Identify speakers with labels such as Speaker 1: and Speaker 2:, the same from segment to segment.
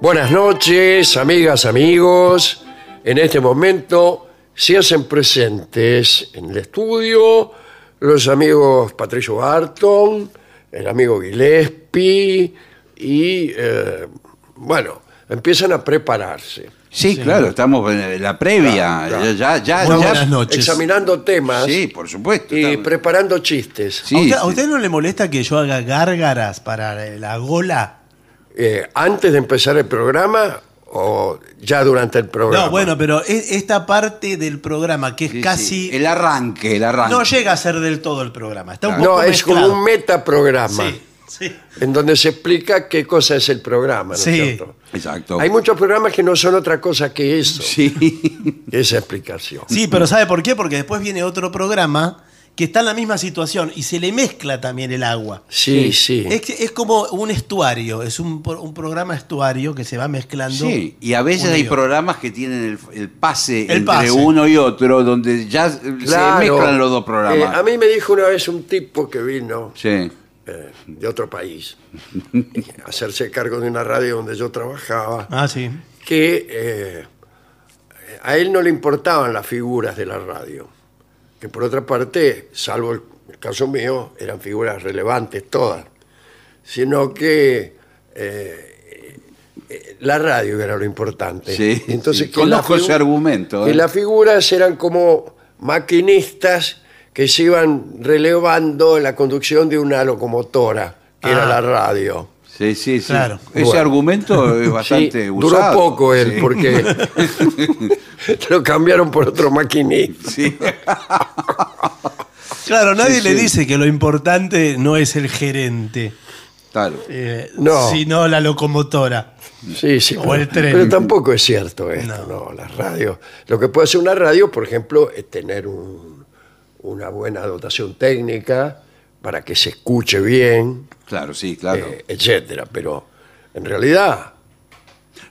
Speaker 1: Buenas noches, amigas, amigos. En este momento se hacen presentes en el estudio los amigos Patricio Barton, el amigo Gillespie y, eh, bueno, empiezan a prepararse.
Speaker 2: Sí, claro, estamos en eh, la previa.
Speaker 1: Claro, claro.
Speaker 2: Ya, ya,
Speaker 3: Muy
Speaker 2: ya-
Speaker 3: buenas noches.
Speaker 1: Examinando temas
Speaker 2: Sí, por supuesto.
Speaker 1: y
Speaker 2: estamos-
Speaker 1: preparando chistes.
Speaker 2: sí,
Speaker 3: ¿A, usted, a
Speaker 2: sí.
Speaker 3: usted no le molesta que yo haga gárgaras para la gola?
Speaker 1: Eh, ¿Antes de empezar el programa o ya durante el programa?
Speaker 3: No, bueno, pero e- esta parte del programa que es
Speaker 2: Sí, sí.
Speaker 3: casi...
Speaker 2: El arranque, el arranque.
Speaker 3: No llega a ser del todo el programa. Está un poco
Speaker 1: No, es como
Speaker 3: mezclado.
Speaker 1: un metaprograma.
Speaker 3: Sí, sí.
Speaker 1: en donde se explica qué cosa es el programa, ¿no es
Speaker 3: Sí.
Speaker 1: cierto?
Speaker 2: Exacto.
Speaker 1: Hay muchos programas que no son otra cosa que eso,
Speaker 2: Sí.
Speaker 1: que esa explicación.
Speaker 3: Sí, pero ¿sabe por qué? Porque después viene otro programa que está en la misma situación y se le mezcla también el agua.
Speaker 1: Sí, sí.
Speaker 3: Es, que- es como un estuario, es un, pro- un programa estuario que se va mezclando.
Speaker 2: Sí, y a veces
Speaker 3: uno
Speaker 2: hay
Speaker 3: otro.
Speaker 2: programas que tienen el, el pase entre
Speaker 3: pase.
Speaker 2: uno y otro, donde ya se
Speaker 1: Claro.
Speaker 2: mezclan los dos
Speaker 1: Eh, a
Speaker 2: programas.
Speaker 1: mí me dijo una vez un tipo que vino
Speaker 2: Sí.
Speaker 1: eh, de otro país a hacerse cargo de una radio donde yo trabajaba,
Speaker 3: Ah, sí.
Speaker 1: que eh, a él no le importaban las figuras de la radio, que por otra parte, salvo el, el caso mío, eran figuras relevantes todas, sino que eh, eh, la radio era lo importante.
Speaker 2: Sí,
Speaker 1: Entonces,
Speaker 2: sí.
Speaker 1: que las
Speaker 2: Conozco ese
Speaker 1: figu-
Speaker 2: argumento,
Speaker 1: Que
Speaker 2: eh.
Speaker 1: las figuras eran como maquinistas que se iban relevando en la conducción de una locomotora, que era la
Speaker 3: Ah.
Speaker 1: radio.
Speaker 2: Sí, sí, sí.
Speaker 3: Claro.
Speaker 2: Ese
Speaker 1: Bueno.
Speaker 2: argumento es bastante
Speaker 1: Sí, duró
Speaker 2: usado.
Speaker 1: poco él,
Speaker 2: Sí.
Speaker 1: porque lo cambiaron por otro maquinista.
Speaker 2: Sí.
Speaker 3: Claro, nadie
Speaker 2: Sí,
Speaker 3: le
Speaker 2: sí.
Speaker 3: dice que lo importante no es el gerente,
Speaker 2: Claro.
Speaker 3: eh,
Speaker 1: No.
Speaker 3: sino la locomotora.
Speaker 1: Sí, sí.
Speaker 3: O
Speaker 1: pero-
Speaker 3: el tren.
Speaker 1: Pero tampoco es cierto esto, no. las radios. Lo que puede hacer una radio, por ejemplo, es tener un- una buena dotación técnica para que se escuche bien,
Speaker 2: Claro, sí, claro.
Speaker 1: eh, etcétera. Pero en realidad,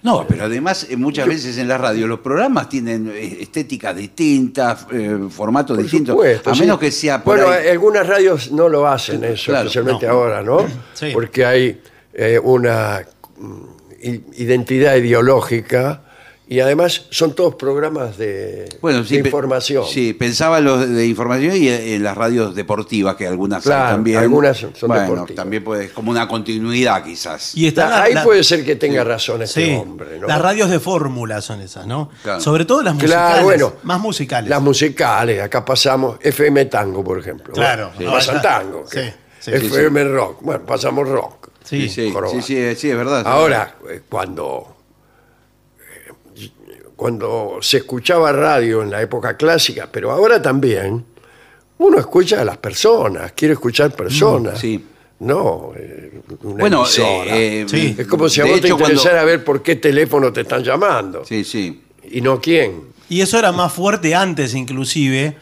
Speaker 2: No, pero además eh, muchas veces en la radio los programas tienen eh, estéticas distintas, eh, formatos
Speaker 1: por
Speaker 2: distintos.
Speaker 1: supuesto,
Speaker 2: a
Speaker 1: sí.
Speaker 2: menos que sea Ah, por
Speaker 1: Bueno,
Speaker 2: ahí.
Speaker 1: algunas radios no lo hacen eso,
Speaker 2: Claro,
Speaker 1: especialmente
Speaker 2: no.
Speaker 1: ahora, ¿no?
Speaker 3: Sí.
Speaker 1: Porque hay eh, una mm, i- identidad ideológica Y además son todos programas de,
Speaker 2: Bueno, sí,
Speaker 1: de
Speaker 2: pe-
Speaker 1: información.
Speaker 2: Sí, pensaba en los de- de información y en las radios deportivas, que algunas
Speaker 1: Claro,
Speaker 2: hay también.
Speaker 1: algunas son
Speaker 2: Bueno,
Speaker 1: deportivas.
Speaker 2: también puede, como una continuidad quizás.
Speaker 3: Y está
Speaker 1: La-
Speaker 3: la-
Speaker 1: ahí
Speaker 3: la-
Speaker 1: puede ser que tenga razón este
Speaker 3: sí,
Speaker 1: hombre. ¿no?
Speaker 3: Las radios de fórmula son esas, ¿no?
Speaker 2: Claro.
Speaker 3: Sobre todo las musicales.
Speaker 1: Claro, bueno.
Speaker 3: Más musicales.
Speaker 1: Las musicales, acá pasamos FM Tango, por ejemplo.
Speaker 3: Claro,
Speaker 1: Bueno,
Speaker 3: sí.
Speaker 1: Pasan
Speaker 3: Ah,
Speaker 1: tango.
Speaker 3: sí,
Speaker 1: que
Speaker 3: sí, sí,
Speaker 1: FM Rock, bueno, pasamos rock.
Speaker 3: sí.
Speaker 2: sí,
Speaker 1: jorobado.
Speaker 2: sí, sí, sí, es verdad.
Speaker 1: Ahora, eh, cuando, eh, cuando se escuchaba radio en la época clásica, pero ahora también, uno escucha a las personas, quiere escuchar personas.
Speaker 2: Mm, sí.
Speaker 1: No, eh, una
Speaker 2: Bueno,
Speaker 1: emisora.
Speaker 2: eh, eh,
Speaker 3: Sí.
Speaker 1: es como si a
Speaker 2: de
Speaker 1: vos te
Speaker 2: hecho, cuando-
Speaker 1: interesara ver por qué teléfono te están llamando
Speaker 2: Sí, sí.
Speaker 1: y no quién.
Speaker 3: Y eso era más fuerte antes, inclusive,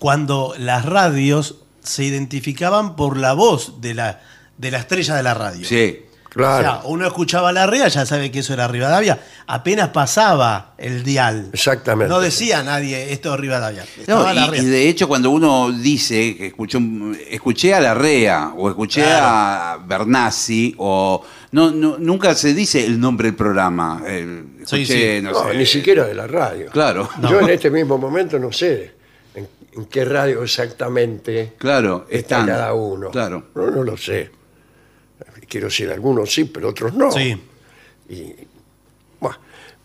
Speaker 3: cuando las radios se identificaban por la voz de la, de la estrella de la radio.
Speaker 2: Sí.
Speaker 3: O
Speaker 1: Claro,
Speaker 3: sea, uno escuchaba la rea, ya sabe que eso era Rivadavia, apenas pasaba el dial.
Speaker 1: exactamente.
Speaker 3: No decía nadie esto es Rivadavia.
Speaker 2: No,
Speaker 3: Estaba la
Speaker 2: y,
Speaker 3: rea.
Speaker 2: y de hecho, cuando uno dice que escuchó, un- escuché a Larrea o escuché a Bernassi, o no, no- nunca se dice el nombre del programa. eh,
Speaker 3: Sí,
Speaker 2: escuché,
Speaker 3: sí.
Speaker 2: no
Speaker 1: No,
Speaker 2: sé,
Speaker 1: ni siquiera de la radio.
Speaker 2: Claro,
Speaker 1: Yo en este mismo momento no sé en, en qué radio exactamente
Speaker 2: claro,
Speaker 1: está
Speaker 2: están.
Speaker 1: cada uno.
Speaker 2: Claro.
Speaker 1: No, no lo sé. Quiero decir, algunos sí, pero otros no.
Speaker 3: Sí.
Speaker 1: Buah.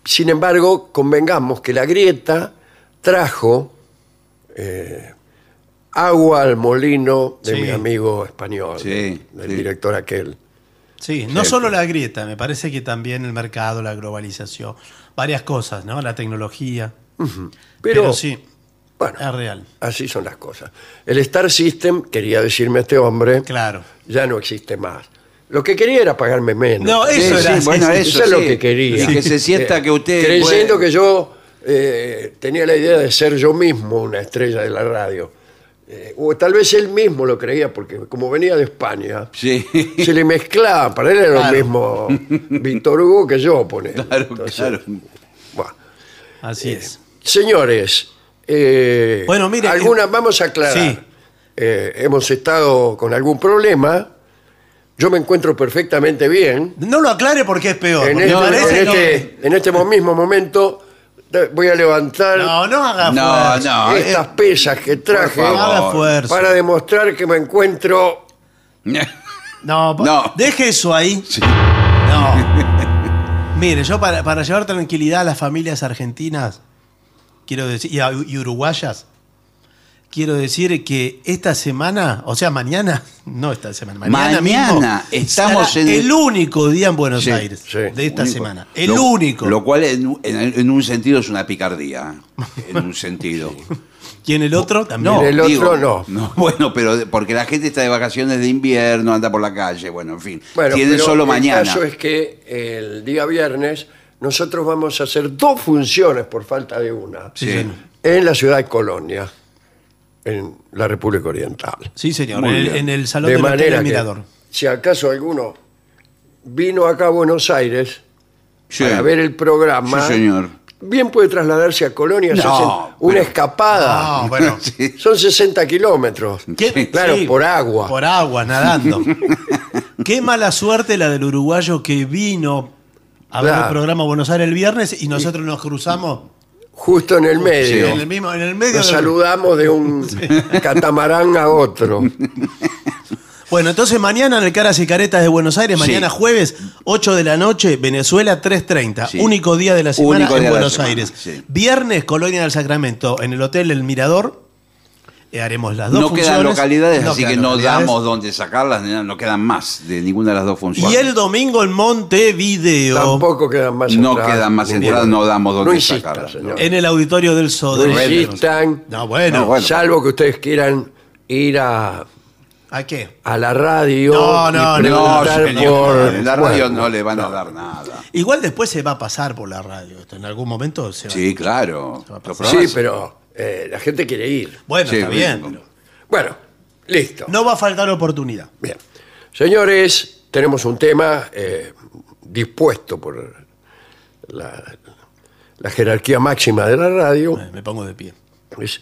Speaker 1: Sin embargo, convengamos que la grieta trajo eh, agua al molino de
Speaker 3: Sí.
Speaker 1: mi amigo español,
Speaker 2: Sí,
Speaker 1: del
Speaker 2: sí.
Speaker 1: director aquel.
Speaker 3: Sí, no solo la grieta, me parece que también el mercado, la globalización, varias cosas, ¿no? La tecnología.
Speaker 1: Pero,
Speaker 3: sí,
Speaker 1: bueno,
Speaker 3: es real.
Speaker 1: así son las cosas. El Star System, quería decirme este hombre,
Speaker 3: Claro.
Speaker 1: ya no existe más. Lo que quería era pagarme menos.
Speaker 3: No, eso
Speaker 2: Sí,
Speaker 3: era.
Speaker 2: sí, bueno,
Speaker 3: sí, sí.
Speaker 2: eso
Speaker 1: es lo
Speaker 2: sí.
Speaker 1: que quería. Eh,
Speaker 2: Y que se sienta que usted.
Speaker 1: Creyendo
Speaker 2: puede-
Speaker 1: que yo eh, tenía la idea de ser yo mismo una estrella de la radio. Eh, o tal vez él mismo lo creía, porque como venía de España,
Speaker 2: Sí.
Speaker 1: se le mezclaba. Para él era
Speaker 3: Claro.
Speaker 1: lo mismo Víctor Hugo que yo, pone.
Speaker 2: Claro, claro.
Speaker 3: Así es.
Speaker 1: Eh, Señores, eh,
Speaker 3: Bueno, mire,
Speaker 1: alguna-
Speaker 3: eh,
Speaker 1: vamos a aclarar.
Speaker 3: sí.
Speaker 1: Eh, hemos estado con algún problema. Yo me encuentro perfectamente bien.
Speaker 3: No lo aclare porque es peor.
Speaker 1: en,
Speaker 3: porque
Speaker 1: este,
Speaker 3: me parece
Speaker 1: en
Speaker 3: que-
Speaker 1: este- en este mismo momento eh, voy a levantar
Speaker 3: No, no haga
Speaker 2: No,
Speaker 3: fuerza.
Speaker 2: no. eh,
Speaker 1: estas pesas que traje
Speaker 3: No haga fuerza.
Speaker 1: para demostrar que me encuentro
Speaker 3: No, pa-
Speaker 2: No.
Speaker 3: deje eso ahí.
Speaker 2: Sí.
Speaker 3: No. Mire, yo para, para llevar tranquilidad a las familias argentinas, quiero decir, y, a- y uruguayas, quiero decir que esta semana, o sea, mañana, no esta semana, mañana,
Speaker 2: Mañana
Speaker 3: mismo,
Speaker 2: estamos
Speaker 3: será
Speaker 2: en el-
Speaker 3: el único día en Buenos
Speaker 2: Sí,
Speaker 3: Aires
Speaker 1: sí,
Speaker 3: de esta
Speaker 2: único.
Speaker 3: semana. El
Speaker 2: Lo-
Speaker 3: único.
Speaker 2: Lo cual en, un- en- en un sentido es una picardía. En un sentido.
Speaker 3: y en el otro también.
Speaker 1: En el otro no.
Speaker 2: Bueno, pero de- porque la gente está de vacaciones de invierno, anda por la calle, bueno, en fin.
Speaker 1: Bueno,
Speaker 2: Tienen
Speaker 1: pero
Speaker 2: solo
Speaker 1: el
Speaker 2: mañana.
Speaker 1: caso es que el día viernes nosotros vamos a hacer dos funciones por falta de una
Speaker 3: Sí,
Speaker 2: Sí.
Speaker 3: señor.
Speaker 1: en la ciudad de Colonia, en la República Oriental.
Speaker 3: Sí, señor.
Speaker 2: Muy
Speaker 3: En el,
Speaker 2: bien.
Speaker 3: en el salón del Hotel del Mirador.
Speaker 1: si acaso alguno vino acá a Buenos Aires
Speaker 2: Sí.
Speaker 1: para ver el programa,
Speaker 2: Sí, señor.
Speaker 1: bien puede trasladarse a Colonia, se
Speaker 2: No,
Speaker 1: hacen una
Speaker 2: pero-
Speaker 1: escapada.
Speaker 3: Ah, bueno.
Speaker 2: Sí.
Speaker 1: Son 60 kilómetros.
Speaker 3: ¿Qué-
Speaker 1: Claro,
Speaker 3: sí,
Speaker 1: por agua.
Speaker 3: Por agua, nadando. Qué mala suerte la del uruguayo que vino a ver
Speaker 1: Claro.
Speaker 3: el programa Buenos Aires el viernes y nosotros nos cruzamos
Speaker 1: Justo en el medio.
Speaker 3: en, el mismo, en el medio
Speaker 1: Nos
Speaker 3: del-
Speaker 1: saludamos de un catamarán a otro.
Speaker 3: Bueno, entonces mañana en el Caras y Caretas de Buenos Aires,
Speaker 2: Sí.
Speaker 3: mañana jueves, 8 de la noche, Venezuela 3.30,
Speaker 2: Sí.
Speaker 3: único día de la semana
Speaker 2: Único día
Speaker 3: en
Speaker 2: de la
Speaker 3: Buenos
Speaker 2: semana,
Speaker 3: Aires.
Speaker 2: sí.
Speaker 3: Viernes, Colonia del Sacramento, en el Hotel El Mirador. Eh, haremos las dos
Speaker 2: No quedan
Speaker 3: funciones.
Speaker 2: localidades, así
Speaker 3: quedan
Speaker 2: que no
Speaker 3: localidades.
Speaker 2: damos dónde sacarlas, ni nada, no quedan más de ninguna de las dos funciones.
Speaker 3: Y el domingo en Montevideo.
Speaker 1: Tampoco quedan más
Speaker 2: No
Speaker 1: entradas.
Speaker 2: quedan más entradas, no damos dónde
Speaker 1: No insistan,
Speaker 2: sacarlas.
Speaker 1: señor.
Speaker 3: En el auditorio del Sodre.
Speaker 1: No insistan.
Speaker 3: No, bueno.
Speaker 2: No, bueno.
Speaker 1: Salvo que ustedes quieran ir a,
Speaker 3: ¿A qué?
Speaker 1: a la radio.
Speaker 3: No, no,
Speaker 1: y
Speaker 2: No,
Speaker 1: preguntar
Speaker 2: señor,
Speaker 1: por-
Speaker 2: en la radio
Speaker 1: bueno,
Speaker 2: no le van a dar nada.
Speaker 3: Ah. Igual después se va a pasar por la radio. esto En algún momento se va.
Speaker 2: Sí, claro.
Speaker 3: va a
Speaker 2: Los
Speaker 3: pasar.
Speaker 1: Sí,
Speaker 2: programas-
Speaker 1: pero eh, la gente quiere ir.
Speaker 3: Bueno,
Speaker 2: Sí,
Speaker 3: está bien.
Speaker 2: bueno.
Speaker 1: Bueno, listo.
Speaker 3: No va a faltar oportunidad.
Speaker 1: Bien. Señores, tenemos un tema eh, dispuesto por la, la jerarquía máxima de la radio.
Speaker 3: Eh, Me pongo de pie.
Speaker 1: Es-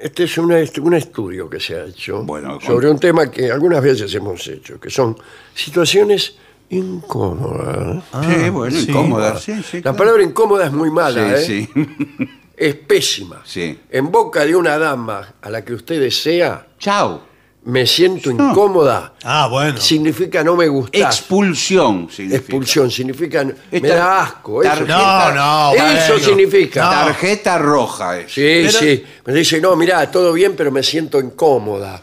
Speaker 1: este es una est- un estudio que se ha hecho
Speaker 2: Bueno, con-
Speaker 1: sobre un tema que algunas veces hemos hecho, que son situaciones Incómoda.
Speaker 2: Ah, sí, bueno,
Speaker 3: sí.
Speaker 2: incómoda. Sí, sí,
Speaker 1: La
Speaker 2: claro.
Speaker 1: palabra incómoda es muy mala, ¿eh?
Speaker 2: Sí, sí.
Speaker 1: Es pésima.
Speaker 2: Sí.
Speaker 1: En boca de una dama a la que usted desea,
Speaker 2: Chau.
Speaker 1: me siento incómoda,
Speaker 3: Ah, bueno.
Speaker 1: significa no me gustás.
Speaker 2: Expulsión significa.
Speaker 1: Expulsión significa no- me
Speaker 2: Esta-
Speaker 1: da asco.
Speaker 2: tar-
Speaker 1: Eso,
Speaker 3: No, no,
Speaker 1: eso
Speaker 3: bueno.
Speaker 1: significa.
Speaker 3: No.
Speaker 2: Tarjeta roja es.
Speaker 3: Pero-
Speaker 1: Sí, sí. Me dice, no, mirá, todo bien, pero me siento incómoda.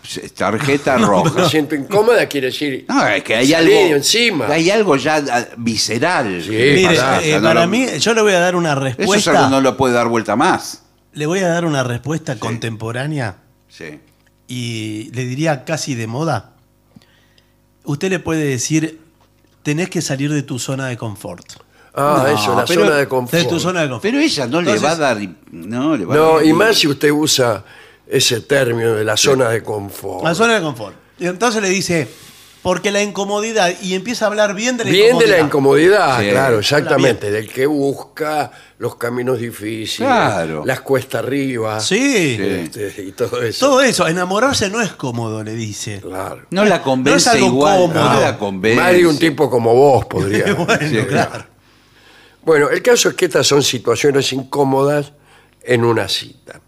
Speaker 2: Tarjeta
Speaker 1: Me
Speaker 2: roja.
Speaker 1: siento incómoda quiere decir.
Speaker 2: No, es que hay
Speaker 1: Salí
Speaker 2: algo.
Speaker 1: de encima.
Speaker 2: Hay algo ya ah, visceral. que
Speaker 3: Mire,
Speaker 2: pasa,
Speaker 3: eh,
Speaker 2: ya no
Speaker 3: para
Speaker 2: lo-
Speaker 3: mí, yo le voy a dar una
Speaker 2: Eso es
Speaker 3: respuesta.
Speaker 2: algo que no lo puede dar vuelta más.
Speaker 3: Le voy a dar una respuesta contemporánea
Speaker 2: Sí.
Speaker 3: y le diría casi de moda. Usted le puede decir, tenés que salir de tu zona de confort.
Speaker 1: Ah,
Speaker 2: No,
Speaker 1: eso, la
Speaker 2: pero
Speaker 1: zona de confort.
Speaker 3: De tu zona de confort.
Speaker 2: Pero ella no
Speaker 3: Entonces-
Speaker 2: le va a dar. No, le va a
Speaker 1: No,
Speaker 2: dar-
Speaker 1: y más si usted usa ese término de la zona de confort.
Speaker 3: La zona de confort. Y entonces le dice, porque la incomodidad, y empieza a hablar bien de la
Speaker 1: Bien de
Speaker 3: incomodidad.
Speaker 1: la incomodidad,
Speaker 2: Sí.
Speaker 1: claro, exactamente, del que busca los caminos difíciles,
Speaker 2: Claro.
Speaker 1: las cuestas arriba
Speaker 3: Sí.
Speaker 2: Sí.
Speaker 1: este, y todo eso.
Speaker 3: Todo eso, enamorarse no es cómodo, le dice.
Speaker 1: Claro.
Speaker 2: No la convence
Speaker 3: algo
Speaker 2: igual.
Speaker 3: cómodo.
Speaker 2: No la convence.
Speaker 1: Más de un tipo como vos podría.
Speaker 3: Bueno,
Speaker 2: Sí,
Speaker 3: claro.
Speaker 1: Bueno, el caso es que estas son situaciones incómodas en una cita.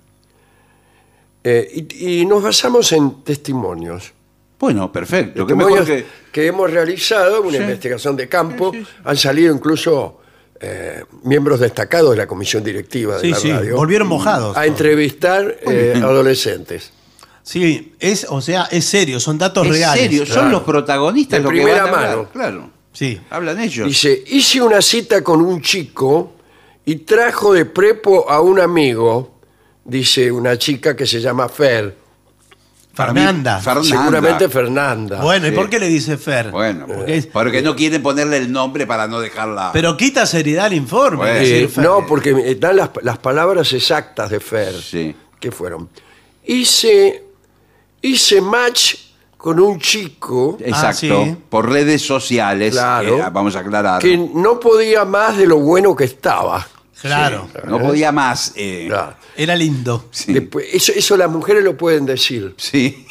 Speaker 1: Eh, y, y nos basamos en testimonios.
Speaker 2: Bueno, perfecto. Qué mejor
Speaker 1: testimonios
Speaker 2: que.
Speaker 1: que hemos realizado, una
Speaker 2: Sí.
Speaker 1: investigación de campo. Han salido incluso eh, miembros destacados de la comisión directiva de
Speaker 3: Sí,
Speaker 1: la
Speaker 3: sí,
Speaker 1: radio
Speaker 3: volvieron mojados.
Speaker 1: a entrevistar eh, adolescentes.
Speaker 3: Sí, es, o sea, es serio, son datos
Speaker 2: En
Speaker 3: reales.
Speaker 2: serio,
Speaker 1: claro.
Speaker 2: son los protagonistas
Speaker 1: De
Speaker 2: los
Speaker 1: primera
Speaker 2: que van a hablar,
Speaker 1: mano.
Speaker 2: Claro.
Speaker 3: Sí.
Speaker 2: Hablan ellos.
Speaker 1: Dice, hice una cita con un chico y trajo de prepo a un amigo, dice una chica que se llama Fer,
Speaker 2: Para mí,
Speaker 3: Fernanda.
Speaker 2: Fernanda.
Speaker 1: seguramente Fernanda.
Speaker 3: Bueno, ¿y
Speaker 2: Sí.
Speaker 3: por qué le dice Fer?
Speaker 2: Bueno,
Speaker 3: Porque
Speaker 2: porque,
Speaker 3: es-
Speaker 2: porque no quieren ponerle el nombre para no dejarla.
Speaker 3: Pero quita seriedad al informe.
Speaker 2: Bueno.
Speaker 3: decir,
Speaker 1: Eh,
Speaker 3: Fer.
Speaker 1: no, porque eh, dan las, las palabras exactas de Fer.
Speaker 2: Sí.
Speaker 1: que fueron? Hice, hice match con un chico
Speaker 2: Exacto.
Speaker 3: ah, sí.
Speaker 2: Por redes sociales.
Speaker 1: Claro.
Speaker 2: eh, vamos a aclarar.
Speaker 1: que no podía más de lo bueno que estaba.
Speaker 3: Claro.
Speaker 2: No podía más. eh,
Speaker 1: Claro.
Speaker 3: Era lindo.
Speaker 2: Sí.
Speaker 1: Después- eso, eso las mujeres lo pueden decir.
Speaker 2: sí.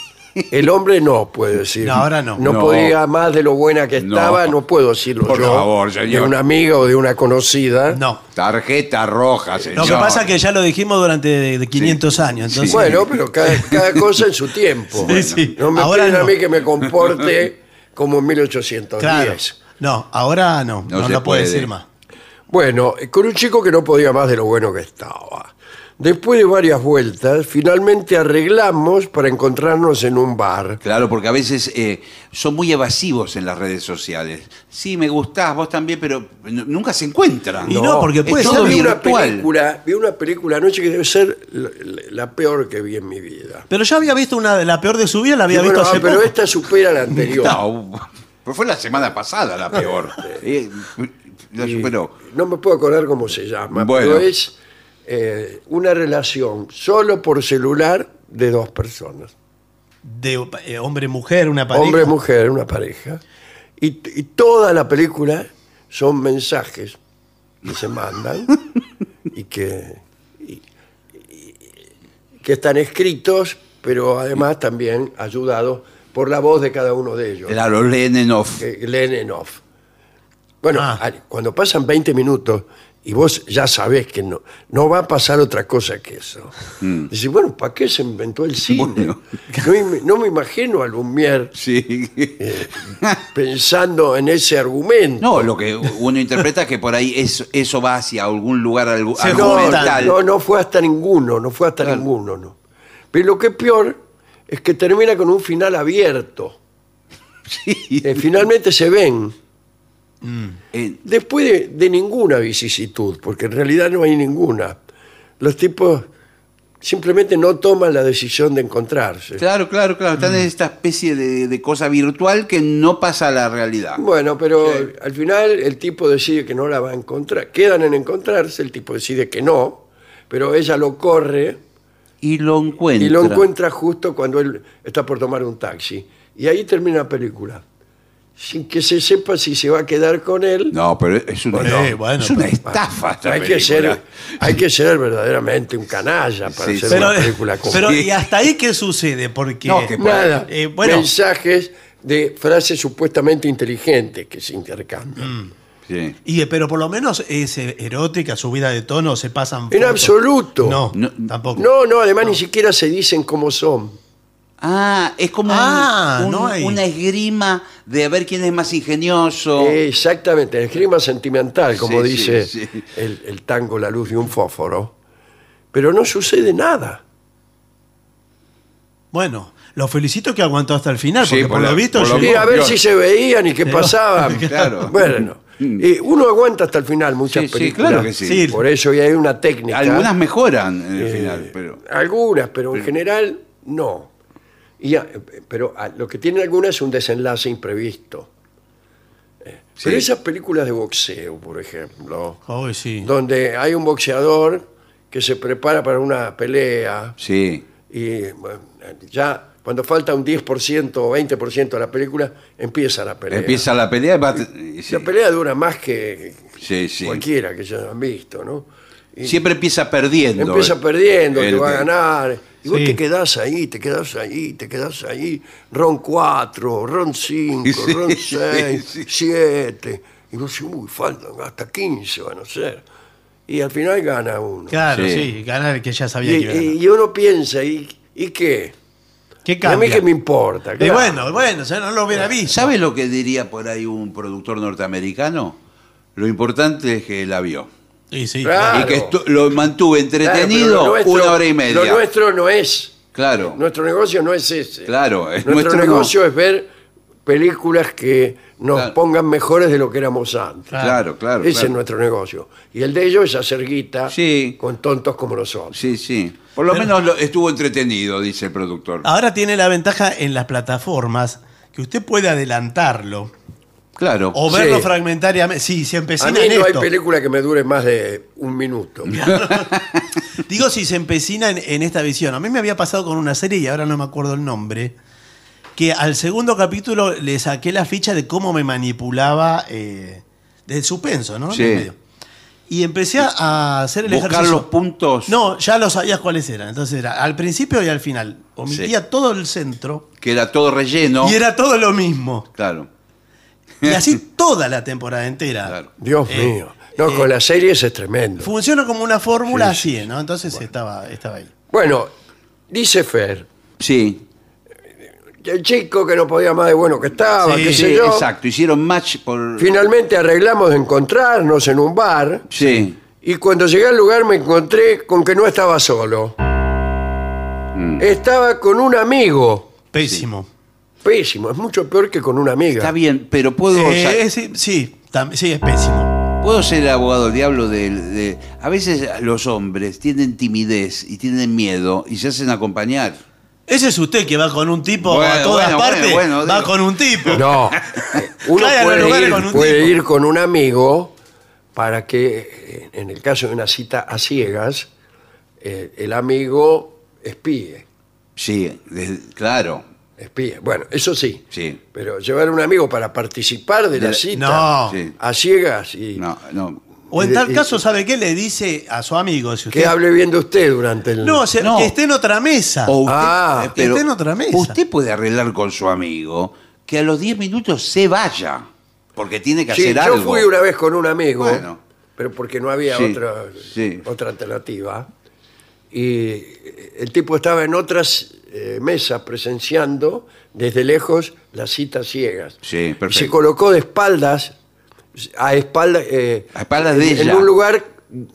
Speaker 1: El hombre no puede decir.
Speaker 3: No, ahora no.
Speaker 1: No,
Speaker 2: No.
Speaker 1: podía más de lo buena que
Speaker 2: No.
Speaker 1: estaba, no, puedo decirlo
Speaker 2: Por
Speaker 1: yo,
Speaker 2: favor, señor.
Speaker 1: De una amiga o de una conocida.
Speaker 3: No.
Speaker 2: Tarjeta roja, señor.
Speaker 3: Lo que pasa es que ya lo dijimos durante de- de 500 años. Entonces,
Speaker 1: Bueno, pero cada, cada cosa en su tiempo.
Speaker 3: Sí, sí.
Speaker 1: No me
Speaker 3: Ahora
Speaker 1: piden a
Speaker 3: no.
Speaker 1: mí que me comporte como en 1810.
Speaker 3: claro. No, ahora no. No,
Speaker 2: No se
Speaker 3: lo puede
Speaker 2: puede.
Speaker 3: decir más.
Speaker 1: Bueno, eh, con un chico que no podía más de lo bueno que estaba. Después de varias vueltas, finalmente arreglamos para encontrarnos en un bar.
Speaker 2: Claro, porque a veces eh, son muy evasivos en las redes sociales. Sí, me gustás, vos también, pero n- nunca se encuentran.
Speaker 3: Y no, porque
Speaker 2: es
Speaker 3: puede
Speaker 1: Yo
Speaker 2: todo
Speaker 3: ser
Speaker 1: vi una,
Speaker 2: virtual.
Speaker 1: película, vi una película anoche que debe ser la, la- la peor que vi en mi vida.
Speaker 3: Pero yo había visto una de la peor de su vida, la había
Speaker 1: Y bueno,
Speaker 3: visto
Speaker 1: ah,
Speaker 3: hace
Speaker 1: pero
Speaker 3: poco.
Speaker 1: esta supera la anterior.
Speaker 2: No, pero fue la semana pasada la peor. Eh, la
Speaker 1: Y
Speaker 2: superó.
Speaker 1: No me puedo acordar cómo se llama,
Speaker 2: Bueno.
Speaker 1: pero es eh, una relación solo por celular de dos personas.
Speaker 3: De eh, hombre-mujer, una pareja.
Speaker 1: Hombre, mujer, una pareja. Y, y toda la película son mensajes que se mandan y que, y- y- que están escritos, pero además también ayudados por la voz de cada uno de ellos.
Speaker 2: Claro, Leninov.
Speaker 1: que leen en off. Bueno,
Speaker 3: Ah.
Speaker 1: al- cuando pasan 20 minutos y vos ya sabés que no, no va a pasar otra cosa que eso.
Speaker 2: Mm.
Speaker 1: Dices, bueno, ¿para qué se inventó el cine?
Speaker 2: Bueno.
Speaker 1: No, im- no me imagino a Lumière Eh,
Speaker 2: Sí.
Speaker 1: pensando en ese argumento.
Speaker 2: No, lo que uno interpreta es que por ahí eso, eso va hacia algún lugar algu-
Speaker 3: Se
Speaker 1: no,
Speaker 2: argumental.
Speaker 1: no, no fue hasta ninguno, no fue hasta
Speaker 2: Claro.
Speaker 1: ninguno, no. Pero lo que es peor es que termina con un final abierto. Eh, finalmente se ven.
Speaker 2: Eh,
Speaker 1: Después de, de ninguna vicisitud, porque en realidad no hay ninguna. Los tipos simplemente no toman la decisión de encontrarse.
Speaker 2: claro, claro, claro. Están
Speaker 1: Mm.
Speaker 2: en esta especie de, de cosa virtual que no pasa a la realidad.
Speaker 1: Bueno, pero al final el tipo decide que no la va a encontrar. Quedan en encontrarse, el tipo decide que no, pero ella lo corre
Speaker 2: Y lo encuentra.
Speaker 1: y lo encuentra justo cuando él está por tomar un taxi. Y ahí termina la película. Sin que se sepa si se va a quedar con él.
Speaker 2: No, pero es una,
Speaker 3: Bueno, Eh, bueno,
Speaker 2: es una
Speaker 3: pero-
Speaker 2: estafa. esta
Speaker 1: hay, que
Speaker 2: película.
Speaker 1: ser, hay que ser verdaderamente un canalla para hacer
Speaker 2: Sí, sí.
Speaker 3: Pero,
Speaker 1: una película como
Speaker 3: pero
Speaker 1: esta.
Speaker 3: ¿y hasta ahí qué sucede? Porque
Speaker 2: No, que-
Speaker 1: Nada.
Speaker 3: Eh, bueno.
Speaker 1: Mensajes de frases supuestamente inteligentes que se intercambian.
Speaker 3: mm.
Speaker 2: Sí.
Speaker 3: Y, eh, pero por lo menos es eh, erótica, subida de tono, se pasan.
Speaker 1: En
Speaker 3: fotos.
Speaker 1: absoluto.
Speaker 3: No,
Speaker 2: No,
Speaker 3: tampoco.
Speaker 1: No, no, además ni siquiera se dicen cómo son.
Speaker 2: Ah, es como un-
Speaker 3: Ah,
Speaker 2: un-
Speaker 3: no hay-
Speaker 2: una esgrima de a ver quién es más ingenioso.
Speaker 1: Exactamente, el clima sentimental, como
Speaker 2: Sí, sí,
Speaker 1: dice
Speaker 2: sí.
Speaker 1: El, el tango La luz de un fósforo. Pero no sucede nada.
Speaker 3: Bueno, lo felicito que aguantó hasta el final,
Speaker 2: Sí,
Speaker 3: porque por,
Speaker 2: por la-
Speaker 3: lo visto.
Speaker 2: por lo
Speaker 3: llegó-
Speaker 1: Y a ver
Speaker 2: Dios.
Speaker 1: si se veían y qué pasaban.
Speaker 2: Claro.
Speaker 1: Bueno, y uno aguanta hasta el final muchas
Speaker 2: Sí, sí,
Speaker 1: películas.
Speaker 2: claro que sí.
Speaker 3: Sí.
Speaker 1: Por eso ya hay una técnica.
Speaker 2: Algunas mejoran en el
Speaker 1: Eh,
Speaker 2: final, pero.
Speaker 1: Algunas, pero en general no. Y ya, eh, pero ah, lo que tienen algunas es un desenlace imprevisto. Eh, Pero
Speaker 2: Sí.
Speaker 1: esas películas de boxeo, por ejemplo,
Speaker 3: Ay, sí.
Speaker 1: donde hay un boxeador que se prepara para una pelea
Speaker 2: Sí.
Speaker 1: y bueno, ya cuando falta un 10% o 20% de la película, empieza la pelea.
Speaker 2: Empieza la pelea y va.
Speaker 3: eh,
Speaker 2: y sí.
Speaker 1: La pelea dura más que
Speaker 2: Sí, sí.
Speaker 1: cualquiera que ya han visto, ¿no? Y-
Speaker 2: Siempre empieza perdiendo. eh,
Speaker 1: Empieza perdiendo,
Speaker 2: El-
Speaker 1: te va a ganar. Y vos
Speaker 3: Sí.
Speaker 1: te quedás ahí, te quedás ahí, te quedás ahí. Ron 4, ron 5,
Speaker 2: Sí,
Speaker 1: ron
Speaker 2: sí,
Speaker 1: 6,
Speaker 2: sí.
Speaker 1: 7. Y vos decís, uy, faltan hasta 15 van a ser. Y al final gana uno.
Speaker 3: Claro,
Speaker 2: Sí.
Speaker 3: sí. ganar el que ya
Speaker 1: Y,
Speaker 3: sabía que iba a ganar.
Speaker 1: y- y uno piensa, ¿y, y qué?
Speaker 3: ¿Qué
Speaker 1: ¿Y a mí
Speaker 3: cambia?
Speaker 1: qué me importa?
Speaker 3: Y
Speaker 1: Claro.
Speaker 3: bueno, bueno, o sea, no lo hubiera visto.
Speaker 2: ¿Sabes lo que diría por ahí un productor norteamericano? Lo importante es que la vio.
Speaker 3: Sí, sí.
Speaker 1: Claro.
Speaker 2: Y que estu- lo mantuve
Speaker 1: Claro, pero
Speaker 2: entretenido
Speaker 1: lo nuestro-
Speaker 2: una hora y media.
Speaker 1: Lo nuestro no es.
Speaker 2: Claro.
Speaker 1: Nuestro negocio no es ese.
Speaker 2: Claro, es
Speaker 1: nuestro,
Speaker 2: nuestro no.
Speaker 1: negocio es ver películas que nos
Speaker 2: Claro.
Speaker 1: pongan mejores de lo que éramos antes.
Speaker 2: Claro, claro.
Speaker 1: Ese
Speaker 2: claro.
Speaker 1: es nuestro negocio. Y el de ellos es hacer guita
Speaker 2: Sí.
Speaker 1: con tontos como nosotros.
Speaker 2: Sí, sí. Por lo
Speaker 3: Pero-
Speaker 2: menos lo- estuvo entretenido, dice el productor.
Speaker 3: Ahora tiene la ventaja en las plataformas que usted puede adelantarlo
Speaker 2: Claro.
Speaker 3: o
Speaker 1: Sí.
Speaker 3: verlo fragmentariamente. Sí, se empecina
Speaker 1: A mí
Speaker 3: en
Speaker 1: no hay
Speaker 3: esto.
Speaker 1: película que me dure más de un minuto.
Speaker 3: Digo si se empecina en, en esta visión. A mí me había pasado con una serie y ahora no me acuerdo el nombre. Que al segundo capítulo le saqué la ficha de cómo me manipulaba eh, del suspenso, ¿no?
Speaker 2: Sí.
Speaker 3: En el medio. Y empecé a- a hacer el
Speaker 2: Buscar
Speaker 3: ejercicio.
Speaker 2: los puntos.
Speaker 3: No, ya lo sabías cuáles eran. Entonces era al principio y al final. Omitía todo el centro
Speaker 2: Que era todo relleno.
Speaker 3: y era todo lo mismo.
Speaker 2: Claro.
Speaker 3: Y así toda la temporada entera.
Speaker 2: Claro.
Speaker 1: Dios
Speaker 3: Eh,
Speaker 1: mío. No,
Speaker 3: eh.
Speaker 1: con las series es tremendo.
Speaker 3: Funciona como una fórmula
Speaker 1: Sí, sí,
Speaker 3: así, ¿no? Entonces estaba, estaba ahí.
Speaker 1: Bueno, dice Fer,
Speaker 2: Sí.
Speaker 1: el chico que no podía más de bueno que estaba,
Speaker 3: Sí,
Speaker 1: Ah, qué sé
Speaker 2: Sí,
Speaker 1: yo.
Speaker 2: exacto. Hicieron match por.
Speaker 1: Finalmente arreglamos de encontrarnos en un bar.
Speaker 2: Sí.
Speaker 1: Y cuando llegué al lugar me encontré con que no estaba solo.
Speaker 2: Mm.
Speaker 1: Estaba con un amigo.
Speaker 3: Pésimo.
Speaker 1: Pésimo, es mucho peor que con una amiga.
Speaker 2: Está bien, pero puedo. sa-
Speaker 3: Eh, sí, sí, tam- sí, es pésimo.
Speaker 2: Puedo ser el abogado del diablo de, de- A veces los hombres tienen timidez y tienen miedo y se hacen acompañar.
Speaker 3: Ese es usted que va con un tipo
Speaker 2: Bueno,
Speaker 3: a todas
Speaker 2: bueno,
Speaker 3: partes,
Speaker 2: bueno, bueno,
Speaker 3: va
Speaker 2: digo.
Speaker 3: con un tipo.
Speaker 1: No. Uno
Speaker 3: Claro, en lugar
Speaker 1: puede, ir
Speaker 3: con un
Speaker 1: puede
Speaker 3: tipo.
Speaker 1: ir con un amigo para que, eh, en el caso de una cita a ciegas, eh, el amigo espíe.
Speaker 2: Sí, de- claro.
Speaker 1: Espíe. Bueno, eso sí.
Speaker 2: Sí.
Speaker 1: Pero llevar a un amigo para participar de la
Speaker 2: De-
Speaker 1: cita
Speaker 3: No.
Speaker 2: Sí.
Speaker 1: a ciegas y
Speaker 2: No, no.
Speaker 3: O en
Speaker 1: Y-
Speaker 3: tal
Speaker 1: y-
Speaker 3: caso, ¿sabe qué? Le dice a su amigo, si usted.
Speaker 1: que hable bien de usted durante el...
Speaker 3: No, o sea,
Speaker 2: No.
Speaker 3: que esté en otra mesa.
Speaker 2: O usted,
Speaker 1: Ah,
Speaker 2: eh, pero
Speaker 3: está en otra mesa.
Speaker 2: Usted puede arreglar con su amigo que a los 10 minutos se vaya. Porque tiene que
Speaker 1: Sí,
Speaker 2: hacer
Speaker 1: yo
Speaker 2: algo.
Speaker 1: fui una vez con un amigo,
Speaker 2: Bueno.
Speaker 1: pero porque no había
Speaker 2: Sí,
Speaker 1: otra,
Speaker 2: sí.
Speaker 1: otra alternativa. Y eh, el tipo estaba en otras eh, mesas presenciando desde lejos las citas ciegas.
Speaker 2: Sí,
Speaker 1: Y
Speaker 2: perfecto.
Speaker 1: se colocó de espaldas, a espaldas,
Speaker 2: A espaldas de
Speaker 1: en,
Speaker 2: ella.
Speaker 1: un lugar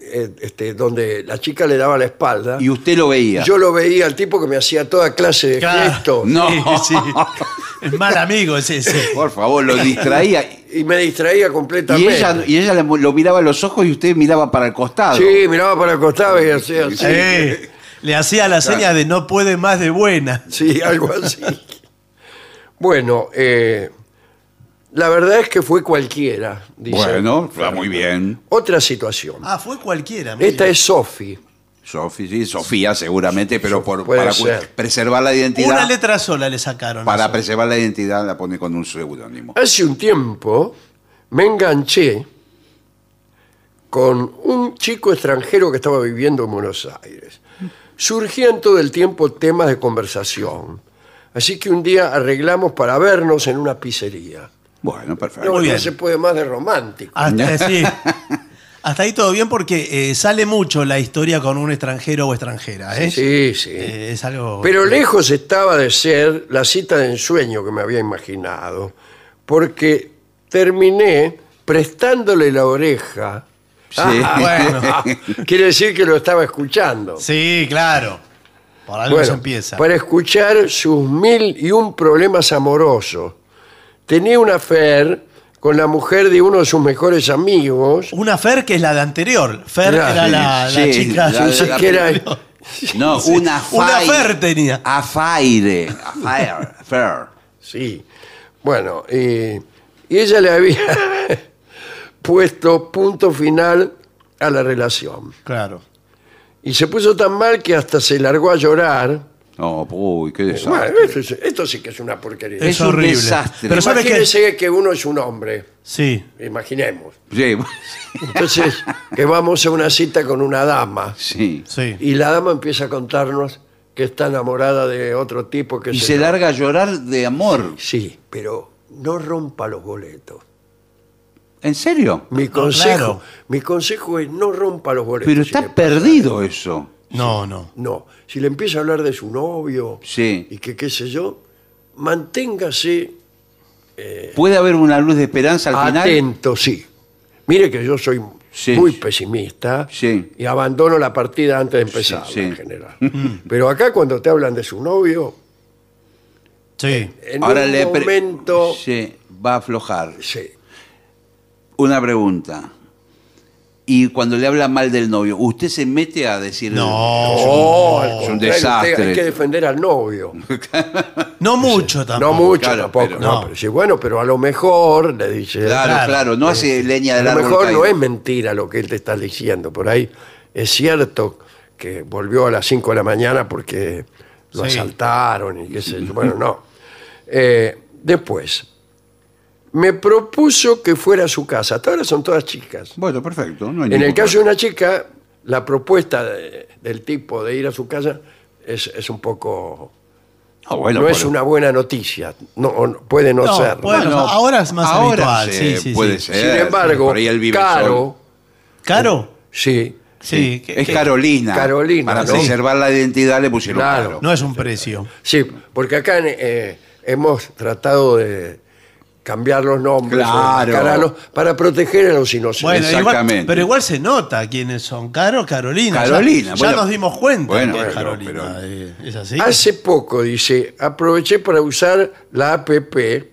Speaker 1: eh, este, donde la chica le daba la espalda.
Speaker 2: Y usted lo veía.
Speaker 1: yo lo veía al tipo que me hacía toda clase de
Speaker 3: Claro.
Speaker 1: gestos.
Speaker 2: No.
Speaker 3: Sí, sí. El mal amigo es ese.
Speaker 2: Por favor, lo distraía.
Speaker 1: Y me distraía
Speaker 2: Y
Speaker 1: completamente.
Speaker 2: ella, y ella le- lo miraba a los ojos y usted miraba para el costado.
Speaker 1: Sí, miraba para el costado y hacía así.
Speaker 3: Eh, le hacía la seña de no puede más de buena.
Speaker 1: Sí, algo así. Bueno, eh, la verdad es que fue cualquiera. dice.
Speaker 2: Bueno, está muy bien.
Speaker 1: Otra situación.
Speaker 3: Ah, fue cualquiera. muy
Speaker 1: Esta
Speaker 3: bien.
Speaker 1: es Sofi.
Speaker 2: Sofi, sí, Sofía seguramente, pero por,
Speaker 1: Puede
Speaker 2: para cu-
Speaker 1: ser.
Speaker 2: preservar la identidad.
Speaker 3: Una letra sola le sacaron. a
Speaker 2: Para
Speaker 3: su-
Speaker 2: preservar la identidad la pone con un seudónimo.
Speaker 1: Hace un tiempo me enganché con un chico extranjero que estaba viviendo en Buenos Aires. Surgían todo el tiempo temas de conversación. Así que un día arreglamos para vernos en una pizzería.
Speaker 2: Bueno, perfecto.
Speaker 1: No, no
Speaker 3: bien.
Speaker 1: se puede más de romántico.
Speaker 3: Hasta, Ah, eh, sí. Hasta ahí todo bien porque eh, sale mucho la historia con un extranjero o extranjera. ¿eh?
Speaker 1: Sí, sí.
Speaker 3: Eh, es algo.
Speaker 1: Pero lejos estaba de ser la cita de ensueño que me había imaginado, porque terminé prestándole la oreja.
Speaker 2: Sí.
Speaker 3: Ah, bueno.
Speaker 1: Quiere decir que lo estaba escuchando.
Speaker 3: Sí, claro. Por algo se
Speaker 1: Bueno, pues
Speaker 3: empieza.
Speaker 1: para escuchar sus mil y un problemas amorosos. Tenía una affair con la mujer de uno de sus mejores amigos,
Speaker 3: Una Fer que es la de anterior. Fer
Speaker 1: Claro,
Speaker 3: era la, la
Speaker 2: sí,
Speaker 3: chica.
Speaker 2: la-
Speaker 3: sí,
Speaker 2: la-
Speaker 3: que era-
Speaker 1: la-
Speaker 2: No,
Speaker 3: Sí.
Speaker 2: una
Speaker 3: Una
Speaker 2: fire.
Speaker 3: Fer tenía.
Speaker 2: Afaire. Afaire. Ah, Fair.
Speaker 1: Sí. Bueno, eh, y ella le había puesto punto final a la relación.
Speaker 3: Claro.
Speaker 1: Y se puso tan mal que hasta se largó a llorar.
Speaker 2: No, uy, qué desastre.
Speaker 1: Bueno, esto, es- esto sí que es una porquería.
Speaker 3: Es,
Speaker 2: un
Speaker 3: horrible.
Speaker 2: desastre.
Speaker 3: Pero ¿sabes qué?
Speaker 1: Imagínese que uno es un hombre,
Speaker 3: Sí.
Speaker 1: imaginemos.
Speaker 2: Sí,
Speaker 1: Entonces, que vamos a una cita con una dama
Speaker 2: sí.
Speaker 3: Sí.
Speaker 1: y la dama empieza a contarnos que está enamorada de otro tipo que
Speaker 2: Y se larga a llorar de amor.
Speaker 1: Sí, pero no rompa los boletos.
Speaker 2: ¿En serio?
Speaker 1: Mi
Speaker 3: No,
Speaker 1: consejo,
Speaker 3: claro.
Speaker 1: mi consejo es no rompa los boletos.
Speaker 2: Pero
Speaker 1: si le
Speaker 2: está
Speaker 1: pasa.
Speaker 2: perdido eso.
Speaker 3: No, no.
Speaker 1: No, si le empieza a hablar de su novio
Speaker 2: Sí.
Speaker 1: y que qué sé yo, manténgase eh,
Speaker 2: ¿Puede haber una luz de esperanza al final?
Speaker 1: atento, sí. Mire que yo soy
Speaker 2: Sí.
Speaker 1: muy pesimista
Speaker 2: Sí.
Speaker 1: y abandono la partida antes de empezar
Speaker 2: Sí, sí.
Speaker 1: en general.
Speaker 3: Mm,
Speaker 1: Pero acá cuando te hablan de su novio,
Speaker 3: Sí.
Speaker 1: en
Speaker 2: Ahora
Speaker 1: un
Speaker 2: le pre-
Speaker 1: momento
Speaker 2: Sí, va a aflojar.
Speaker 1: sí,
Speaker 2: Una pregunta. Y cuando le habla mal del novio, ¿usted se mete a decir...
Speaker 3: No.
Speaker 1: No, al
Speaker 2: es un
Speaker 1: contrario,
Speaker 2: desastre.
Speaker 1: usted- Hay que defender al novio.
Speaker 3: No mucho
Speaker 1: no
Speaker 3: tampoco.
Speaker 1: mucho
Speaker 2: claro,
Speaker 1: tampoco.
Speaker 2: pero-
Speaker 1: no,
Speaker 3: no.
Speaker 1: pero sí, bueno, pero a lo mejor le dice. Este,
Speaker 2: Claro, claro,
Speaker 3: Claro.
Speaker 2: no hace leña
Speaker 1: Eh, a
Speaker 2: del
Speaker 1: lo
Speaker 2: árbol
Speaker 1: mejor
Speaker 2: caído.
Speaker 1: no es mentira lo que él te está diciendo. Por ahí es cierto que volvió a las 5 de la mañana porque lo
Speaker 3: Sí.
Speaker 1: asaltaron y qué sé yo. Bueno, no. Eh, después, me propuso que fuera a su casa. Hasta ahora son todas chicas.
Speaker 2: Bueno, perfecto. no hay
Speaker 1: En el
Speaker 2: ningún
Speaker 1: caso de una chica, la propuesta de- del tipo de ir a su casa es, es un poco...
Speaker 2: problema. Ah, bueno,
Speaker 1: no es
Speaker 2: por-
Speaker 1: una buena noticia. No, o no- puede no,
Speaker 3: No,
Speaker 1: ser.
Speaker 3: puede- Bueno, ahora es más habitual,
Speaker 2: se-
Speaker 3: sí, sí,
Speaker 2: puede
Speaker 3: sí.
Speaker 2: ser.
Speaker 1: Sin embargo,
Speaker 2: Por ahí él vive
Speaker 1: Caro,
Speaker 3: ¿Caro?
Speaker 1: sí,
Speaker 3: Sí.
Speaker 2: solo.
Speaker 3: que-
Speaker 2: Es
Speaker 3: que-
Speaker 2: Carolina.
Speaker 1: Carolina,
Speaker 2: Para
Speaker 1: ¿no?
Speaker 2: preservar la identidad le pusieron
Speaker 1: Claro.
Speaker 2: Caro.
Speaker 3: No es un precio.
Speaker 1: sí, porque acá eh, hemos tratado de cambiar los nombres,
Speaker 2: Claro.
Speaker 1: o enmascararlos para proteger a los inocentes.
Speaker 3: Bueno, igual-
Speaker 2: exactamente.
Speaker 3: pero igual se nota quiénes son. Caro, Carolina.
Speaker 2: Carolina,
Speaker 3: Ya, ya
Speaker 2: bueno.
Speaker 3: nos dimos cuenta
Speaker 2: Bueno,
Speaker 3: que es
Speaker 2: bueno,
Speaker 3: Carolina.
Speaker 2: pero-
Speaker 3: eh, ¿Es así?
Speaker 1: Hace poco, dice, aproveché para usar la APP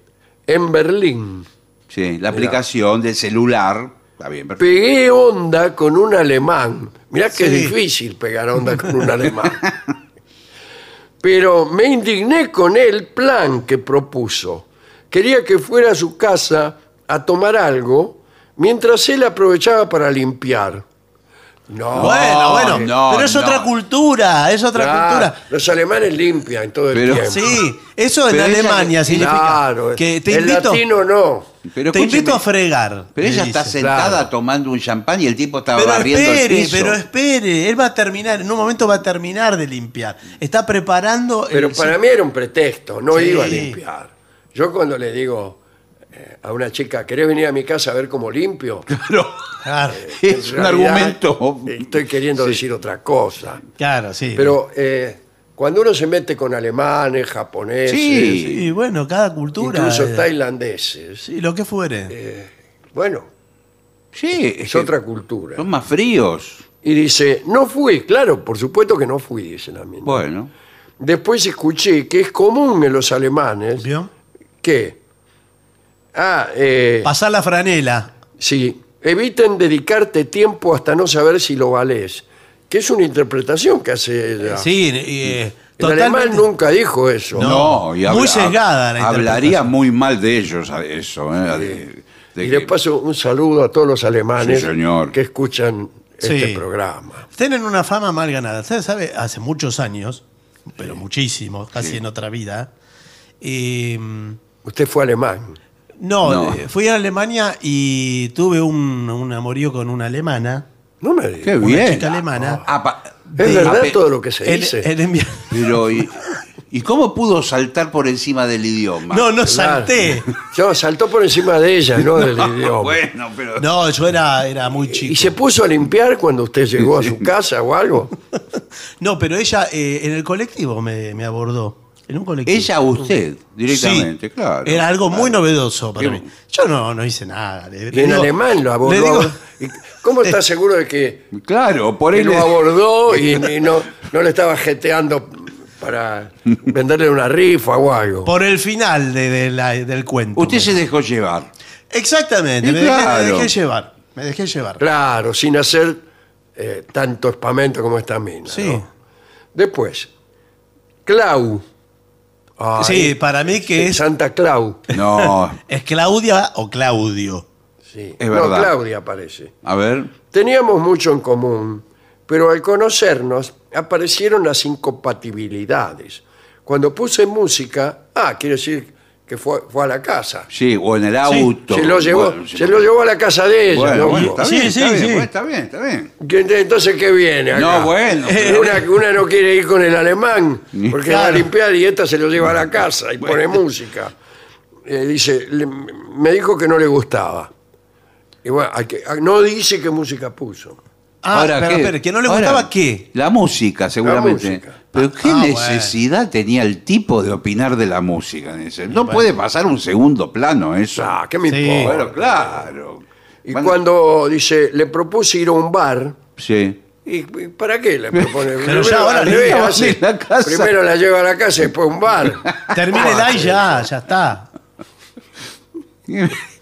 Speaker 1: en Berlín.
Speaker 2: Sí, la aplicación del celular. Está bien, perfecto.
Speaker 1: Pegué onda con un alemán. Mirá que es
Speaker 3: Sí.
Speaker 1: difícil pegar onda con un alemán. Pero me indigné con el plan que propuso. Quería que fuera a su casa a tomar algo mientras él aprovechaba para limpiar. No.
Speaker 3: Bueno, bueno.
Speaker 2: no,
Speaker 3: pero es
Speaker 2: no.
Speaker 3: otra cultura, es otra
Speaker 1: Claro,
Speaker 3: cultura.
Speaker 1: Los alemanes limpian todo el
Speaker 2: Pero-
Speaker 1: tiempo.
Speaker 3: Sí, eso en
Speaker 2: Pero ella-
Speaker 3: Alemania significa
Speaker 1: claro.
Speaker 3: que te
Speaker 1: el
Speaker 3: invito,
Speaker 1: latino no.
Speaker 2: Pero
Speaker 3: te invito
Speaker 2: escúcheme,
Speaker 3: a fregar.
Speaker 2: Pero
Speaker 3: le
Speaker 2: ella está
Speaker 3: dice.
Speaker 2: sentada
Speaker 1: Claro.
Speaker 2: tomando un champán y el tipo está
Speaker 3: Pero
Speaker 2: barriendo el
Speaker 3: espere,
Speaker 2: piso.
Speaker 3: pero espere, él va a terminar, en un momento va a terminar de limpiar. Está preparando el-
Speaker 1: Pero para mí era un pretexto, no
Speaker 3: eh, Sí.
Speaker 1: iba a limpiar. Yo cuando le digo eh, a una chica, ¿querés venir a mi casa a ver cómo limpio?
Speaker 3: Claro,
Speaker 1: En
Speaker 2: es un
Speaker 1: realidad,
Speaker 2: argumento.
Speaker 1: Estoy queriendo decir otra cosa.
Speaker 3: claro, sí.
Speaker 1: Pero eh, cuando uno se mete con alemanes, japoneses,
Speaker 2: Sí,
Speaker 3: y bueno, cada cultura.
Speaker 1: incluso
Speaker 3: eh,
Speaker 1: tailandeses,
Speaker 3: sí, lo que fuere.
Speaker 1: Eh, bueno,
Speaker 2: Sí, es
Speaker 1: es
Speaker 2: que
Speaker 1: otra cultura.
Speaker 2: Son más fríos.
Speaker 1: Y dice, no fui, claro, por supuesto que no fui, dice la mina.
Speaker 2: Bueno.
Speaker 1: Después escuché que es común en los alemanes
Speaker 3: ¿Vio?
Speaker 1: que... Ah, eh,
Speaker 3: Pasar la franela.
Speaker 1: Sí, eviten dedicarte tiempo hasta no saber si lo valés. Que es una interpretación que hace ella.
Speaker 3: Sí, eh,
Speaker 1: El alemán
Speaker 3: totalmente.
Speaker 1: nunca dijo eso.
Speaker 2: No, y
Speaker 3: muy sesgada la
Speaker 2: Hablaría
Speaker 3: interpretación.
Speaker 2: muy mal de ellos a eso. ¿eh? De- de
Speaker 1: Y
Speaker 2: que-
Speaker 1: le paso un saludo a todos los alemanes
Speaker 2: Sí, señor.
Speaker 1: que escuchan este
Speaker 3: Sí.
Speaker 1: programa.
Speaker 3: Tienen una fama mal ganada. Usted sabe, hace muchos años, pero muchísimos, casi en otra vida. eh,
Speaker 1: Usted fue alemán.
Speaker 3: no,
Speaker 2: No.
Speaker 3: eh, fui a Alemania y tuve un, un amorío con una alemana.
Speaker 1: No me diga.
Speaker 2: Qué
Speaker 3: Una
Speaker 2: bien.
Speaker 3: chica alemana.
Speaker 2: Ah, pa-
Speaker 1: Es
Speaker 2: de-
Speaker 1: verdad
Speaker 2: ape-
Speaker 1: todo lo que se
Speaker 3: Él-
Speaker 1: dice.
Speaker 3: él envía-
Speaker 2: Pero y- ¿Y cómo pudo saltar por encima del idioma?
Speaker 3: No, no salté.
Speaker 1: Yo saltó por encima de ella, no, del idioma.
Speaker 2: Bueno, pero.
Speaker 3: No, yo era, era muy
Speaker 1: ¿Y
Speaker 3: chico.
Speaker 1: se puso a limpiar cuando usted llegó a su casa o algo?
Speaker 3: No, pero ella eh, en el colectivo me, me abordó. En un colectivo.
Speaker 2: Ella a usted, directamente,
Speaker 3: Sí.
Speaker 2: claro.
Speaker 3: Era algo muy novedoso para
Speaker 2: Qué
Speaker 3: mí.
Speaker 2: bueno.
Speaker 3: Yo no, no hice nada. Le-
Speaker 1: Y
Speaker 3: le
Speaker 1: en
Speaker 3: digo-
Speaker 1: alemán lo abordó.
Speaker 3: Le digo,
Speaker 1: ¿Y ¿Cómo está seguro de que,
Speaker 2: Claro, por
Speaker 1: que
Speaker 2: él.
Speaker 1: lo abordó y, y no, no le estaba jeteando para venderle una rifa o algo?
Speaker 3: por el final de- de la- del cuento.
Speaker 2: Usted se dejó llevar.
Speaker 3: Exactamente,
Speaker 2: Y
Speaker 3: me, dejé- me
Speaker 2: claro.
Speaker 3: dejé llevar. Me dejé llevar.
Speaker 1: Claro, sin hacer eh, tanto espamento como esta mina.
Speaker 3: Sí.
Speaker 1: ¿no? Después, Clau. Ay,
Speaker 3: sí, para mí que es,
Speaker 1: Santa Clau.
Speaker 2: No,
Speaker 3: es Claudia o Claudio.
Speaker 1: Sí.
Speaker 2: Es
Speaker 1: no,
Speaker 2: verdad.
Speaker 1: Claudia aparece.
Speaker 2: a ver.
Speaker 1: Teníamos mucho en común, pero al conocernos aparecieron las incompatibilidades. Cuando puse música, ah, quiere decir que fue, fue a la casa.
Speaker 2: Sí, o en el auto.
Speaker 1: Se lo, llevó,
Speaker 2: Bueno,
Speaker 1: se lo llevó a la casa de ella.
Speaker 2: Bueno,
Speaker 1: loco.
Speaker 2: bueno, está
Speaker 3: Sí,
Speaker 2: bien,
Speaker 3: sí,
Speaker 2: está bien,
Speaker 3: sí.
Speaker 2: bueno, está bien, está bien.
Speaker 1: Que- Entonces, ¿qué viene? acá?
Speaker 2: No, bueno. pero-
Speaker 1: Una, una no quiere ir con el alemán porque va a
Speaker 3: Claro.
Speaker 1: limpiar y esta se lo lleva a la casa y pone música. Eh, dice, le- me dijo que no le gustaba. Y bueno, hay que- no dice qué música puso.
Speaker 3: Ah,
Speaker 2: Ahora,
Speaker 3: pero,
Speaker 2: ¿qué?
Speaker 3: espera, que no le
Speaker 2: Ahora,
Speaker 3: gustaba qué.
Speaker 2: La música, seguramente.
Speaker 1: La música.
Speaker 2: Pero qué
Speaker 3: Ah, bueno.
Speaker 2: necesidad tenía el tipo de opinar de la música. dice. No puede pasar un segundo plano eso.
Speaker 1: Ah, ¿qué me
Speaker 3: Sí.
Speaker 1: importa?
Speaker 2: Bueno, claro.
Speaker 1: Y
Speaker 2: Bueno,
Speaker 1: cuando dice, le propuse ir a un bar,
Speaker 2: Sí.
Speaker 1: ¿y y para qué le propone?
Speaker 3: Pero ya ahora
Speaker 1: al
Speaker 3: le
Speaker 1: revés,
Speaker 2: lleva
Speaker 1: hace-
Speaker 2: en la casa.
Speaker 1: primero la lleva a la casa y después a un bar.
Speaker 3: Termina el
Speaker 1: Ah,
Speaker 3: ay ya, ya está.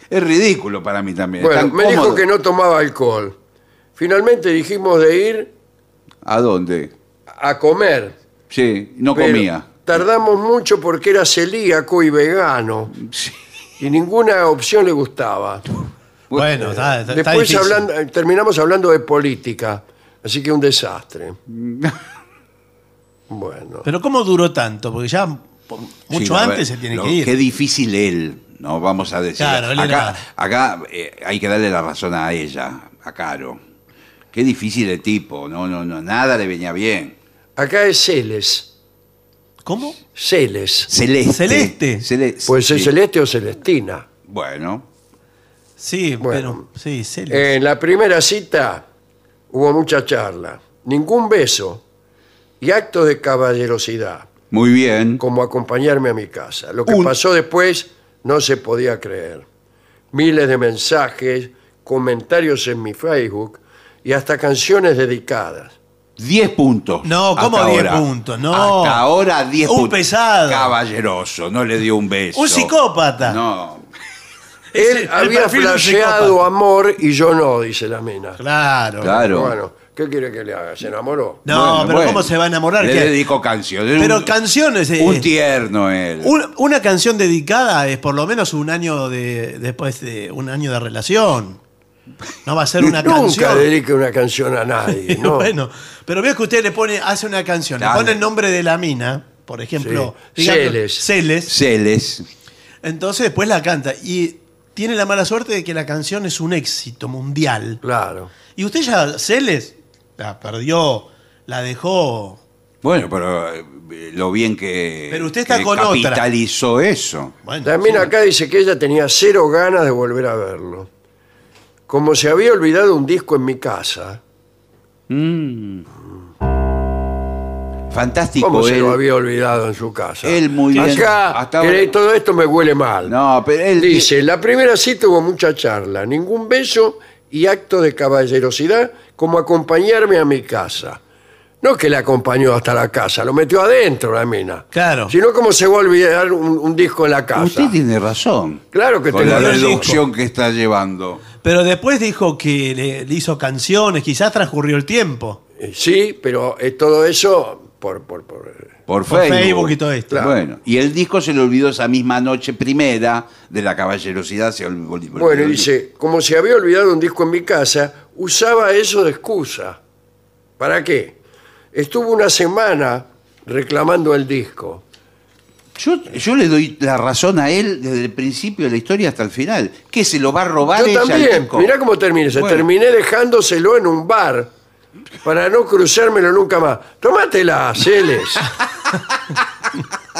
Speaker 2: Es ridículo para mí también.
Speaker 1: Bueno,
Speaker 2: tan
Speaker 1: me dijo
Speaker 2: cómodo.
Speaker 1: que no tomaba alcohol. Finalmente dijimos de ir
Speaker 2: ¿A dónde?
Speaker 1: a comer.
Speaker 2: Sí, no
Speaker 1: pero
Speaker 2: comía.
Speaker 1: Tardamos mucho porque era celíaco y vegano. Y ninguna opción le gustaba.
Speaker 3: Bueno, está, está- está
Speaker 1: Después
Speaker 3: difícil.
Speaker 1: hablando- terminamos hablando de política. Así que un desastre. Bueno.
Speaker 3: Pero ¿cómo duró tanto? Porque ya po- mucho
Speaker 2: Sí, a ver,
Speaker 3: antes se tiene
Speaker 2: lo-
Speaker 3: que ir.
Speaker 2: Qué difícil él, no vamos a decir.
Speaker 3: Claro, él
Speaker 2: acá
Speaker 3: era-
Speaker 2: acá, eh, hay que darle la razón a ella, a Caro. Qué difícil el tipo, no, no, no, nada le venía bien.
Speaker 1: Acá es Celes.
Speaker 3: ¿Cómo?
Speaker 1: Celes.
Speaker 2: Celeste.
Speaker 3: Celeste.
Speaker 2: Cele-
Speaker 1: Puede ser
Speaker 2: sí.
Speaker 1: celeste o celestina.
Speaker 2: Bueno,
Speaker 3: Sí,
Speaker 1: Bueno.
Speaker 3: pero. Sí, Celia.
Speaker 1: En la primera cita hubo mucha charla. Ningún beso y actos de caballerosidad,
Speaker 2: muy bien.
Speaker 1: como acompañarme a mi casa. Lo que
Speaker 2: Un-
Speaker 1: pasó después no se podía creer. Miles de mensajes, comentarios en mi Facebook y hasta canciones dedicadas.
Speaker 2: 10 puntos.
Speaker 3: No, ¿cómo
Speaker 2: Hasta
Speaker 3: 10
Speaker 2: ahora.
Speaker 3: puntos? No.
Speaker 2: Hasta ahora 10
Speaker 3: Un
Speaker 2: puntos.
Speaker 3: pesado.
Speaker 2: Caballeroso, no le dio un beso.
Speaker 3: Un psicópata.
Speaker 2: No.
Speaker 3: Es
Speaker 1: Él
Speaker 3: el- el
Speaker 1: había
Speaker 3: perfil de un
Speaker 1: flasheado
Speaker 3: psicópata.
Speaker 1: amor y yo no, dice la mina.
Speaker 3: Claro.
Speaker 2: Claro.
Speaker 1: Bueno, ¿qué quiere que le haga? ¿Se enamoró?
Speaker 3: No,
Speaker 2: Bueno,
Speaker 3: pero
Speaker 2: bueno.
Speaker 3: ¿cómo se va a enamorar?
Speaker 2: Le
Speaker 3: ¿Qué?
Speaker 2: dedico canciones.
Speaker 3: Pero
Speaker 2: un-
Speaker 3: canciones. eh,
Speaker 2: Un tierno él.
Speaker 3: un- una canción dedicada es por lo menos un año de después de un año de relación. No va a ser una
Speaker 1: Nunca
Speaker 3: canción.
Speaker 1: dedique una canción a nadie. No.
Speaker 3: Bueno, pero veo que usted le pone, hace una canción,
Speaker 2: Claro.
Speaker 3: le pone el nombre de la mina, por ejemplo,
Speaker 1: Sí.
Speaker 3: digamos,
Speaker 1: Celes.
Speaker 3: Celes,
Speaker 2: Celes.
Speaker 3: entonces después la canta y tiene la mala suerte de que la canción es un éxito mundial.
Speaker 1: Claro.
Speaker 3: Y usted ya, Celes, la perdió, la dejó.
Speaker 2: Bueno, pero eh, lo bien que.
Speaker 3: Pero usted está
Speaker 2: que
Speaker 3: con otra.
Speaker 2: capitalizó eso.
Speaker 3: Bueno,
Speaker 1: También
Speaker 3: sí.
Speaker 1: acá dice que ella tenía cero ganas de volver a verlo. Como se había olvidado un disco en mi casa,
Speaker 3: Mm.
Speaker 1: ¿cómo
Speaker 2: Fantástico
Speaker 1: se
Speaker 2: él.
Speaker 1: lo había olvidado en su casa?
Speaker 2: Él muy bien.
Speaker 1: Acá,
Speaker 2: Hasta
Speaker 1: que
Speaker 2: ahora-
Speaker 1: todo esto me huele mal.
Speaker 2: No, pero él
Speaker 1: Dice, la primera cita hubo mucha charla, ningún beso y acto de caballerosidad como acompañarme a mi casa. No que la acompañó hasta la casa, lo metió adentro la mina.
Speaker 3: Claro.
Speaker 1: Sino como se va a olvidar un, un disco en la casa.
Speaker 2: Usted tiene razón.
Speaker 1: Claro que
Speaker 2: Con
Speaker 1: tengo
Speaker 2: la
Speaker 1: razón.
Speaker 2: reducción que está llevando.
Speaker 3: Pero después dijo que le, le hizo canciones, quizás transcurrió el tiempo.
Speaker 1: Eh, Sí, pero eh, todo eso por, por, por, eh,
Speaker 2: Por
Speaker 3: Por
Speaker 2: Facebook.
Speaker 3: Facebook y todo esto.
Speaker 2: Claro. Bueno, y el disco se le olvidó esa misma noche primera de la caballerosidad. Se olvidó-
Speaker 1: Bueno, y dice, como se había olvidado un disco en mi casa, usaba eso de excusa. ¿Para qué? Estuvo una semana reclamando el disco.
Speaker 2: Yo, yo le doy la razón a él desde el principio de la historia hasta el final. Que se lo va a robar
Speaker 1: Yo
Speaker 2: ella al
Speaker 1: también,
Speaker 2: disco?
Speaker 1: mirá cómo terminé. Se
Speaker 2: Bueno.
Speaker 1: terminé dejándoselo en un bar para no cruzármelo nunca más. Tómatela, Celes.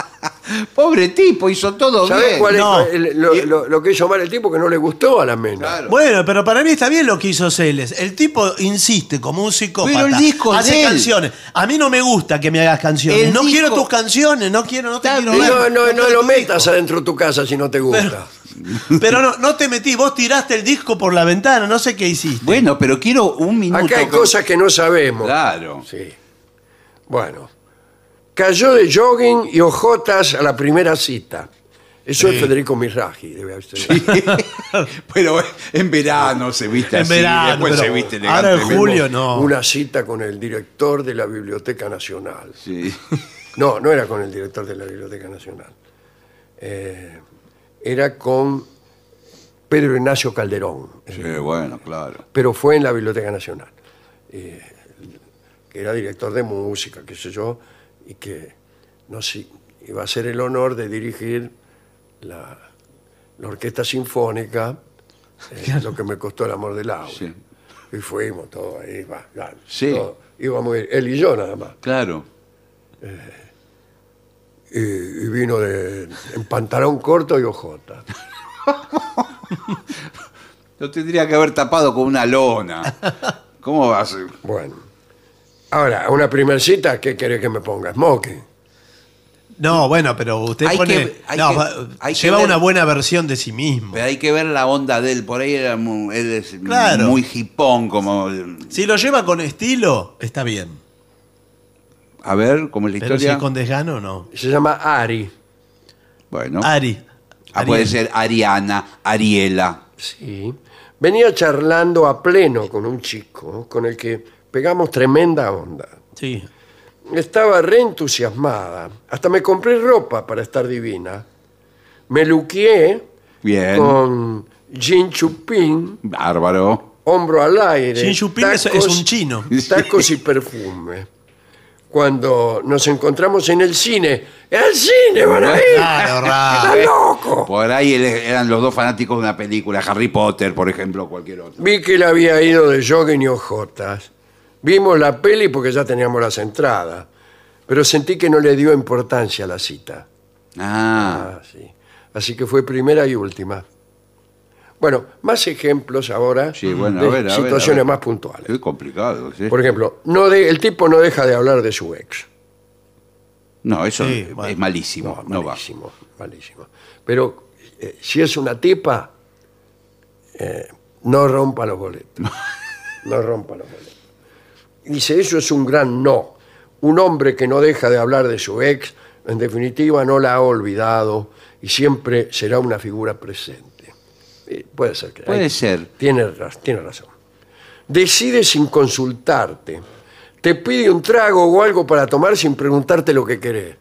Speaker 2: Pobre tipo, hizo todo
Speaker 1: ¿Sabés
Speaker 2: bien.
Speaker 1: cuál es
Speaker 3: no.
Speaker 1: el- lo, lo- lo que hizo mal el tipo? Que no le gustó a la mena.
Speaker 2: Claro.
Speaker 3: Bueno, pero para mí está bien lo que hizo Celes. El tipo insiste como un psicópata.
Speaker 2: Pero el disco es
Speaker 3: hace
Speaker 2: de él.
Speaker 3: canciones. A mí no me gusta que me hagas canciones.
Speaker 2: El
Speaker 3: no
Speaker 2: disco-
Speaker 3: quiero tus canciones, no quiero, no te
Speaker 2: Está
Speaker 3: quiero
Speaker 1: Y
Speaker 2: bien.
Speaker 3: ver.
Speaker 1: no, no, no
Speaker 3: quiero
Speaker 1: lo
Speaker 3: tu
Speaker 1: metas
Speaker 3: disco.
Speaker 1: adentro de tu casa si no te gusta.
Speaker 3: Pero no, no te metí, vos tiraste el disco por la ventana, no sé qué hiciste.
Speaker 2: Bueno, pero quiero un minuto.
Speaker 1: Acá hay
Speaker 2: con-
Speaker 1: cosas que no sabemos.
Speaker 2: Claro.
Speaker 1: Sí. Bueno. Cayó de jogging y ojotas a la primera cita. Eso es Federico Mirraji, debe haber sido.
Speaker 2: pero en verano se viste
Speaker 3: En
Speaker 2: así.
Speaker 3: verano,
Speaker 2: después
Speaker 3: pero
Speaker 2: se viste
Speaker 3: ahora en
Speaker 2: elegantemente.
Speaker 3: julio no.
Speaker 1: Una cita con el director de la Biblioteca Nacional.
Speaker 2: Sí.
Speaker 1: No, no era con el director de la Biblioteca Nacional. Eh, era con Pedro Ignacio Calderón.
Speaker 2: Sí, bueno, claro.
Speaker 1: pero fue en la Biblioteca Nacional. Eh, que era director de música, qué sé yo, y que nos i- iba a ser el honor de dirigir la, la Orquesta Sinfónica, eh, lo que me costó el amor del agua.
Speaker 2: Sí.
Speaker 1: Y fuimos todos ahí, va, va,
Speaker 2: Sí.
Speaker 1: todo. íbamos él y yo nada más.
Speaker 2: Claro.
Speaker 1: Y, Eh, y vino de, en pantalón corto y ojota.
Speaker 2: Lo tendría que haber tapado con una lona. ¿Cómo va a ser?
Speaker 1: Bueno. Ahora, a una primer cita, ¿qué querés que me ponga? Smoking.
Speaker 3: No, bueno, pero usted
Speaker 2: Hay
Speaker 3: pone.
Speaker 2: que- hay
Speaker 3: no,
Speaker 2: que-
Speaker 3: va-
Speaker 2: hay que
Speaker 3: lleva
Speaker 2: ver-
Speaker 3: una buena versión de sí mismo.
Speaker 2: Pero hay que ver la onda de él. Por ahí era mu- él es
Speaker 3: Claro.
Speaker 2: muy hipón, como.
Speaker 3: Si lo lleva con estilo, está bien.
Speaker 2: A ver, como es la
Speaker 3: Pero si
Speaker 2: historia.
Speaker 3: es con desgano, no.
Speaker 1: Se llama Ari.
Speaker 2: Bueno.
Speaker 3: Ari.
Speaker 2: Ah, puede
Speaker 3: Ariel.
Speaker 2: ser Ariana, Ariela.
Speaker 1: Sí. Venía charlando a pleno con un chico con el que pegamos tremenda onda.
Speaker 3: Sí.
Speaker 1: Estaba reentusiasmada. Hasta me compré ropa para estar divina. Me luqueé
Speaker 2: Bien.
Speaker 1: con jean chupín,
Speaker 2: Bárbaro.
Speaker 1: hombro al aire.
Speaker 3: Jean chupín es- es un chino.
Speaker 1: Tacos y perfume. Cuando nos encontramos en el cine. ¡El cine, van a ir!
Speaker 3: Claro,
Speaker 1: ¡Está
Speaker 3: raro.
Speaker 1: loco!
Speaker 2: Por ahí él- eran los dos fanáticos de una película, Harry Potter, por ejemplo, o cualquier otro.
Speaker 1: Vi que él había ido de jogging y ojotas. Vimos la peli porque ya teníamos las entradas. Pero sentí que no le dio importancia a la cita.
Speaker 2: Ah,
Speaker 1: Ah, sí. Así que fue primera y última. Bueno, más ejemplos ahora
Speaker 2: Sí, bueno, a
Speaker 1: de
Speaker 2: ver, a ver, a
Speaker 1: situaciones
Speaker 2: ver.
Speaker 1: más puntuales.
Speaker 2: es complicado. ¿sí?
Speaker 1: Por ejemplo, no de- el tipo no deja de hablar de su ex.
Speaker 2: No, eso
Speaker 3: Sí,
Speaker 2: es-
Speaker 3: bueno.
Speaker 2: es malísimo. No, va.
Speaker 1: malísimo, malísimo. Pero eh, si es una tipa, eh, no rompa los boletos. no rompa los boletos. Dice, eso es un gran no. Un hombre que no deja de hablar de su ex, en definitiva no la ha olvidado y siempre será una figura presente. Eh, puede ser que...
Speaker 2: Puede ser.
Speaker 1: Tiene, raz- tiene razón. Decide sin consultarte. Te pide un trago o algo para tomar sin preguntarte lo que querés.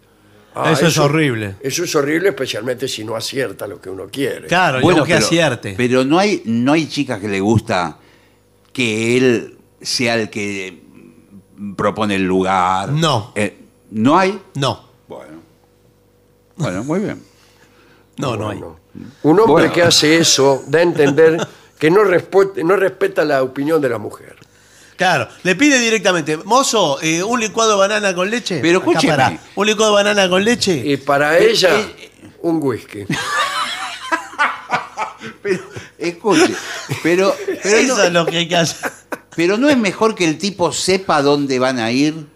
Speaker 1: Ah,
Speaker 3: Eso es horrible.
Speaker 1: Eso es horrible, especialmente si no acierta lo que uno quiere.
Speaker 3: Claro, y
Speaker 2: Bueno,
Speaker 3: aunque acierte.
Speaker 2: pero no hay, no hay chicas que le gusta que él sea el que propone el lugar.
Speaker 3: No.
Speaker 2: Eh, ¿No hay?
Speaker 3: No.
Speaker 2: Bueno. Bueno, muy bien.
Speaker 3: No, no hay.
Speaker 1: Bueno, un hombre
Speaker 2: Bueno.
Speaker 1: que hace eso da a entender que no, respo- no respeta la opinión de la mujer.
Speaker 3: Claro, le pide directamente, mozo, eh, un licuado de banana con leche.
Speaker 2: Pero
Speaker 3: Acá
Speaker 2: escúcheme.
Speaker 3: pará, Un licuado de banana con leche.
Speaker 1: Y para
Speaker 3: Eh,
Speaker 1: ella, un whisky.
Speaker 2: Pero, escuche, pero, pero,
Speaker 3: Eso
Speaker 2: no,
Speaker 3: es lo que hay que hacer.
Speaker 2: pero no es mejor que el tipo sepa dónde van a ir.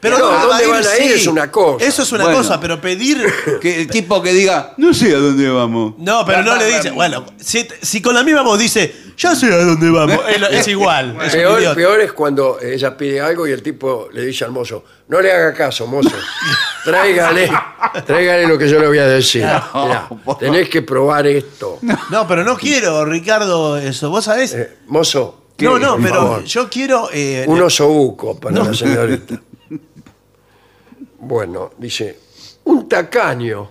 Speaker 3: Pero
Speaker 1: No,
Speaker 3: va
Speaker 1: ¿dónde van a
Speaker 3: sí.
Speaker 1: ir? Es una cosa.
Speaker 3: Eso es una
Speaker 2: Bueno.
Speaker 3: cosa, pero pedir.
Speaker 2: Que el tipo que diga, no sé a dónde vamos.
Speaker 3: No, pero no le dice. Bueno, si, si con la misma voz dice, ya sé a dónde vamos. Es, lo- es igual. es un
Speaker 1: Peor,
Speaker 3: idiota.
Speaker 1: peor es cuando ella pide algo y el tipo le dice al mozo, no le haga caso, mozo, tráigale, tráigale lo que yo le voy a decir.
Speaker 2: No,
Speaker 1: Mirá,
Speaker 2: por-
Speaker 1: tenés que probar esto.
Speaker 3: No, pero no quiero, Ricardo, eso. ¿Vos sabés?
Speaker 1: Eh, mozo,
Speaker 3: no, no,
Speaker 1: por
Speaker 3: pero
Speaker 1: favor,
Speaker 3: yo quiero. eh,
Speaker 1: un osobuco para
Speaker 3: No.
Speaker 1: la señorita. Bueno, dice, un tacaño.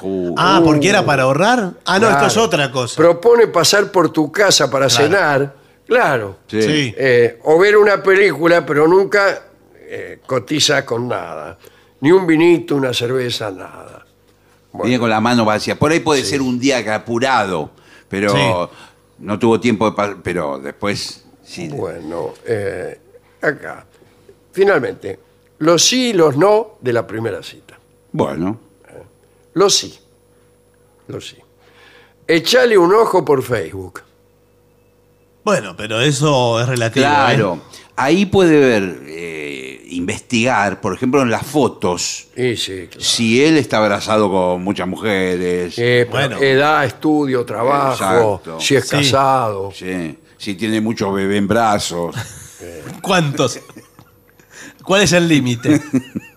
Speaker 2: Uh,
Speaker 3: Ah, porque era para ahorrar. Ah, no, esto es
Speaker 1: Claro.
Speaker 3: otra cosa.
Speaker 1: Propone pasar por tu casa para
Speaker 3: Claro.
Speaker 1: cenar, claro.
Speaker 2: sí.
Speaker 3: sí.
Speaker 1: Eh, o ver una película, pero nunca eh, cotiza con nada. Ni un vinito, una cerveza, nada.
Speaker 2: Viene con la mano vacía. Por ahí puede ser un día que apurado, pero
Speaker 3: Sí.
Speaker 2: no tuvo tiempo de pa- Pero después, sí.
Speaker 1: Bueno, eh, acá. Finalmente, los sí y los no de la primera cita.
Speaker 2: Bueno,
Speaker 1: Lo sí. Lo sí. Echale un ojo por Facebook.
Speaker 3: Bueno, pero eso es relativo. ¿eh?
Speaker 2: Claro. Ahí puede ver, eh, investigar, por ejemplo, en las fotos,
Speaker 1: Y sí, claro.
Speaker 2: si él está abrazado con muchas mujeres,
Speaker 1: Eh, pero
Speaker 3: Bueno.
Speaker 1: Edad, estudio, trabajo,
Speaker 2: Exacto.
Speaker 1: si es
Speaker 3: Sí.
Speaker 1: casado.
Speaker 2: sí, si tiene muchos bebés en brazos.
Speaker 3: ¿eh? ¿Cuántos? ¿Cuál es el límite?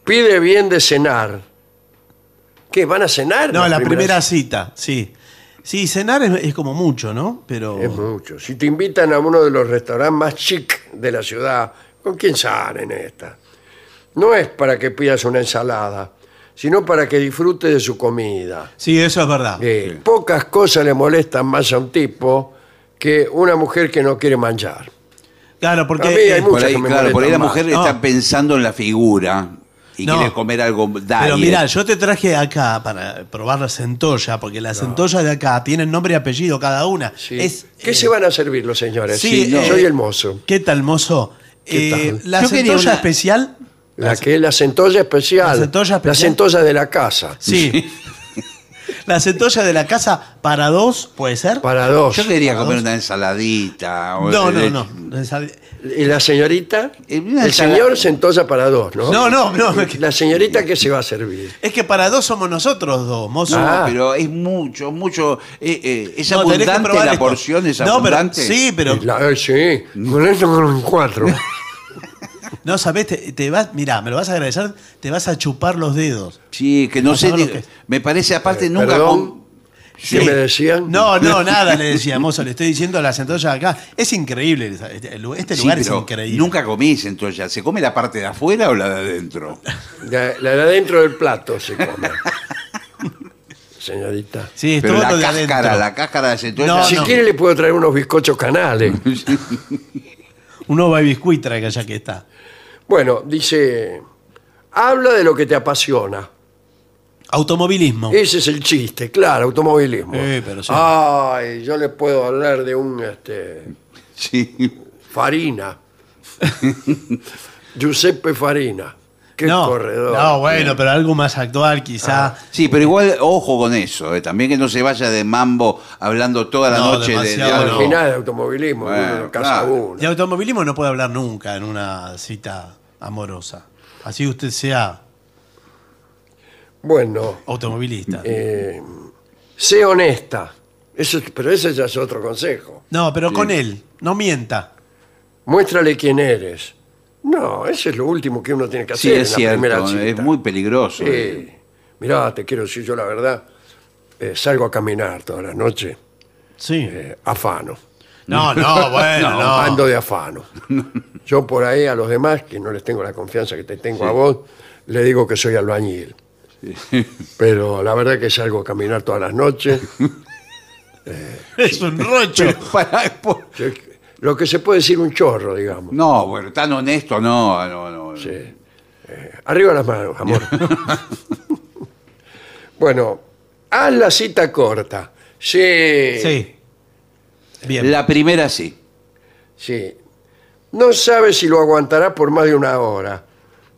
Speaker 1: Pide bien de cenar. ¿Qué? ¿Van a cenar?
Speaker 3: No, la primera
Speaker 1: cita.
Speaker 3: cita, sí. Sí, cenar es, es como mucho, ¿no? Pero.
Speaker 1: Es mucho. Si te invitan a uno de los restaurantes más chic de la ciudad, ¿con quién salen esta? No es para que pidas una ensalada, sino para que disfrutes de su comida.
Speaker 3: Sí, eso es verdad.
Speaker 1: Eh, Pocas cosas le molestan más a un tipo que una mujer que no quiere manchar.
Speaker 3: Claro, porque.
Speaker 1: A mí hay
Speaker 3: eh,
Speaker 2: Por
Speaker 1: Muchas
Speaker 2: ahí,
Speaker 1: que me
Speaker 2: claro, por ahí la
Speaker 1: molestan
Speaker 2: mujer
Speaker 3: más.
Speaker 2: está
Speaker 3: No.
Speaker 2: pensando en la figura y
Speaker 3: No.
Speaker 2: quiere comer algo diet.
Speaker 3: Pero mirá, yo te traje acá para probar la centolla, porque las centollas de acá tienen nombre y apellido cada una.
Speaker 1: Sí.
Speaker 3: Es,
Speaker 1: ¿Qué
Speaker 3: eh,
Speaker 1: se van a servir los señores?
Speaker 3: sí,
Speaker 1: Sí, Soy
Speaker 3: eh,
Speaker 1: el mozo.
Speaker 3: ¿Qué tal, mozo?
Speaker 1: ¿Qué
Speaker 3: Eh,
Speaker 1: tal?
Speaker 3: La
Speaker 2: Yo quería
Speaker 3: centolla
Speaker 2: una-
Speaker 3: especial.
Speaker 1: La que es la centolla especial.
Speaker 3: La centolla especial.
Speaker 1: La centolla de la casa.
Speaker 3: Sí. la centolla de la casa para dos, ¿puede ser?
Speaker 1: Para dos.
Speaker 2: Yo quería comer
Speaker 3: dos.
Speaker 2: una ensaladita. o-
Speaker 3: No,
Speaker 2: eh,
Speaker 3: no, no.
Speaker 1: ¿Y la señorita?
Speaker 2: Eh, una
Speaker 1: El
Speaker 2: ensalada.
Speaker 1: señor centolla para dos, ¿no?
Speaker 3: No, no, no.
Speaker 1: La señorita que se va a servir.
Speaker 3: Es que para dos somos nosotros dos, mozo.
Speaker 2: No,
Speaker 1: Ah.
Speaker 2: pero es mucho, mucho. eh, eh, es
Speaker 3: No, tenés que
Speaker 2: abundante
Speaker 3: probar
Speaker 2: la
Speaker 3: esto.
Speaker 2: porción, es
Speaker 3: No, pero-
Speaker 2: abundante. Mm.
Speaker 3: sí, pero
Speaker 1: La- eh, sí, con esto con un cuatro.
Speaker 3: no sabés, te, te vas, mirá, me lo vas a agradecer, te vas a chupar los dedos.
Speaker 2: Sí, que no
Speaker 3: Vamos a
Speaker 2: sé.
Speaker 3: ver lo
Speaker 2: ni-
Speaker 3: que es.
Speaker 2: me parece, aparte,
Speaker 1: Eh,
Speaker 2: nunca.
Speaker 1: perdón.
Speaker 3: Sí.
Speaker 1: ¿Qué me decían?
Speaker 3: No, no, nada le decía, mozo, le estoy diciendo a la centolla de acá. Es increíble, esa- este este lugar
Speaker 2: Sí,
Speaker 3: es
Speaker 2: pero
Speaker 3: increíble.
Speaker 2: Nunca comí centolla. ¿Se come la parte de afuera o la de adentro?
Speaker 1: La, la de adentro del plato se come. Señorita.
Speaker 3: Sí, es
Speaker 2: Pero
Speaker 3: todo
Speaker 2: la
Speaker 3: lo de
Speaker 2: cáscara,
Speaker 3: adentro.
Speaker 2: la cáscara de centolla.
Speaker 3: No,
Speaker 1: si
Speaker 3: no.
Speaker 1: quiere le puedo traer unos bizcochos canales.
Speaker 3: Un ova y biscuit traiga ya que está.
Speaker 1: Bueno, dice, habla de lo que te apasiona.
Speaker 3: Automovilismo.
Speaker 1: Ese es el chiste, claro, automovilismo. Ah,
Speaker 3: Eh, pero sí.
Speaker 1: Ay, yo le puedo hablar de un este,
Speaker 2: Sí.
Speaker 1: Farina. Giuseppe Farina. Qué
Speaker 3: no,
Speaker 1: corredor.
Speaker 3: no, bueno, pero algo más actual quizá.
Speaker 2: Sí, pero igual, ojo con eso, eh, también que no se vaya de mambo hablando toda la
Speaker 3: No,
Speaker 2: noche de- de,
Speaker 3: demasiado
Speaker 1: Al
Speaker 3: no.
Speaker 2: algo.
Speaker 1: final de automovilismo,
Speaker 2: Bueno,
Speaker 1: uno casa
Speaker 2: claro.
Speaker 1: uno.
Speaker 3: De automovilismo no puede hablar nunca en una cita amorosa. Así usted sea
Speaker 1: Bueno,
Speaker 3: automovilista.
Speaker 1: eh, sé honesta. Eso, pero ese ya es otro consejo.
Speaker 3: no, pero con él, no mienta.
Speaker 1: Muéstrale quién eres. No, eso es lo último que uno tiene que
Speaker 2: Sí,
Speaker 1: hacer
Speaker 2: es
Speaker 1: en la primera
Speaker 2: cierto, es
Speaker 1: cita.
Speaker 2: muy peligroso. eh.
Speaker 1: Sí. Mirá, te quiero decir yo la verdad. eh, salgo a caminar toda la noche.
Speaker 3: Sí.
Speaker 1: eh, afano.
Speaker 3: No, no, bueno, no.
Speaker 1: Ando de afano. Yo por ahí a los demás, que no les tengo la confianza que te tengo a vos, le digo que soy albañil. Pero la verdad que salgo a caminar todas las noches.
Speaker 3: Es un rocho.
Speaker 2: Pero para- por-
Speaker 1: Yo- Lo que se puede decir un chorro, digamos.
Speaker 2: No, bueno, tan honesto, no, no, no.
Speaker 1: Sí. Eh, arriba las manos, amor. bueno, haz la cita corta. Sí.
Speaker 3: Sí. Bien.
Speaker 2: La primera sí.
Speaker 1: Sí. No sabes si lo aguantará por más de una hora.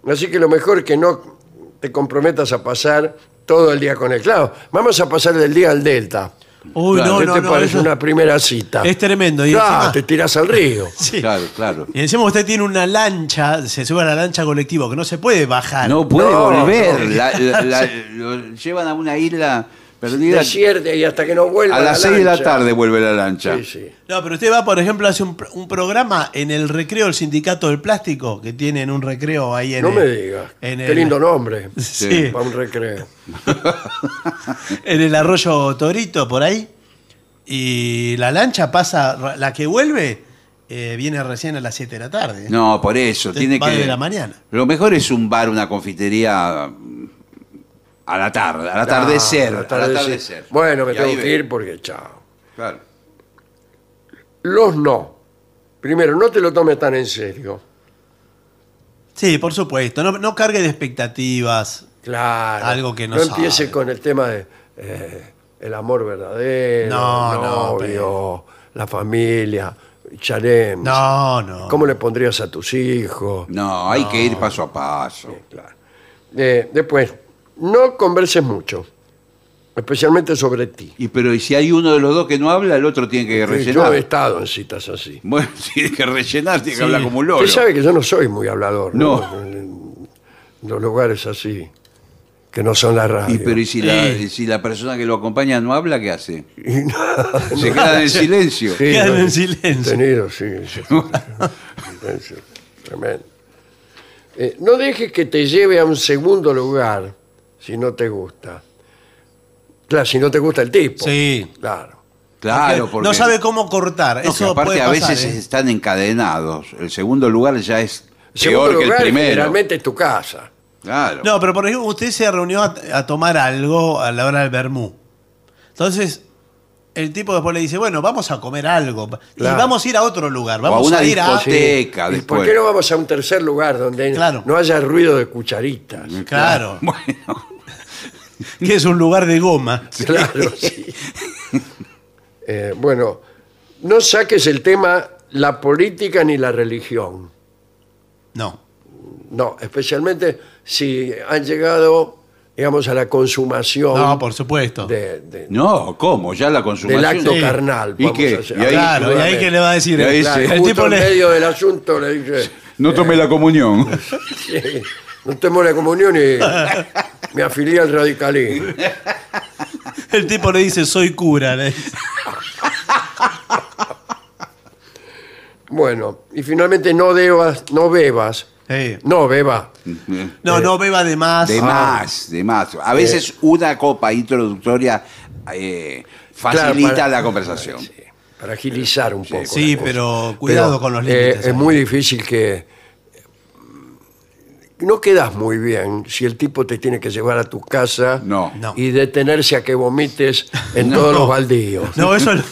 Speaker 1: Así que lo mejor que no te comprometas a pasar todo el día con él. Claro, vamos a pasar del día al delta.
Speaker 3: Uy,
Speaker 2: Claro,
Speaker 3: no,
Speaker 1: ¿Qué
Speaker 3: no,
Speaker 1: te
Speaker 3: no,
Speaker 1: parece
Speaker 3: eso-
Speaker 1: una primera cita?
Speaker 3: Es tremendo, y
Speaker 1: Claro,
Speaker 3: encima-
Speaker 1: te tiras al río.
Speaker 3: Sí.
Speaker 2: Claro, claro.
Speaker 3: Y encima usted tiene una lancha, se sube a la lancha colectivo, que no se puede bajar.
Speaker 2: No puede
Speaker 1: No,
Speaker 2: volver. la- la- la- lo llevan a una isla perdida.
Speaker 1: Desierta y hasta que no vuelva.
Speaker 2: A
Speaker 1: la
Speaker 2: las 6 de la
Speaker 1: lancha.
Speaker 2: tarde vuelve la lancha.
Speaker 1: Sí, sí.
Speaker 3: No, pero usted va, por ejemplo, hace un, pr- un programa en el recreo del sindicato del plástico, que tienen un recreo ahí en
Speaker 1: No
Speaker 3: el-
Speaker 1: me digas.
Speaker 3: en
Speaker 1: Qué
Speaker 3: el-
Speaker 1: lindo nombre.
Speaker 3: Sí.
Speaker 1: Para un recreo.
Speaker 3: en el arroyo Torito, por ahí. Y la lancha pasa, la que vuelve, eh, viene recién a las 7 de la tarde.
Speaker 2: No, por eso.
Speaker 3: Usted
Speaker 2: Tiene
Speaker 3: va
Speaker 2: que.
Speaker 3: de la mañana.
Speaker 2: Lo mejor es un bar, una confitería mm, a la tarde, al atardecer.
Speaker 1: Claro,
Speaker 2: al
Speaker 1: atardecer.
Speaker 2: atardecer.
Speaker 1: Bueno, me
Speaker 2: Y ahí
Speaker 1: tengo
Speaker 2: ve-
Speaker 1: que ir porque chao.
Speaker 2: Claro.
Speaker 1: Los no. Primero, no te lo tomes tan en serio.
Speaker 3: Sí, por supuesto. No, no cargue de expectativas.
Speaker 1: Claro.
Speaker 3: Algo que no
Speaker 1: No empiece
Speaker 3: sabe.
Speaker 1: con el tema de eh, el amor verdadero,
Speaker 3: No,
Speaker 1: el
Speaker 3: no,
Speaker 1: novio, la familia, Charem.
Speaker 3: No, no.
Speaker 1: ¿Cómo le pondrías a tus hijos?
Speaker 2: No, hay que ir paso a paso.
Speaker 1: Claro. Eh, después, no converses mucho. especialmente sobre ti.
Speaker 2: Y pero y si hay uno de los dos que no habla, el otro tiene que
Speaker 1: Yo
Speaker 2: rellenar.
Speaker 1: he estado en citas así.
Speaker 2: Bueno, tiene que rellenar, tiene
Speaker 3: Sí.
Speaker 2: que hablar como un loro.
Speaker 1: Usted sabe que yo no soy muy hablador.
Speaker 2: No.
Speaker 1: En- en los lugares así, que no son la radio.
Speaker 2: Y pero y si, la,
Speaker 3: Sí.
Speaker 2: y si la persona que lo acompaña no habla, ¿qué hace? Se queda en silencio.
Speaker 1: Sí,
Speaker 3: Quedan
Speaker 1: lo
Speaker 3: en
Speaker 1: he
Speaker 3: silencio.
Speaker 1: Tenido, sí. sí, sí, sí. Silencio. Tremendo. Eh, no dejes que te lleve a un segundo lugar si no te gusta. Claro, si no te gusta el tipo.
Speaker 3: Sí.
Speaker 1: Claro.
Speaker 2: Claro, porque.
Speaker 3: no sabe cómo cortar.
Speaker 2: No, que
Speaker 3: Eso
Speaker 2: aparte
Speaker 3: puede
Speaker 2: a
Speaker 3: pasar,
Speaker 2: veces
Speaker 3: ¿eh?
Speaker 2: están encadenados. El segundo lugar ya es
Speaker 1: segundo
Speaker 2: peor que el
Speaker 1: lugar
Speaker 2: primero.
Speaker 1: generalmente es tu casa.
Speaker 2: Claro.
Speaker 3: No, pero por ejemplo, usted se reunió a, a tomar algo a la hora del vermú. Entonces, el tipo después le dice, bueno, vamos a comer algo.
Speaker 1: Claro.
Speaker 3: Y vamos a ir a otro lugar.
Speaker 2: o a
Speaker 3: Vamos
Speaker 2: una
Speaker 3: ir a...
Speaker 1: Sí.
Speaker 2: discoteca
Speaker 1: ¿Y
Speaker 2: después.
Speaker 1: ¿Por qué no vamos a un tercer lugar donde
Speaker 3: Claro.
Speaker 1: no haya ruido de cucharitas?
Speaker 3: Claro,
Speaker 2: Bueno,
Speaker 3: que es un lugar de goma.
Speaker 1: Claro, sí. Eh, bueno, no saques el tema la política ni la religión.
Speaker 3: No.
Speaker 1: No, especialmente si han llegado, digamos, a la consumación
Speaker 3: No, por supuesto.
Speaker 1: de- de-
Speaker 2: no, ¿cómo? Ya la
Speaker 1: del
Speaker 2: consumación.
Speaker 1: acto
Speaker 3: Sí.
Speaker 1: carnal.
Speaker 2: ¿Y
Speaker 1: vamos
Speaker 2: qué?
Speaker 1: a hacer.
Speaker 2: Y ahí-
Speaker 3: claro, y ahí
Speaker 1: seguramente.
Speaker 3: que le va a decir.
Speaker 2: Y ahí
Speaker 1: Claro,
Speaker 2: sí.
Speaker 3: el
Speaker 1: justo
Speaker 3: tipo
Speaker 1: en
Speaker 3: le.
Speaker 1: medio del asunto le dice,
Speaker 2: No tomé la comunión.
Speaker 1: "Sí, no temo la comunión y me afilié al radicalismo.
Speaker 3: El tipo le dice, soy cura. le dice.
Speaker 1: Bueno, y finalmente no debas, no bebas.
Speaker 3: Sí.
Speaker 1: No beba. Eh, Ah.
Speaker 3: No, no beba de más.
Speaker 2: De más, de más. A veces una copa introductoria eh, facilita
Speaker 1: Claro, para-
Speaker 2: la conversación.
Speaker 1: Sí, para agilizar un poco.
Speaker 3: Sí,
Speaker 1: la cosa. eh,
Speaker 3: pero cuidado con los límites,
Speaker 1: es
Speaker 3: ¿sabes?
Speaker 1: muy difícil que. mm, No quedas muy bien si el tipo te tiene que llevar a tu casa
Speaker 2: No.
Speaker 3: No.
Speaker 1: y detenerse a que vomites en
Speaker 2: No.
Speaker 1: todos los baldíos.
Speaker 3: No, eso es,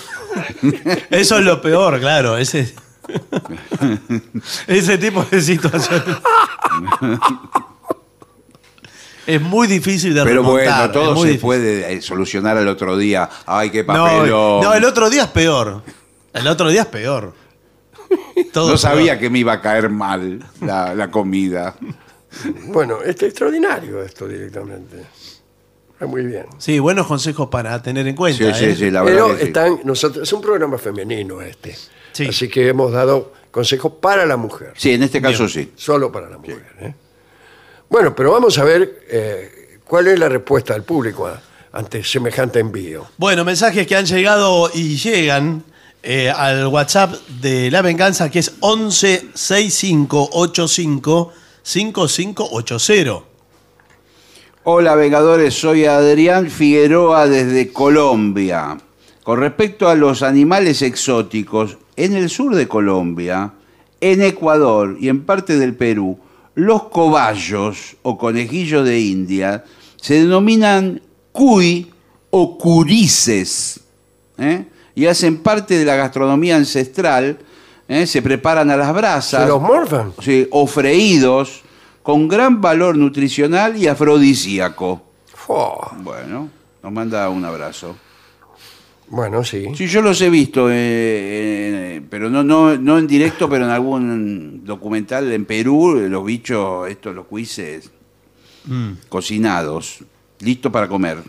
Speaker 3: eso es lo peor, claro. Ese, ese tipo de situación. Es muy difícil de
Speaker 2: Pero
Speaker 3: remontar,
Speaker 2: bueno,
Speaker 3: es
Speaker 2: todo
Speaker 3: muy
Speaker 2: se
Speaker 3: difícil.
Speaker 2: puede eh, solucionar al otro día. Ay, qué
Speaker 3: No,
Speaker 2: papelón.
Speaker 3: no, el otro día es peor. El otro día es peor. Todo
Speaker 2: No
Speaker 3: es
Speaker 2: sabía
Speaker 3: peor.
Speaker 2: que me iba a caer mal la, la comida.
Speaker 1: Bueno, es extraordinario esto directamente. Está muy bien.
Speaker 3: Sí, buenos consejos para tener en cuenta.
Speaker 2: Sí, sí,
Speaker 3: ¿eh?
Speaker 2: sí, la
Speaker 1: Pero
Speaker 2: verdad. que sí.
Speaker 1: están nosotros, es un programa femenino este.
Speaker 3: Sí.
Speaker 1: Así que hemos dado consejos para la mujer.
Speaker 2: Sí, en este caso sí.
Speaker 1: Solo para la mujer. ¿eh? Bueno, pero vamos a ver eh, cuál es la respuesta del público a- ante semejante envío.
Speaker 3: Bueno, mensajes que han llegado y llegan eh, al WhatsApp de La Venganza, que es 11 65 85 5580.
Speaker 2: Hola, Vengadores. Soy Adrián Figueroa desde Colombia. Con respecto a los animales exóticos, en el sur de Colombia, en Ecuador y en parte del Perú, los cobayos o conejillos de India se denominan cuy o curices. ¿eh? Y hacen parte de la gastronomía ancestral. ¿eh? Se preparan a las brasas.
Speaker 1: ¿Se los morfan?
Speaker 2: sí, o freídos con gran valor nutricional y afrodisíaco.
Speaker 1: ¡Jo!
Speaker 2: Bueno, nos manda un abrazo.
Speaker 1: Bueno, sí.
Speaker 2: Sí, yo los he visto, eh, eh, pero no, no, no en directo, pero en algún documental en Perú, eh, los bichos, estos, los cuises, cocinados, listos para comer.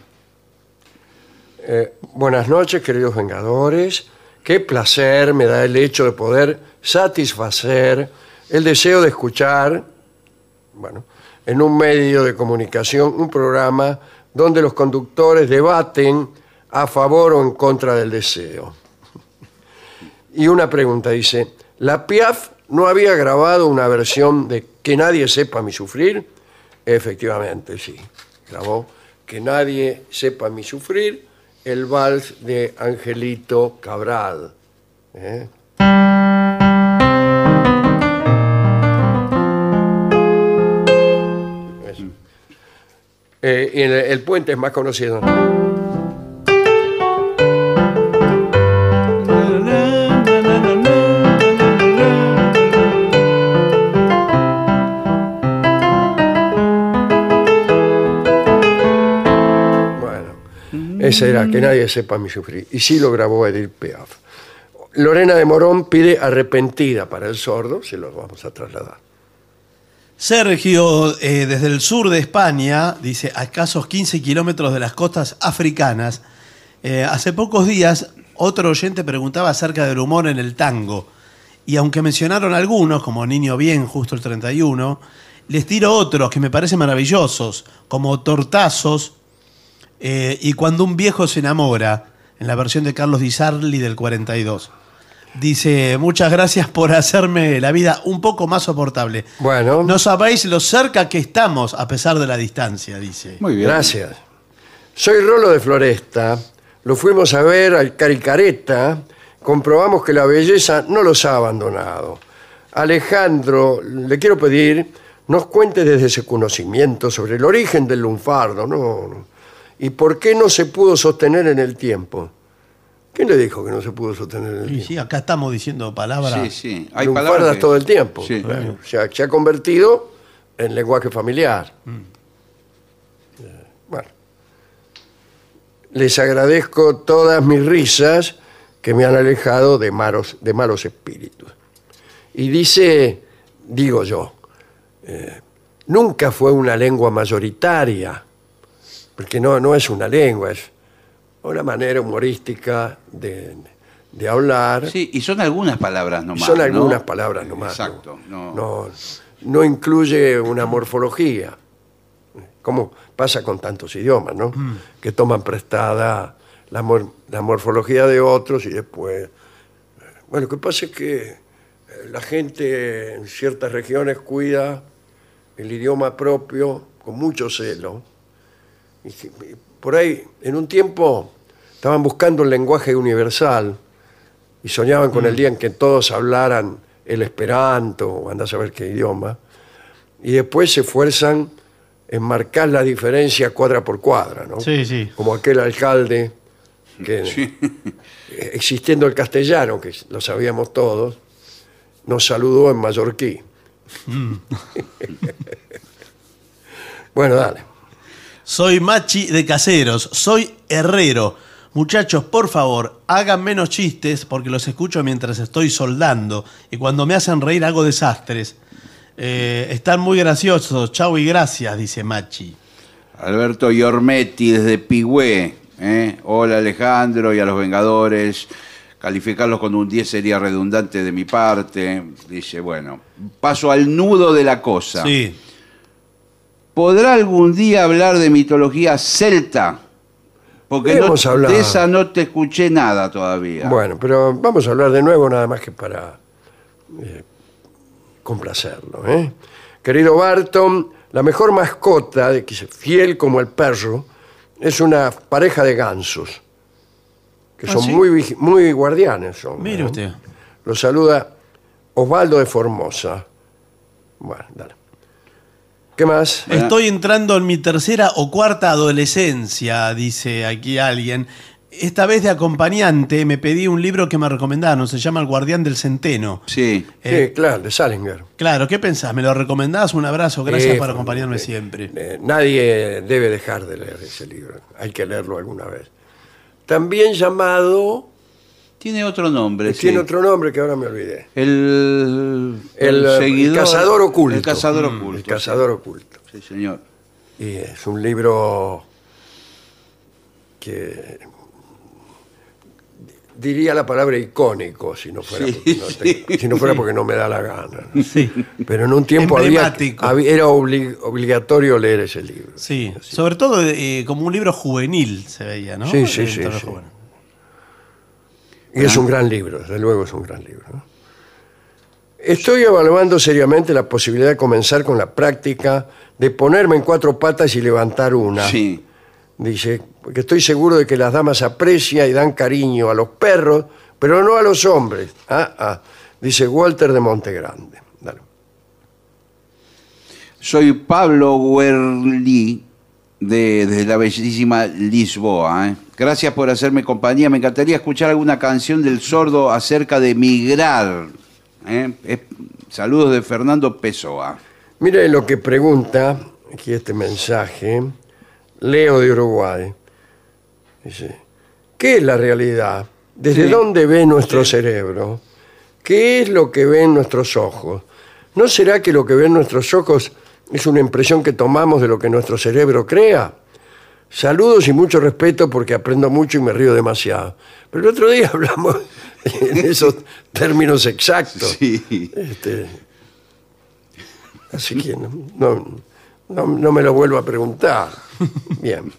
Speaker 1: Eh, buenas noches, queridos vengadores. Qué placer me da el hecho de poder satisfacer el deseo de escuchar, bueno, en un medio de comunicación, un programa donde los conductores debaten a favor o en contra del deseo. Y una pregunta dice, ¿la Piaf no había grabado una versión de Que nadie sepa mi sufrir? Efectivamente, sí. Grabó Que nadie sepa mi sufrir, el vals de Angelito Cabral. ¿Eh? Eso. Eh, y el, el puente es más conocido. Bueno, ese era que nadie sepa mi sufrir. Y sí lo grabó Edith Piaf. Lorena de Morón pide arrepentida para el sordo, se lo vamos a trasladar.
Speaker 3: Sergio, eh, desde el sur de España, dice, a escasos 15 kilómetros de las costas africanas, eh, hace pocos días otro oyente preguntaba acerca del humor en el tango. Y aunque mencionaron algunos, como Niño Bien, justo el 31, les tiro otros que me parecen maravillosos, como Tortazos eh, y Cuando un viejo se enamora, en la versión de Carlos Di Sarli del 42. Dice, muchas gracias por hacerme la vida un poco más soportable.
Speaker 1: Bueno,
Speaker 3: No sabéis lo cerca que estamos a pesar de la distancia, dice.
Speaker 2: Muy bien.
Speaker 1: gracias. Soy Rolo de Floresta. Lo fuimos a ver al Caricareta. Comprobamos que la belleza no los ha abandonado. Alejandro, le quiero pedir, nos cuente desde su conocimiento sobre el origen del lunfardo, ¿no? no. ¿Y por qué no se pudo sostener en el tiempo? ¿Quién le dijo que no se pudo sostener en el
Speaker 3: Y
Speaker 1: tiempo?
Speaker 3: sí, acá estamos diciendo palabras.
Speaker 2: Sí, sí. Hay
Speaker 1: lunfardas
Speaker 2: palabras que-
Speaker 1: todo el tiempo.
Speaker 2: Sí.
Speaker 1: Claro. O sea, se ha convertido en lenguaje familiar.
Speaker 2: Mm.
Speaker 1: Eh, Bueno. Les agradezco todas mis risas que me han alejado de malos, de malos espíritus. Y dice, digo yo, eh, nunca fue una lengua mayoritaria, porque no, no es una lengua, es una manera humorística de, de hablar.
Speaker 2: Sí, y son algunas palabras nomás.
Speaker 1: Son
Speaker 2: ¿no?
Speaker 1: algunas palabras nomás.
Speaker 2: Exacto.
Speaker 1: No,
Speaker 2: no.
Speaker 1: no, no incluye una morfología, como pasa con tantos idiomas, ¿no? Que toman prestada la, mor- la morfología de otros y después... Bueno, lo que pasa es que eh, la gente en ciertas regiones cuida el idioma propio con mucho celo. Y que- y por ahí, en un tiempo, estaban buscando el lenguaje universal y soñaban con el día en que todos hablaran el esperanto o andás a saber qué idioma, y después se esfuerzan en marcar la diferencia cuadra por cuadra, ¿no?
Speaker 3: Sí, sí.
Speaker 1: Como aquel alcalde que, eh, existiendo el castellano, que lo sabíamos todos, nos saludó en mallorquí. bueno, dale.
Speaker 3: Soy machi de caseros, soy herrero. Muchachos, por favor, hagan menos chistes porque los escucho mientras estoy soldando y cuando me hacen reír hago desastres. Eh, están muy graciosos, chau y gracias, dice Machi.
Speaker 2: Alberto Iormetti desde Pigüé. ¿eh? Hola Alejandro y a los Vengadores. Calificarlos con un 10 sería redundante de mi parte. Dice, bueno, paso al nudo de la cosa.
Speaker 3: Sí,
Speaker 2: ¿Podrá algún día hablar de mitología celta? Porque no,
Speaker 1: Hemos hablado.
Speaker 2: de esa no te escuché nada todavía.
Speaker 1: Bueno, pero vamos a hablar de nuevo nada más que para eh, complacerlo. ¿eh? Querido Barton, la mejor mascota, de que es fiel como el perro, es una pareja de gansos, que
Speaker 3: Ah,
Speaker 1: son
Speaker 3: ¿sí?
Speaker 1: muy, vigi- muy guardianes. Son, ¿eh?
Speaker 3: mire
Speaker 1: ¿no?
Speaker 3: usted.
Speaker 1: Lo saluda Osvaldo de Formosa. Bueno, dale. ¿Qué más?
Speaker 3: Estoy entrando en mi tercera o cuarta adolescencia, dice aquí alguien. Esta vez de acompañante me pedí un libro que me recomendaron, se llama El Guardián del Centeno.
Speaker 2: Sí.
Speaker 3: Eh,
Speaker 1: Sí, claro, de Salinger.
Speaker 3: Claro, ¿qué pensás? ¿Me lo recomendás? Un abrazo, gracias
Speaker 1: Eh,
Speaker 3: por acompañarme
Speaker 1: eh,
Speaker 3: siempre.
Speaker 1: eh, nadie debe dejar de leer ese libro. Hay que leerlo alguna vez. También llamado,
Speaker 2: Tiene otro nombre. sí.
Speaker 1: tiene otro nombre que ahora me olvidé.
Speaker 2: El,
Speaker 1: El, eh, cazador oculto.
Speaker 2: El cazador
Speaker 1: Mm,
Speaker 2: oculto.
Speaker 1: El cazador oculto.
Speaker 2: Sí, señor.
Speaker 1: Y es un libro que diría la palabra icónico si no fuera,
Speaker 2: Sí,
Speaker 1: porque, no
Speaker 2: sí.
Speaker 1: te- si no fuera porque no me da la gana.
Speaker 3: Sí,
Speaker 1: Pero en un tiempo había,
Speaker 3: Emblemático.
Speaker 1: había- era obli- obligatorio leer ese libro.
Speaker 3: sí. Sobre todo eh, como un libro juvenil se veía, ¿no?
Speaker 1: Sí, sí,
Speaker 3: Eh,
Speaker 1: sí,
Speaker 3: todo
Speaker 1: sí.
Speaker 3: juvenil.
Speaker 1: Y
Speaker 2: Ah.
Speaker 1: es un gran libro, desde luego es un gran libro. ¿no? Estoy evaluando seriamente la posibilidad de comenzar con la práctica de ponerme en cuatro patas y levantar una.
Speaker 2: Sí.
Speaker 1: Dice, porque estoy seguro de que las damas aprecian y dan cariño a los perros, pero no a los hombres. Ah, ah. Dice Walter de Montegrande. Dale.
Speaker 2: Soy Pablo Guerli de, desde la bellísima Lisboa. ¿eh? Gracias por hacerme compañía. Me encantaría escuchar alguna canción del sordo acerca de migrar. ¿eh? Es- saludos de Fernando Pessoa.
Speaker 1: Mire lo que pregunta, aquí este mensaje, Leo de Uruguay. Dice, ¿qué es la realidad? ¿Desde
Speaker 2: Sí.
Speaker 1: dónde ve nuestro cerebro? ¿Qué es lo que ven nuestros ojos? ¿No será que lo que ven nuestros ojos es una impresión que tomamos de lo que nuestro cerebro crea? Saludos y mucho respeto porque aprendo mucho y me río demasiado. Pero el otro día hablamos en esos términos exactos.
Speaker 2: Sí.
Speaker 1: Este, así que no, no- no- no me lo vuelvo a preguntar. Bien.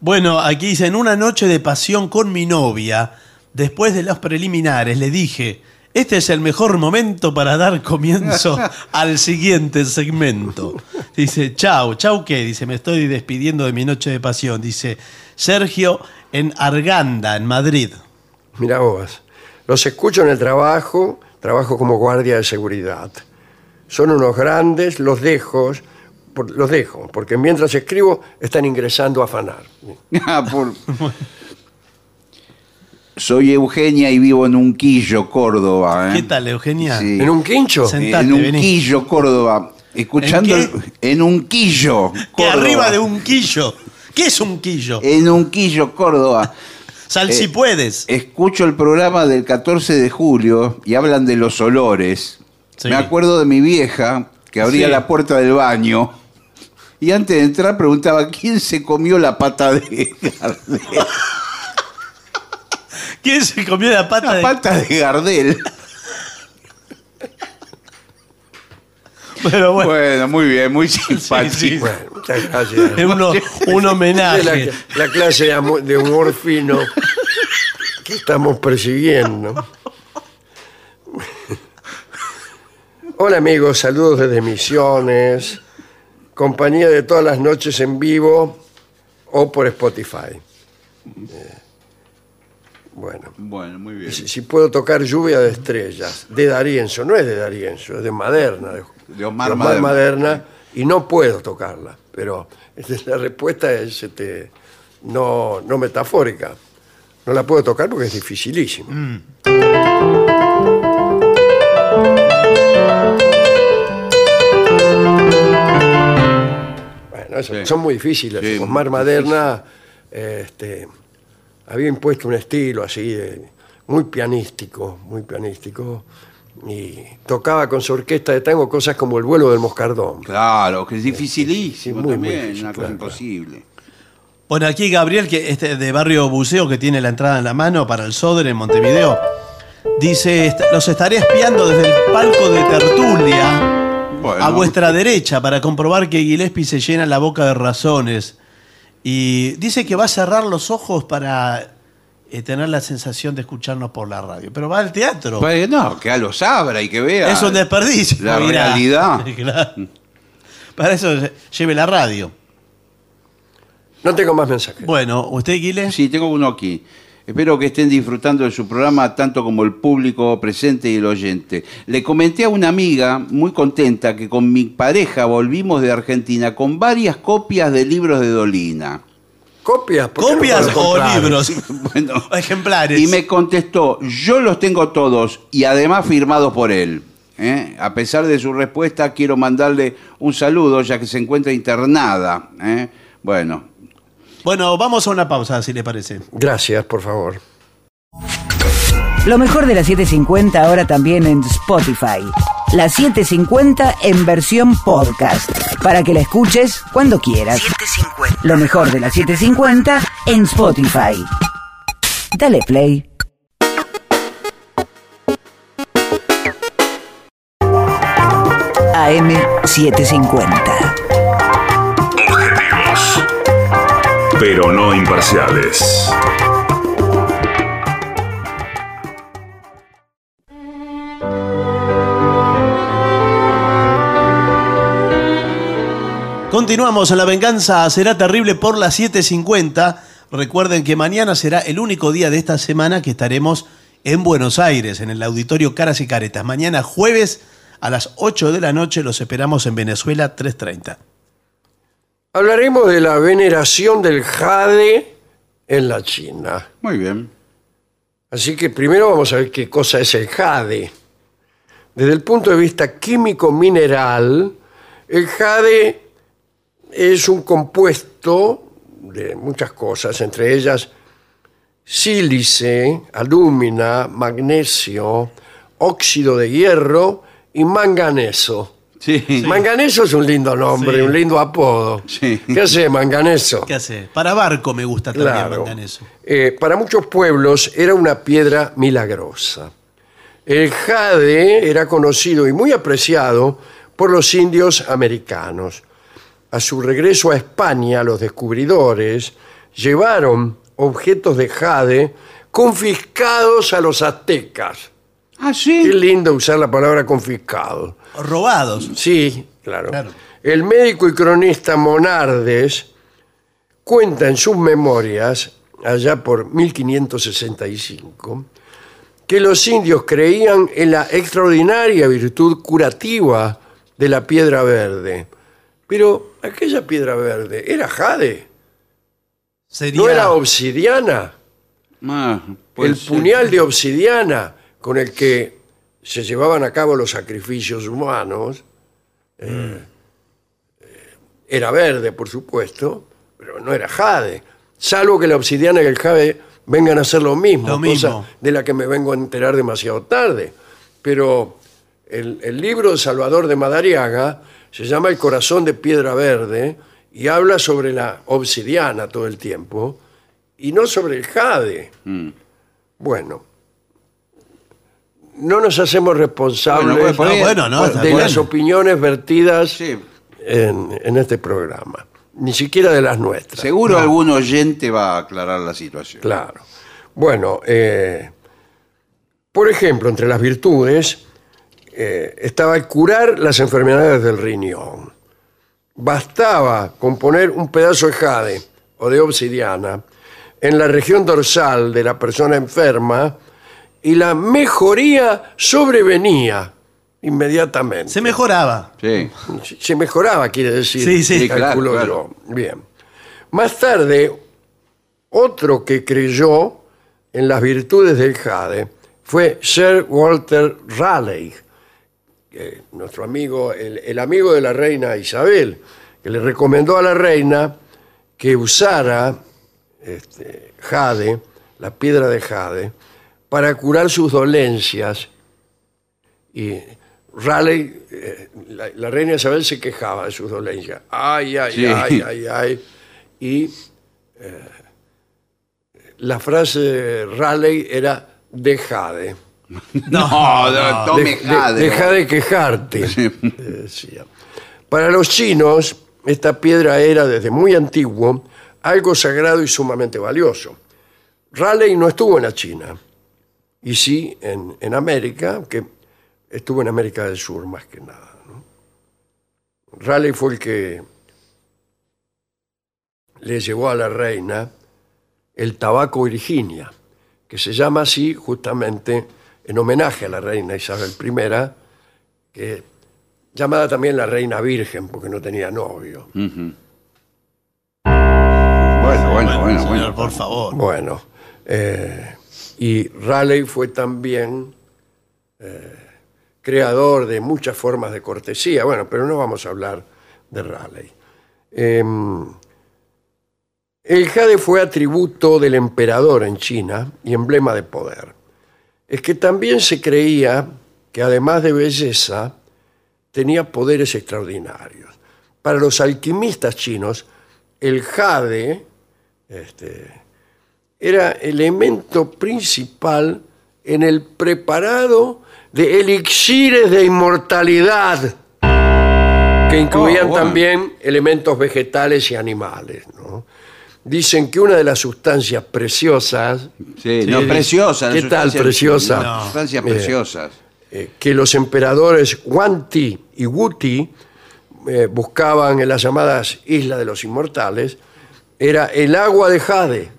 Speaker 3: Bueno, aquí dice, en una noche de pasión con mi novia, después de los preliminares, le dije, este es el mejor momento para dar comienzo al siguiente segmento. Dice, chau, chau qué, dice, me estoy despidiendo de mi noche de pasión. Dice, Sergio en Arganda, en Madrid.
Speaker 1: Mirá vos. Los escucho en el trabajo, trabajo como guardia de seguridad. Son unos grandes, los dejo, por- los dejo, porque mientras escribo están ingresando a afanar.
Speaker 2: Ah, por- Soy Eugenia y vivo en Unquillo, Córdoba. ¿eh?
Speaker 3: ¿Qué tal, Eugenia?
Speaker 2: Sí.
Speaker 1: Ah. ¿En un quincho?
Speaker 3: Sí.
Speaker 2: Eh,
Speaker 3: Sentate,
Speaker 2: en
Speaker 3: vení.
Speaker 2: Unquillo, Córdoba. Escuchando
Speaker 3: ¿En
Speaker 2: en Unquillo.
Speaker 3: Que
Speaker 2: Córdoba.
Speaker 3: arriba de un quillo. ¿Qué es un quillo?
Speaker 2: En Unquillo, Córdoba.
Speaker 3: Sal
Speaker 2: eh,
Speaker 3: si puedes.
Speaker 2: Escucho el programa del 14 de julio y hablan de los olores.
Speaker 3: Sí.
Speaker 2: Me acuerdo de mi vieja que abría
Speaker 3: Sí.
Speaker 2: la puerta del baño y antes de entrar preguntaba quién se comió la pata de Gardel.
Speaker 3: ¿Quién se comió la pata
Speaker 2: La
Speaker 3: de
Speaker 2: pata de Gardel.
Speaker 3: Pero bueno,
Speaker 2: Bueno, muy bien, muy simpático.
Speaker 3: sí.
Speaker 1: Bueno, muchas gracias.
Speaker 3: es uno- un
Speaker 1: Es la,
Speaker 3: homenaje.
Speaker 1: la clase de amo- de humor fino que estamos persiguiendo. Hola amigos, saludos desde Misiones, compañía de todas las noches en vivo o por Spotify. Eh, Bueno,
Speaker 2: Bueno, muy bien.
Speaker 1: si, si puedo tocar Lluvia de Estrellas, de Darienzo, no es de Darienzo, es de Maderna, de,
Speaker 2: De Omar
Speaker 1: de
Speaker 2: Maderna.
Speaker 1: Maderna, y no puedo tocarla, pero este, la respuesta es este, no, no metafórica. No la puedo tocar porque es dificilísima.
Speaker 2: Mm.
Speaker 1: Bueno, eso-
Speaker 2: Sí.
Speaker 1: son muy difíciles.
Speaker 2: Sí,
Speaker 1: Omar
Speaker 2: muy
Speaker 1: Maderna este, había impuesto un estilo así, de- muy pianístico, muy pianístico, y tocaba con su orquesta de tango cosas como El vuelo del moscardón.
Speaker 2: Claro, que es dificilísimo
Speaker 1: Sí, muy, muy
Speaker 2: también,
Speaker 1: difícil,
Speaker 2: una cosa
Speaker 1: claro, claro.
Speaker 2: imposible.
Speaker 3: Bueno, aquí Gabriel, que este de barrio Buceo, que tiene la entrada en la mano para el Sodre en Montevideo, dice: "Est- Los estaré espiando desde el palco de Tertulia
Speaker 2: Bueno.
Speaker 3: a vuestra derecha para comprobar que Gillespie se llena la boca de razones. Y dice que va a cerrar los ojos para eh, tener la sensación de escucharnos por la radio. Pero va al teatro.
Speaker 2: Bueno, no, que a los abra y que vea.
Speaker 3: es un desperdicio.
Speaker 2: la
Speaker 3: mirá.
Speaker 2: realidad.
Speaker 3: Claro. Para eso lle- lleve la radio.
Speaker 1: No tengo más mensajes.
Speaker 3: Bueno, ¿usted, Gillespie?
Speaker 2: Sí, tengo uno aquí. Espero que estén disfrutando de su programa tanto como el público presente y el oyente. Le comenté a una amiga muy contenta que con mi pareja volvimos de Argentina con varias copias de libros de Dolina.
Speaker 1: ¿Copias? ¿Por qué no
Speaker 3: ¿Copias
Speaker 1: puedo
Speaker 3: o
Speaker 1: comprar?
Speaker 3: libros?
Speaker 2: Bueno.
Speaker 3: Ejemplares.
Speaker 2: Y me contestó, yo los tengo todos y además firmados por él. ¿Eh? A pesar de su respuesta, quiero mandarle un saludo ya que se encuentra internada. ¿eh? Bueno,
Speaker 3: Bueno, vamos a una pausa, si le parece.
Speaker 1: Gracias, por favor.
Speaker 4: Lo mejor de la 750 ahora también en Spotify. La 750 en versión podcast. Para que la escuches cuando quieras. Lo mejor de la 750 en Spotify. Dale play. AM750.
Speaker 5: Objetivos, pero no imparciales.
Speaker 3: Continuamos en La Venganza Será Terrible por las 7.50. Recuerden que mañana será el único día de esta semana que estaremos en Buenos Aires, en el auditorio Caras y Caretas. Mañana jueves a las 8 de la noche los esperamos en Venezuela 3.30.
Speaker 1: Hablaremos de la veneración del jade en la China.
Speaker 2: muy bien.
Speaker 1: Así que primero vamos a ver qué cosa es el jade. Desde el punto de vista químico-mineral, el jade es un compuesto de muchas cosas, entre ellas sílice, alúmina, magnesio, óxido de hierro y Manganeso.
Speaker 2: Sí.
Speaker 1: Manganeso es un lindo nombre,
Speaker 3: Sí.
Speaker 1: un lindo apodo.
Speaker 2: Sí.
Speaker 1: ¿Qué hace Manganeso?
Speaker 3: ¿Qué hace? Para barco me gusta también
Speaker 1: Claro.
Speaker 3: Manganeso.
Speaker 1: Eh, para muchos pueblos era una piedra milagrosa. El jade era conocido y muy apreciado por los indios americanos. A su regreso a España, los descubridores llevaron objetos de jade confiscados a los aztecas.
Speaker 2: Ah,
Speaker 1: Qué
Speaker 2: sí.
Speaker 1: lindo usar la palabra confiscado.
Speaker 3: Robados.
Speaker 1: Sí, claro.
Speaker 3: Claro.
Speaker 1: El médico y cronista Monardes cuenta en sus memorias, allá por 1565, que los indios creían en la extraordinaria virtud curativa de la piedra verde. Pero aquella piedra verde era jade,
Speaker 3: Sería
Speaker 1: no era obsidiana.
Speaker 2: Ah,
Speaker 3: Pues
Speaker 2: puede
Speaker 1: el
Speaker 2: ser.
Speaker 1: puñal de obsidiana con el que se llevaban a cabo los sacrificios humanos eh, eh, era verde, por supuesto, pero no era jade. Salvo que la obsidiana y el jade vengan a ser lo mismo,
Speaker 3: Lo
Speaker 1: cosa
Speaker 3: mismo.
Speaker 1: de la que me vengo a enterar demasiado tarde. Pero el, el libro de Salvador de Madariaga se llama El corazón de piedra verde y habla sobre la obsidiana todo el tiempo y no sobre el jade. Bueno, no nos hacemos responsables
Speaker 2: Bueno, pues,
Speaker 3: No, bueno, no,
Speaker 2: pues,
Speaker 3: está
Speaker 1: de
Speaker 3: bien.
Speaker 1: las opiniones vertidas
Speaker 2: Sí.
Speaker 1: en, en este programa, ni siquiera de las nuestras.
Speaker 2: Seguro algún oyente va a aclarar la situación.
Speaker 1: Claro. Bueno, eh, por ejemplo, entre las virtudes eh, estaba el curar las enfermedades del riñón. Bastaba con poner un pedazo de jade o de obsidiana en la región dorsal de la persona enferma y la mejoría sobrevenía inmediatamente.
Speaker 3: Se mejoraba.
Speaker 2: Sí.
Speaker 1: Se- se mejoraba, quiere decir.
Speaker 3: Sí, sí. Sí,
Speaker 1: calculo
Speaker 2: claro,
Speaker 1: yo. Bien. Más tarde, otro que creyó en las virtudes del jade fue Sir Walter Raleigh, que- nuestro amigo, el, el amigo de la reina Isabel, que le recomendó a la reina que usara este, jade, la piedra de jade, para curar sus dolencias y Raleigh, eh, la, la reina Isabel se quejaba de sus dolencias. Ay, ay,
Speaker 2: Sí.
Speaker 1: ay, ay, ay. Y eh, la frase de Raleigh era dejade.
Speaker 3: No,
Speaker 2: no,
Speaker 3: no.
Speaker 2: no. Tome jade.
Speaker 1: deja de quejarte. decía. Para los chinos, esta piedra era desde muy antiguo algo sagrado y sumamente valioso. Raleigh no estuvo en la China, y sí en, en América, que estuvo en América del Sur más que nada. ¿no? Raleigh fue el que le llevó a la reina el tabaco Virginia, que se llama así justamente en homenaje a la reina Isabel I, que llamada también la reina virgen porque no tenía novio.
Speaker 2: Bueno, bueno, bueno,
Speaker 3: Señor,
Speaker 2: bueno.
Speaker 3: por favor.
Speaker 1: Bueno, eh, y Raleigh fue también eh, creador de muchas formas de cortesía. Bueno, pero no vamos a hablar de Raleigh. Em, el jade fue atributo del emperador en China y emblema de poder. Es que también se creía que además de belleza, tenía poderes extraordinarios. Para los alquimistas chinos, el jade este, era elemento principal en el preparado de elixires de inmortalidad, que incluían
Speaker 2: Oh, bueno.
Speaker 1: también elementos vegetales y animales. ¿no? Dicen que una de las sustancias preciosas
Speaker 2: Sí,
Speaker 1: Sí.
Speaker 2: no, preciosa.
Speaker 1: ¿Qué tal, preciosa?
Speaker 2: No, sustancias
Speaker 1: Mire.
Speaker 2: preciosas.
Speaker 1: eh, que los emperadores Wanti y Wuti eh, buscaban en las llamadas Islas de los Inmortales era el agua de jade,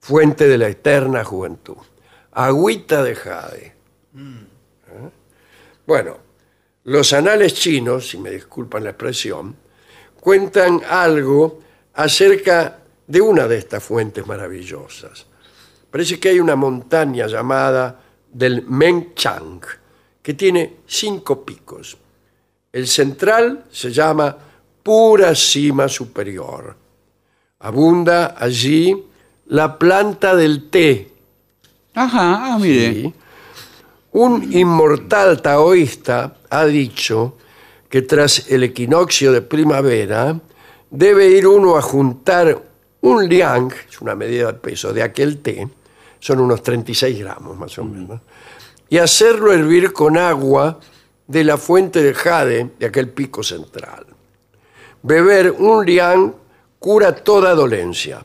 Speaker 1: fuente de la eterna juventud. Agüita de jade. ¿Eh? Bueno, los anales chinos, si me disculpan la expresión, cuentan algo acerca de una de estas fuentes maravillosas. Parece que hay una montaña llamada del Menchang, que tiene cinco picos. El central se llama pura cima superior. Abunda allí la planta del té.
Speaker 2: Ajá, ah, mire.
Speaker 1: ¿sí? Un inmortal taoísta ha dicho que tras el equinoccio de primavera debe ir uno a juntar un liang, es una medida de peso, de aquel té, son unos 36 gramos más o menos, y hacerlo hervir con agua de la fuente de jade de aquel pico central. Beber un liang cura toda dolencia.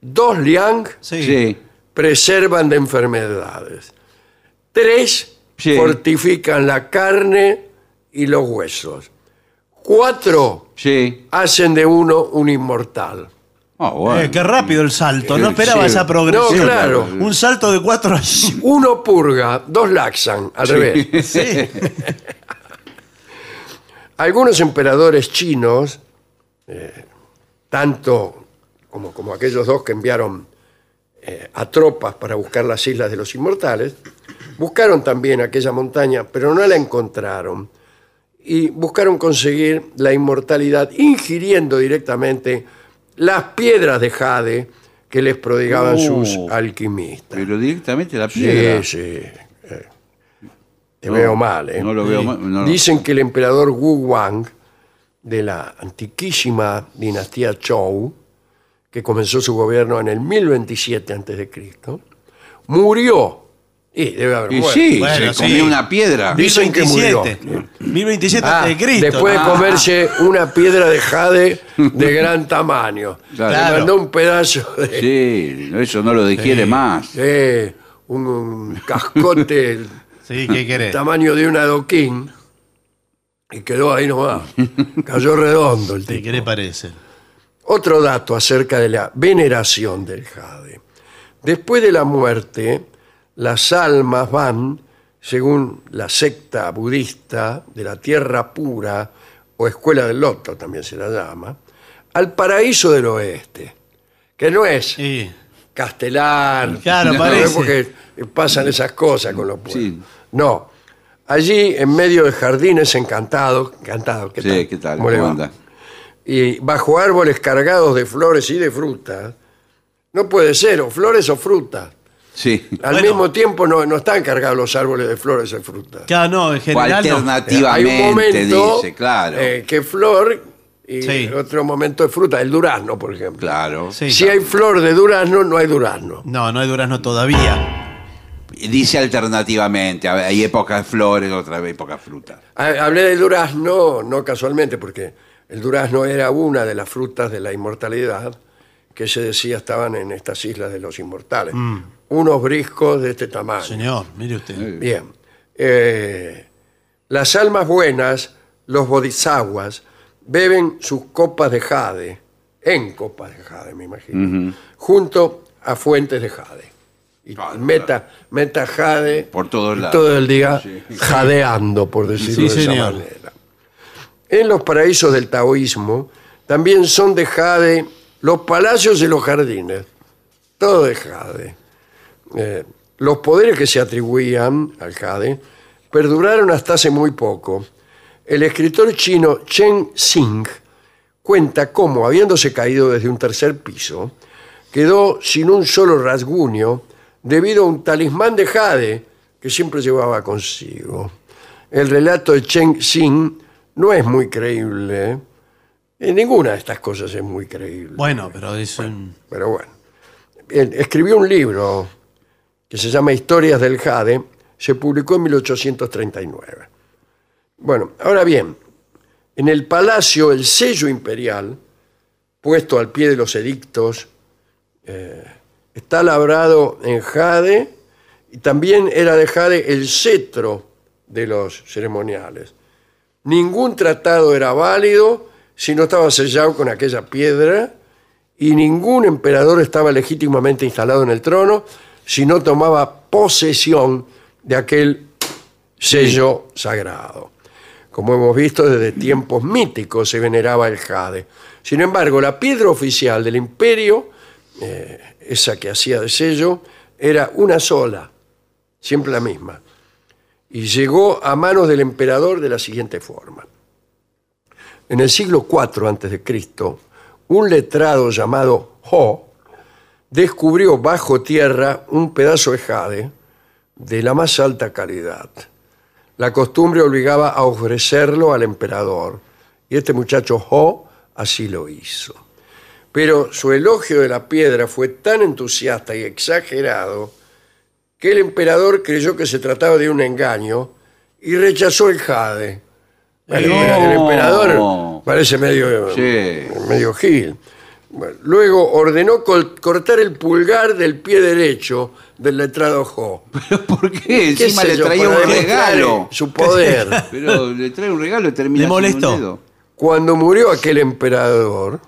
Speaker 1: Dos liang
Speaker 3: Sí.
Speaker 2: Sí.
Speaker 1: preservan de enfermedades. Tres
Speaker 2: Sí.
Speaker 1: fortifican la carne y los huesos. Cuatro
Speaker 2: Sí.
Speaker 1: hacen de uno un inmortal.
Speaker 2: Ah, bueno.
Speaker 3: Eh, qué rápido el salto. No esperaba
Speaker 2: Sí.
Speaker 3: esa progresión.
Speaker 1: No, claro.
Speaker 3: Un salto de cuatro años.
Speaker 1: Uno purga, dos laxan, al revés.
Speaker 3: Sí.
Speaker 1: Algunos emperadores chinos, eh, tanto como, como aquellos dos que enviaron eh, a tropas para buscar las islas de los inmortales, buscaron también aquella montaña, pero no la encontraron. Y buscaron conseguir la inmortalidad ingiriendo directamente las piedras de jade que les prodigaban
Speaker 2: Oh.
Speaker 1: sus alquimistas.
Speaker 2: Pero directamente la piedra.
Speaker 1: Sí, sí. eh, Te veo mal, ¿eh?
Speaker 2: No lo veo mal. no lo-
Speaker 1: Dicen que el emperador Wu Wang, de la antiquísima dinastía Zhou, que comenzó su gobierno en el 1027 a.C., murió. Y debe haber
Speaker 2: Y
Speaker 1: muerto.
Speaker 2: sí,
Speaker 3: Bueno,
Speaker 2: se
Speaker 3: sí.
Speaker 2: comió una piedra.
Speaker 1: Di- Dicen que murió.
Speaker 3: 1027. 1027
Speaker 1: Ah,
Speaker 3: antes de Cristo.
Speaker 1: después de
Speaker 3: Ah,
Speaker 1: comerse una piedra de jade de gran tamaño.
Speaker 2: Claro.
Speaker 1: Le mandó un pedazo de,
Speaker 2: Sí, eso no lo digiere más.
Speaker 1: de un, un cascote
Speaker 3: Sí, ¿qué querés?
Speaker 1: tamaño de un adoquín y quedó ahí nomás. Cayó redondo el
Speaker 3: ¿Qué
Speaker 1: tipo.
Speaker 3: querés parecer?
Speaker 1: Otro dato acerca de la veneración del jade. Después de la muerte, las almas van, según la secta budista de la tierra pura o escuela del loto también se la llama, al paraíso del oeste, que no es
Speaker 3: Sí.
Speaker 1: Castelar.
Speaker 3: Claro,
Speaker 1: No,
Speaker 3: parece.
Speaker 1: es Porque pasan esas cosas con los pueblos.
Speaker 2: Sí.
Speaker 1: No. Allí, en medio de jardines encantados, encantados, ¿qué
Speaker 2: Sí,
Speaker 1: tal?
Speaker 2: ¿qué tal?
Speaker 1: ¿Cómo le
Speaker 2: ¿Cómo
Speaker 1: va?
Speaker 2: anda?
Speaker 1: Y bajo árboles cargados de flores y de frutas, no puede ser, o flores o frutas.
Speaker 2: Sí.
Speaker 1: Al
Speaker 3: Bueno.
Speaker 1: mismo tiempo no, no están cargados los árboles de flores y frutas.
Speaker 3: Claro, no, en
Speaker 2: O
Speaker 3: general. no.
Speaker 1: Hay un
Speaker 2: alternativamente,
Speaker 1: momento
Speaker 2: dice, claro.
Speaker 1: eh, que flor y
Speaker 3: Sí.
Speaker 1: otro momento de fruta, el durazno, por ejemplo.
Speaker 2: claro.
Speaker 3: Sí.
Speaker 1: Si hay flor de durazno, no hay durazno.
Speaker 3: No, no hay durazno todavía.
Speaker 2: Dice alternativamente. a ver, Hay épocas flores, otra vez épocas frutas.
Speaker 1: Ha- Hablé del durazno, no casualmente, porque el durazno era una de las frutas de la inmortalidad que se decía estaban en estas islas de los inmortales.
Speaker 3: Mm.
Speaker 1: Unos briscos de este tamaño.
Speaker 3: Señor, mire usted.
Speaker 1: Bien. Eh, las almas buenas, los bodhisattvas, beben sus copas de jade, en copas de jade, me imagino, junto a fuentes de jade. Y
Speaker 2: Claro,
Speaker 1: meta, meta jade
Speaker 2: Por todos
Speaker 1: y
Speaker 2: lados.
Speaker 1: todo el día jadeando, por decirlo
Speaker 3: Sí,
Speaker 1: de esa
Speaker 3: señor.
Speaker 1: manera. En los paraísos del taoísmo también son de jade los palacios y los jardines. Todo de jade. Eh, los poderes que se atribuían al jade perduraron hasta hace muy poco. El escritor chino Chen Xing cuenta cómo, habiéndose caído desde un tercer piso, quedó sin un solo rasguño debido a un talismán de jade que siempre llevaba consigo. El relato de Chen Xing no es muy creíble. En ninguna de estas cosas es muy creíble.
Speaker 3: Bueno, pero es un.
Speaker 1: Pero bueno. Él escribió un libro que se llama Historias del Jade, se publicó en 1839. Bueno, ahora bien, en el palacio el sello imperial, puesto al pie de los edictos, eh, está labrado en jade y también era de jade el cetro de los ceremoniales. Ningún tratado era válido si no estaba sellado con aquella piedra y ningún emperador estaba legítimamente instalado en el trono si no tomaba posesión de aquel sello sagrado. Como hemos visto, desde tiempos míticos se veneraba el jade. Sin embargo, la piedra oficial del imperio, eh, esa que hacía de sello, era una sola, siempre la misma, y llegó a manos del emperador de la siguiente forma. En el siglo IV a.C., un letrado llamado Ho descubrió bajo tierra un pedazo de jade de la más alta calidad. La costumbre obligaba a ofrecerlo al emperador, y este muchacho Ho así lo hizo. Pero su elogio de la piedra fue tan entusiasta y exagerado que el emperador creyó que se trataba de un engaño y rechazó el jade. El,
Speaker 2: No.
Speaker 1: el emperador parece medio,
Speaker 2: Sí.
Speaker 1: medio gil. Bueno, luego ordenó col- cortar el pulgar del pie derecho del letrado Jo.
Speaker 2: ¿Por qué?
Speaker 1: ¿Qué
Speaker 2: Encima
Speaker 1: sé
Speaker 2: le
Speaker 1: yo,
Speaker 2: traía
Speaker 1: para
Speaker 2: un
Speaker 1: demostrar
Speaker 2: regalo.
Speaker 1: Su poder.
Speaker 2: Pero le trae un regalo y termina
Speaker 3: Le
Speaker 2: sin un
Speaker 3: molestó.
Speaker 2: dedo.
Speaker 1: Cuando murió aquel emperador,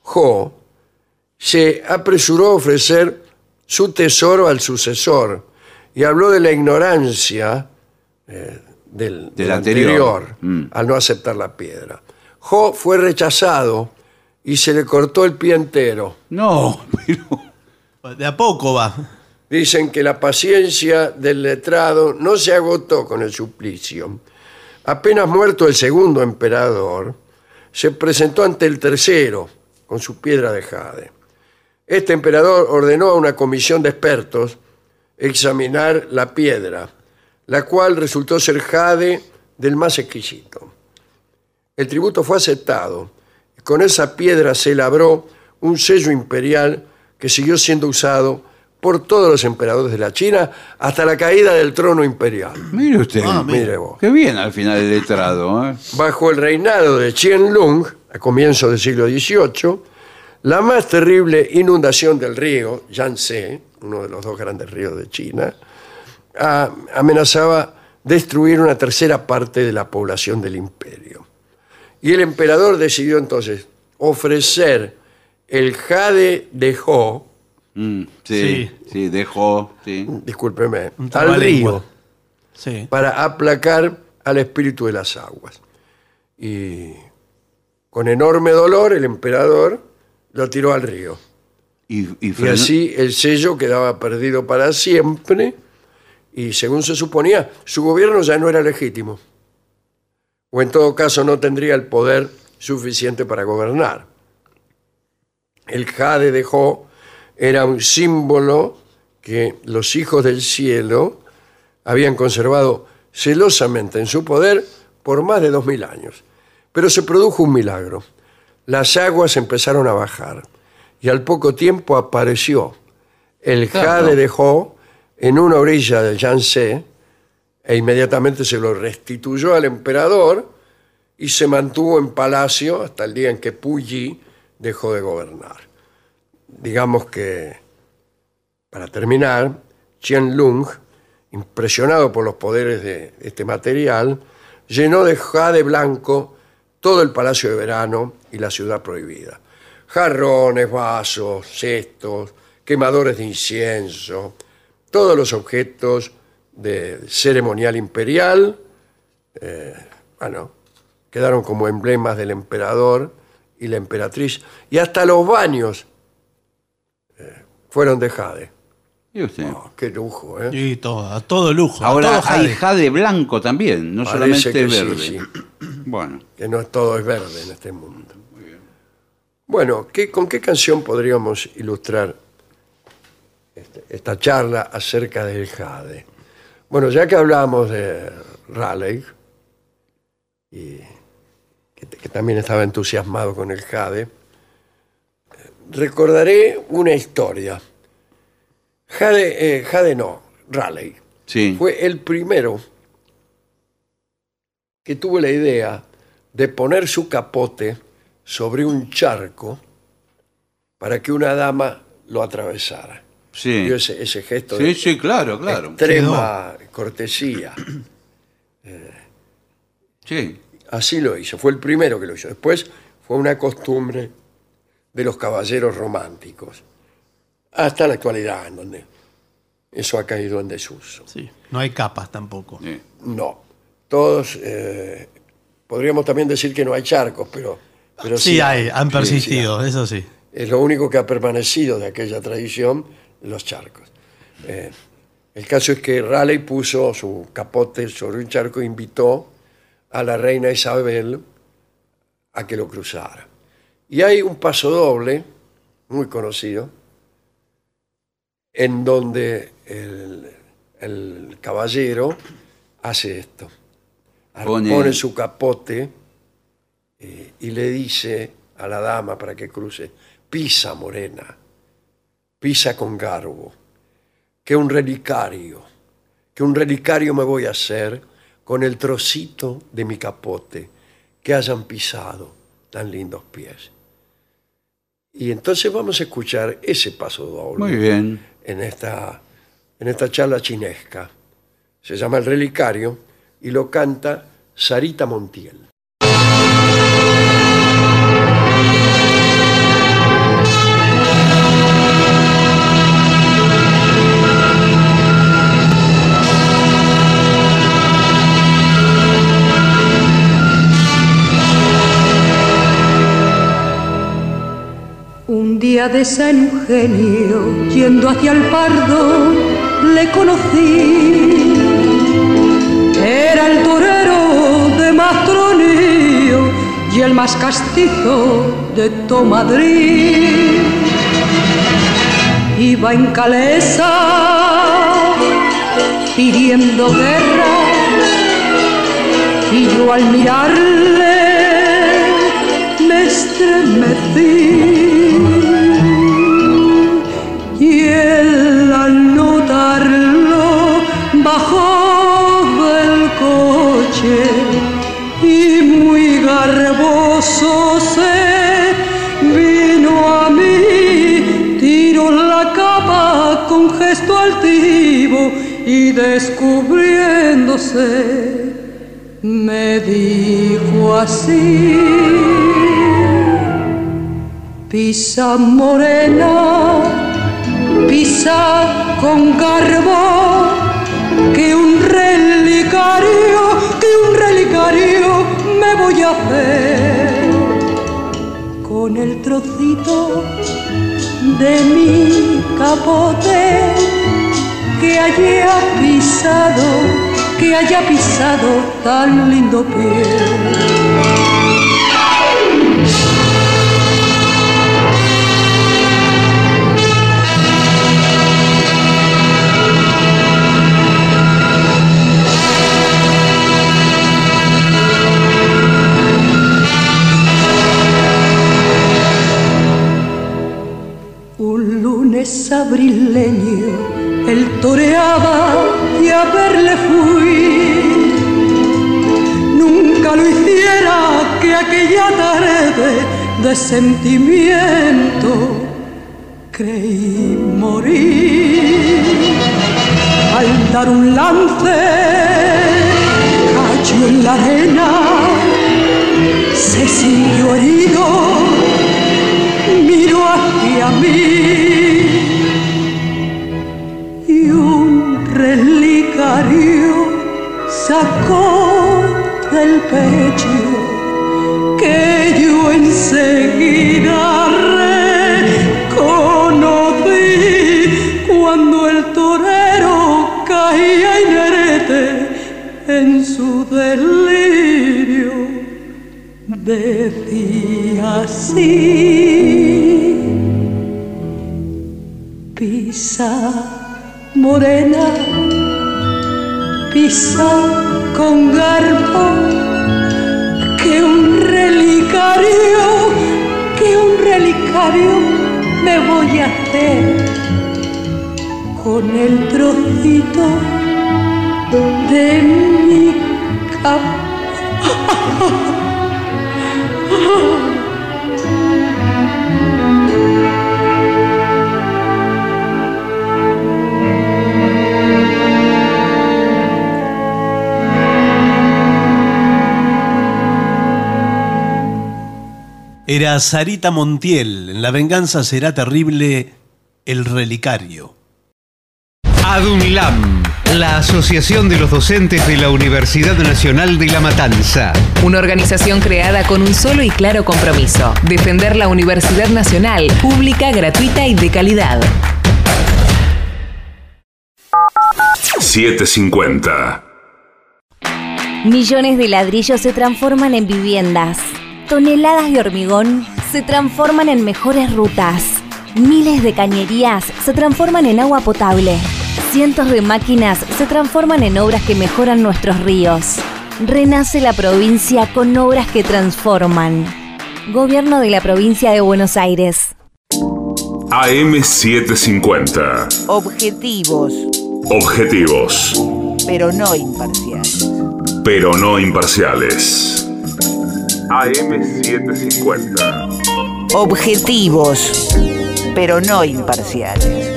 Speaker 1: Jo se apresuró a ofrecer su tesoro al sucesor y habló de la ignorancia eh, del, del
Speaker 2: anterior.
Speaker 1: anterior,
Speaker 2: Mm.
Speaker 1: al no aceptar la piedra. Jo fue rechazado y se le cortó el pie entero.
Speaker 2: No, pero
Speaker 3: De a poco va.
Speaker 1: Dicen que la paciencia del letrado no se agotó con el suplicio. Apenas muerto el segundo emperador, se presentó ante el tercero con su piedra de jade. Este emperador ordenó a una comisión de expertos examinar la piedra, la cual resultó ser jade del más exquisito. El tributo fue aceptado. Con esa piedra se labró un sello imperial que siguió siendo usado por todos los emperadores de la China hasta la caída del trono imperial.
Speaker 2: mire usted.
Speaker 3: Ah, mira.
Speaker 1: Mire vos.
Speaker 2: Qué bien al final el letrado. ¿eh?
Speaker 1: Bajo el reinado de Qianlong, a comienzos del siglo XVIII, la más terrible inundación del río Yangtze, uno de los dos grandes ríos de China, a- amenazaba destruir una tercera parte de la población del imperio. Y el emperador decidió entonces ofrecer el jade de Ho,
Speaker 2: Mm, sí, sí,
Speaker 3: Sí.
Speaker 2: dejó. Sí.
Speaker 1: discúlpeme,
Speaker 3: Un
Speaker 1: al
Speaker 3: trabalengua.
Speaker 1: río.
Speaker 3: Sí.
Speaker 1: para aplacar al espíritu de las aguas. Y con enorme dolor el emperador lo tiró al río.
Speaker 2: Y, y
Speaker 1: Y
Speaker 2: frenó-
Speaker 1: así el sello quedaba perdido para siempre y según se suponía, su gobierno ya no era legítimo. O en todo caso no tendría el poder suficiente para gobernar. El jade de Jo era un símbolo que los hijos del cielo habían conservado celosamente en su poder por más de dos mil años. Pero se produjo un milagro. Las aguas empezaron a bajar y al poco tiempo apareció el
Speaker 2: Claro.
Speaker 1: jade de Jo en una orilla del Yangtze e inmediatamente se lo restituyó al emperador y se mantuvo en palacio hasta el día en que Puyi dejó de gobernar. Digamos que para terminar, Qianlong, impresionado por los poderes de este material, llenó de jade blanco todo el palacio de verano y la ciudad prohibida. Jarrones, vasos, cestos, quemadores de incienso, todos los objetos de ceremonial imperial, eh, bueno, quedaron como emblemas del emperador y la emperatriz, y hasta los baños eh, fueron de jade.
Speaker 2: Mire usted.
Speaker 1: Oh, qué lujo, ¿eh?
Speaker 3: Y todo, a todo lujo. a
Speaker 2: Ahora
Speaker 3: todo jade.
Speaker 2: hay jade blanco también, no
Speaker 1: Parece
Speaker 2: solamente
Speaker 1: que sí,
Speaker 2: verde.
Speaker 1: sí,
Speaker 2: Bueno,
Speaker 1: que no es- todo es verde en este mundo. Bueno, ¿qué- ¿con qué canción podríamos ilustrar este- esta charla acerca del jade? Bueno, ya que hablamos de Raleigh, y que, que también estaba entusiasmado con el jade, eh, recordaré una historia. Jade, eh, jade no, Raleigh
Speaker 2: sí.
Speaker 1: fue el primero que tuvo la idea de poner su capote sobre un charco para que una dama lo atravesara.
Speaker 2: Sí.
Speaker 1: Vio ese, ese gesto
Speaker 2: Sí,
Speaker 1: de
Speaker 2: sí, claro, claro.
Speaker 1: extrema cortesía.
Speaker 2: Sí.
Speaker 1: Así lo hizo, fue el primero que lo hizo. Después fue una costumbre de los caballeros románticos, hasta la actualidad, en donde eso ha caído en desuso.
Speaker 3: Sí. No hay capas tampoco.
Speaker 2: sí.
Speaker 1: No. Todos, eh, podríamos también decir que no hay charcos, pero, pero
Speaker 3: sí, hay, han
Speaker 1: Sí, sí
Speaker 3: persistido, eso sí.
Speaker 1: hay. Es lo único que ha permanecido de aquella tradición, los charcos. Eh, el caso es que Raleigh puso su capote sobre un charco e invitó a la reina Isabel a que lo cruzara. Y hay un paso doble, muy conocido, en donde el el caballero hace esto.
Speaker 2: Pone-
Speaker 1: Pone su capote eh, y le dice a la dama para que cruce, pisa morena, pisa con garbo, que un relicario, que un relicario me voy a hacer con el trocito de mi capote que hayan pisado tan lindos pies. Y entonces vamos a escuchar ese paso doble
Speaker 2: Muy bien.
Speaker 1: en esta, en esta charla chinesca. Se llama El Relicario y lo canta Sarita Montiel.
Speaker 6: Un día de San Eugenio, yendo hacia el Pardo, le conocí. Era el torero de Mastronío y el más castizo de todo Madrid. Iba en calesa pidiendo guerra y yo al mirarle me estremecí y él al notarlo bajó del coche y muy garboso se vino a mí, tiró la capa con gesto altivo y descubriéndose me dijo así. Pisa morena, pisa con garbo, que un relicario, que un relicario me voy a hacer con el trocito de mi capote que haya pisado, que haya pisado tan lindo pie. Un lunes abrileño, él toreaba y a verle fui. Nunca lo hiciera que aquella tarde de sentimiento creí morir. Al dar un lance, cayó en la arena, se sintió herido miro hacia mí y un relicario sacó del pecho que yo enseguida reconocí cuando el torero caía inerte en su delirio decía así. Pisa morena, pisa con garbo, que un relicario, que un relicario me voy a hacer con el trocito de mi capo.
Speaker 3: Era Sarita Montiel. En La venganza será terrible el relicario.
Speaker 7: ADUNLAM, la Asociación de los Docentes de la Universidad Nacional de La Matanza.
Speaker 8: Una organización creada con un solo y claro compromiso, defender la Universidad Nacional, pública, gratuita y de calidad.
Speaker 5: 750.
Speaker 9: Millones de ladrillos se transforman en viviendas. Toneladas de hormigón se transforman en mejores rutas. Miles de cañerías se transforman en agua potable. Cientos de máquinas se transforman en obras que mejoran nuestros ríos. Renace la provincia con obras que transforman. Gobierno de la provincia de Buenos Aires.
Speaker 5: AM750.
Speaker 4: Objetivos,
Speaker 5: Objetivos,
Speaker 4: pero no imparciales.
Speaker 5: pero no imparciales. AM750.
Speaker 4: Objetivos, pero no imparciales.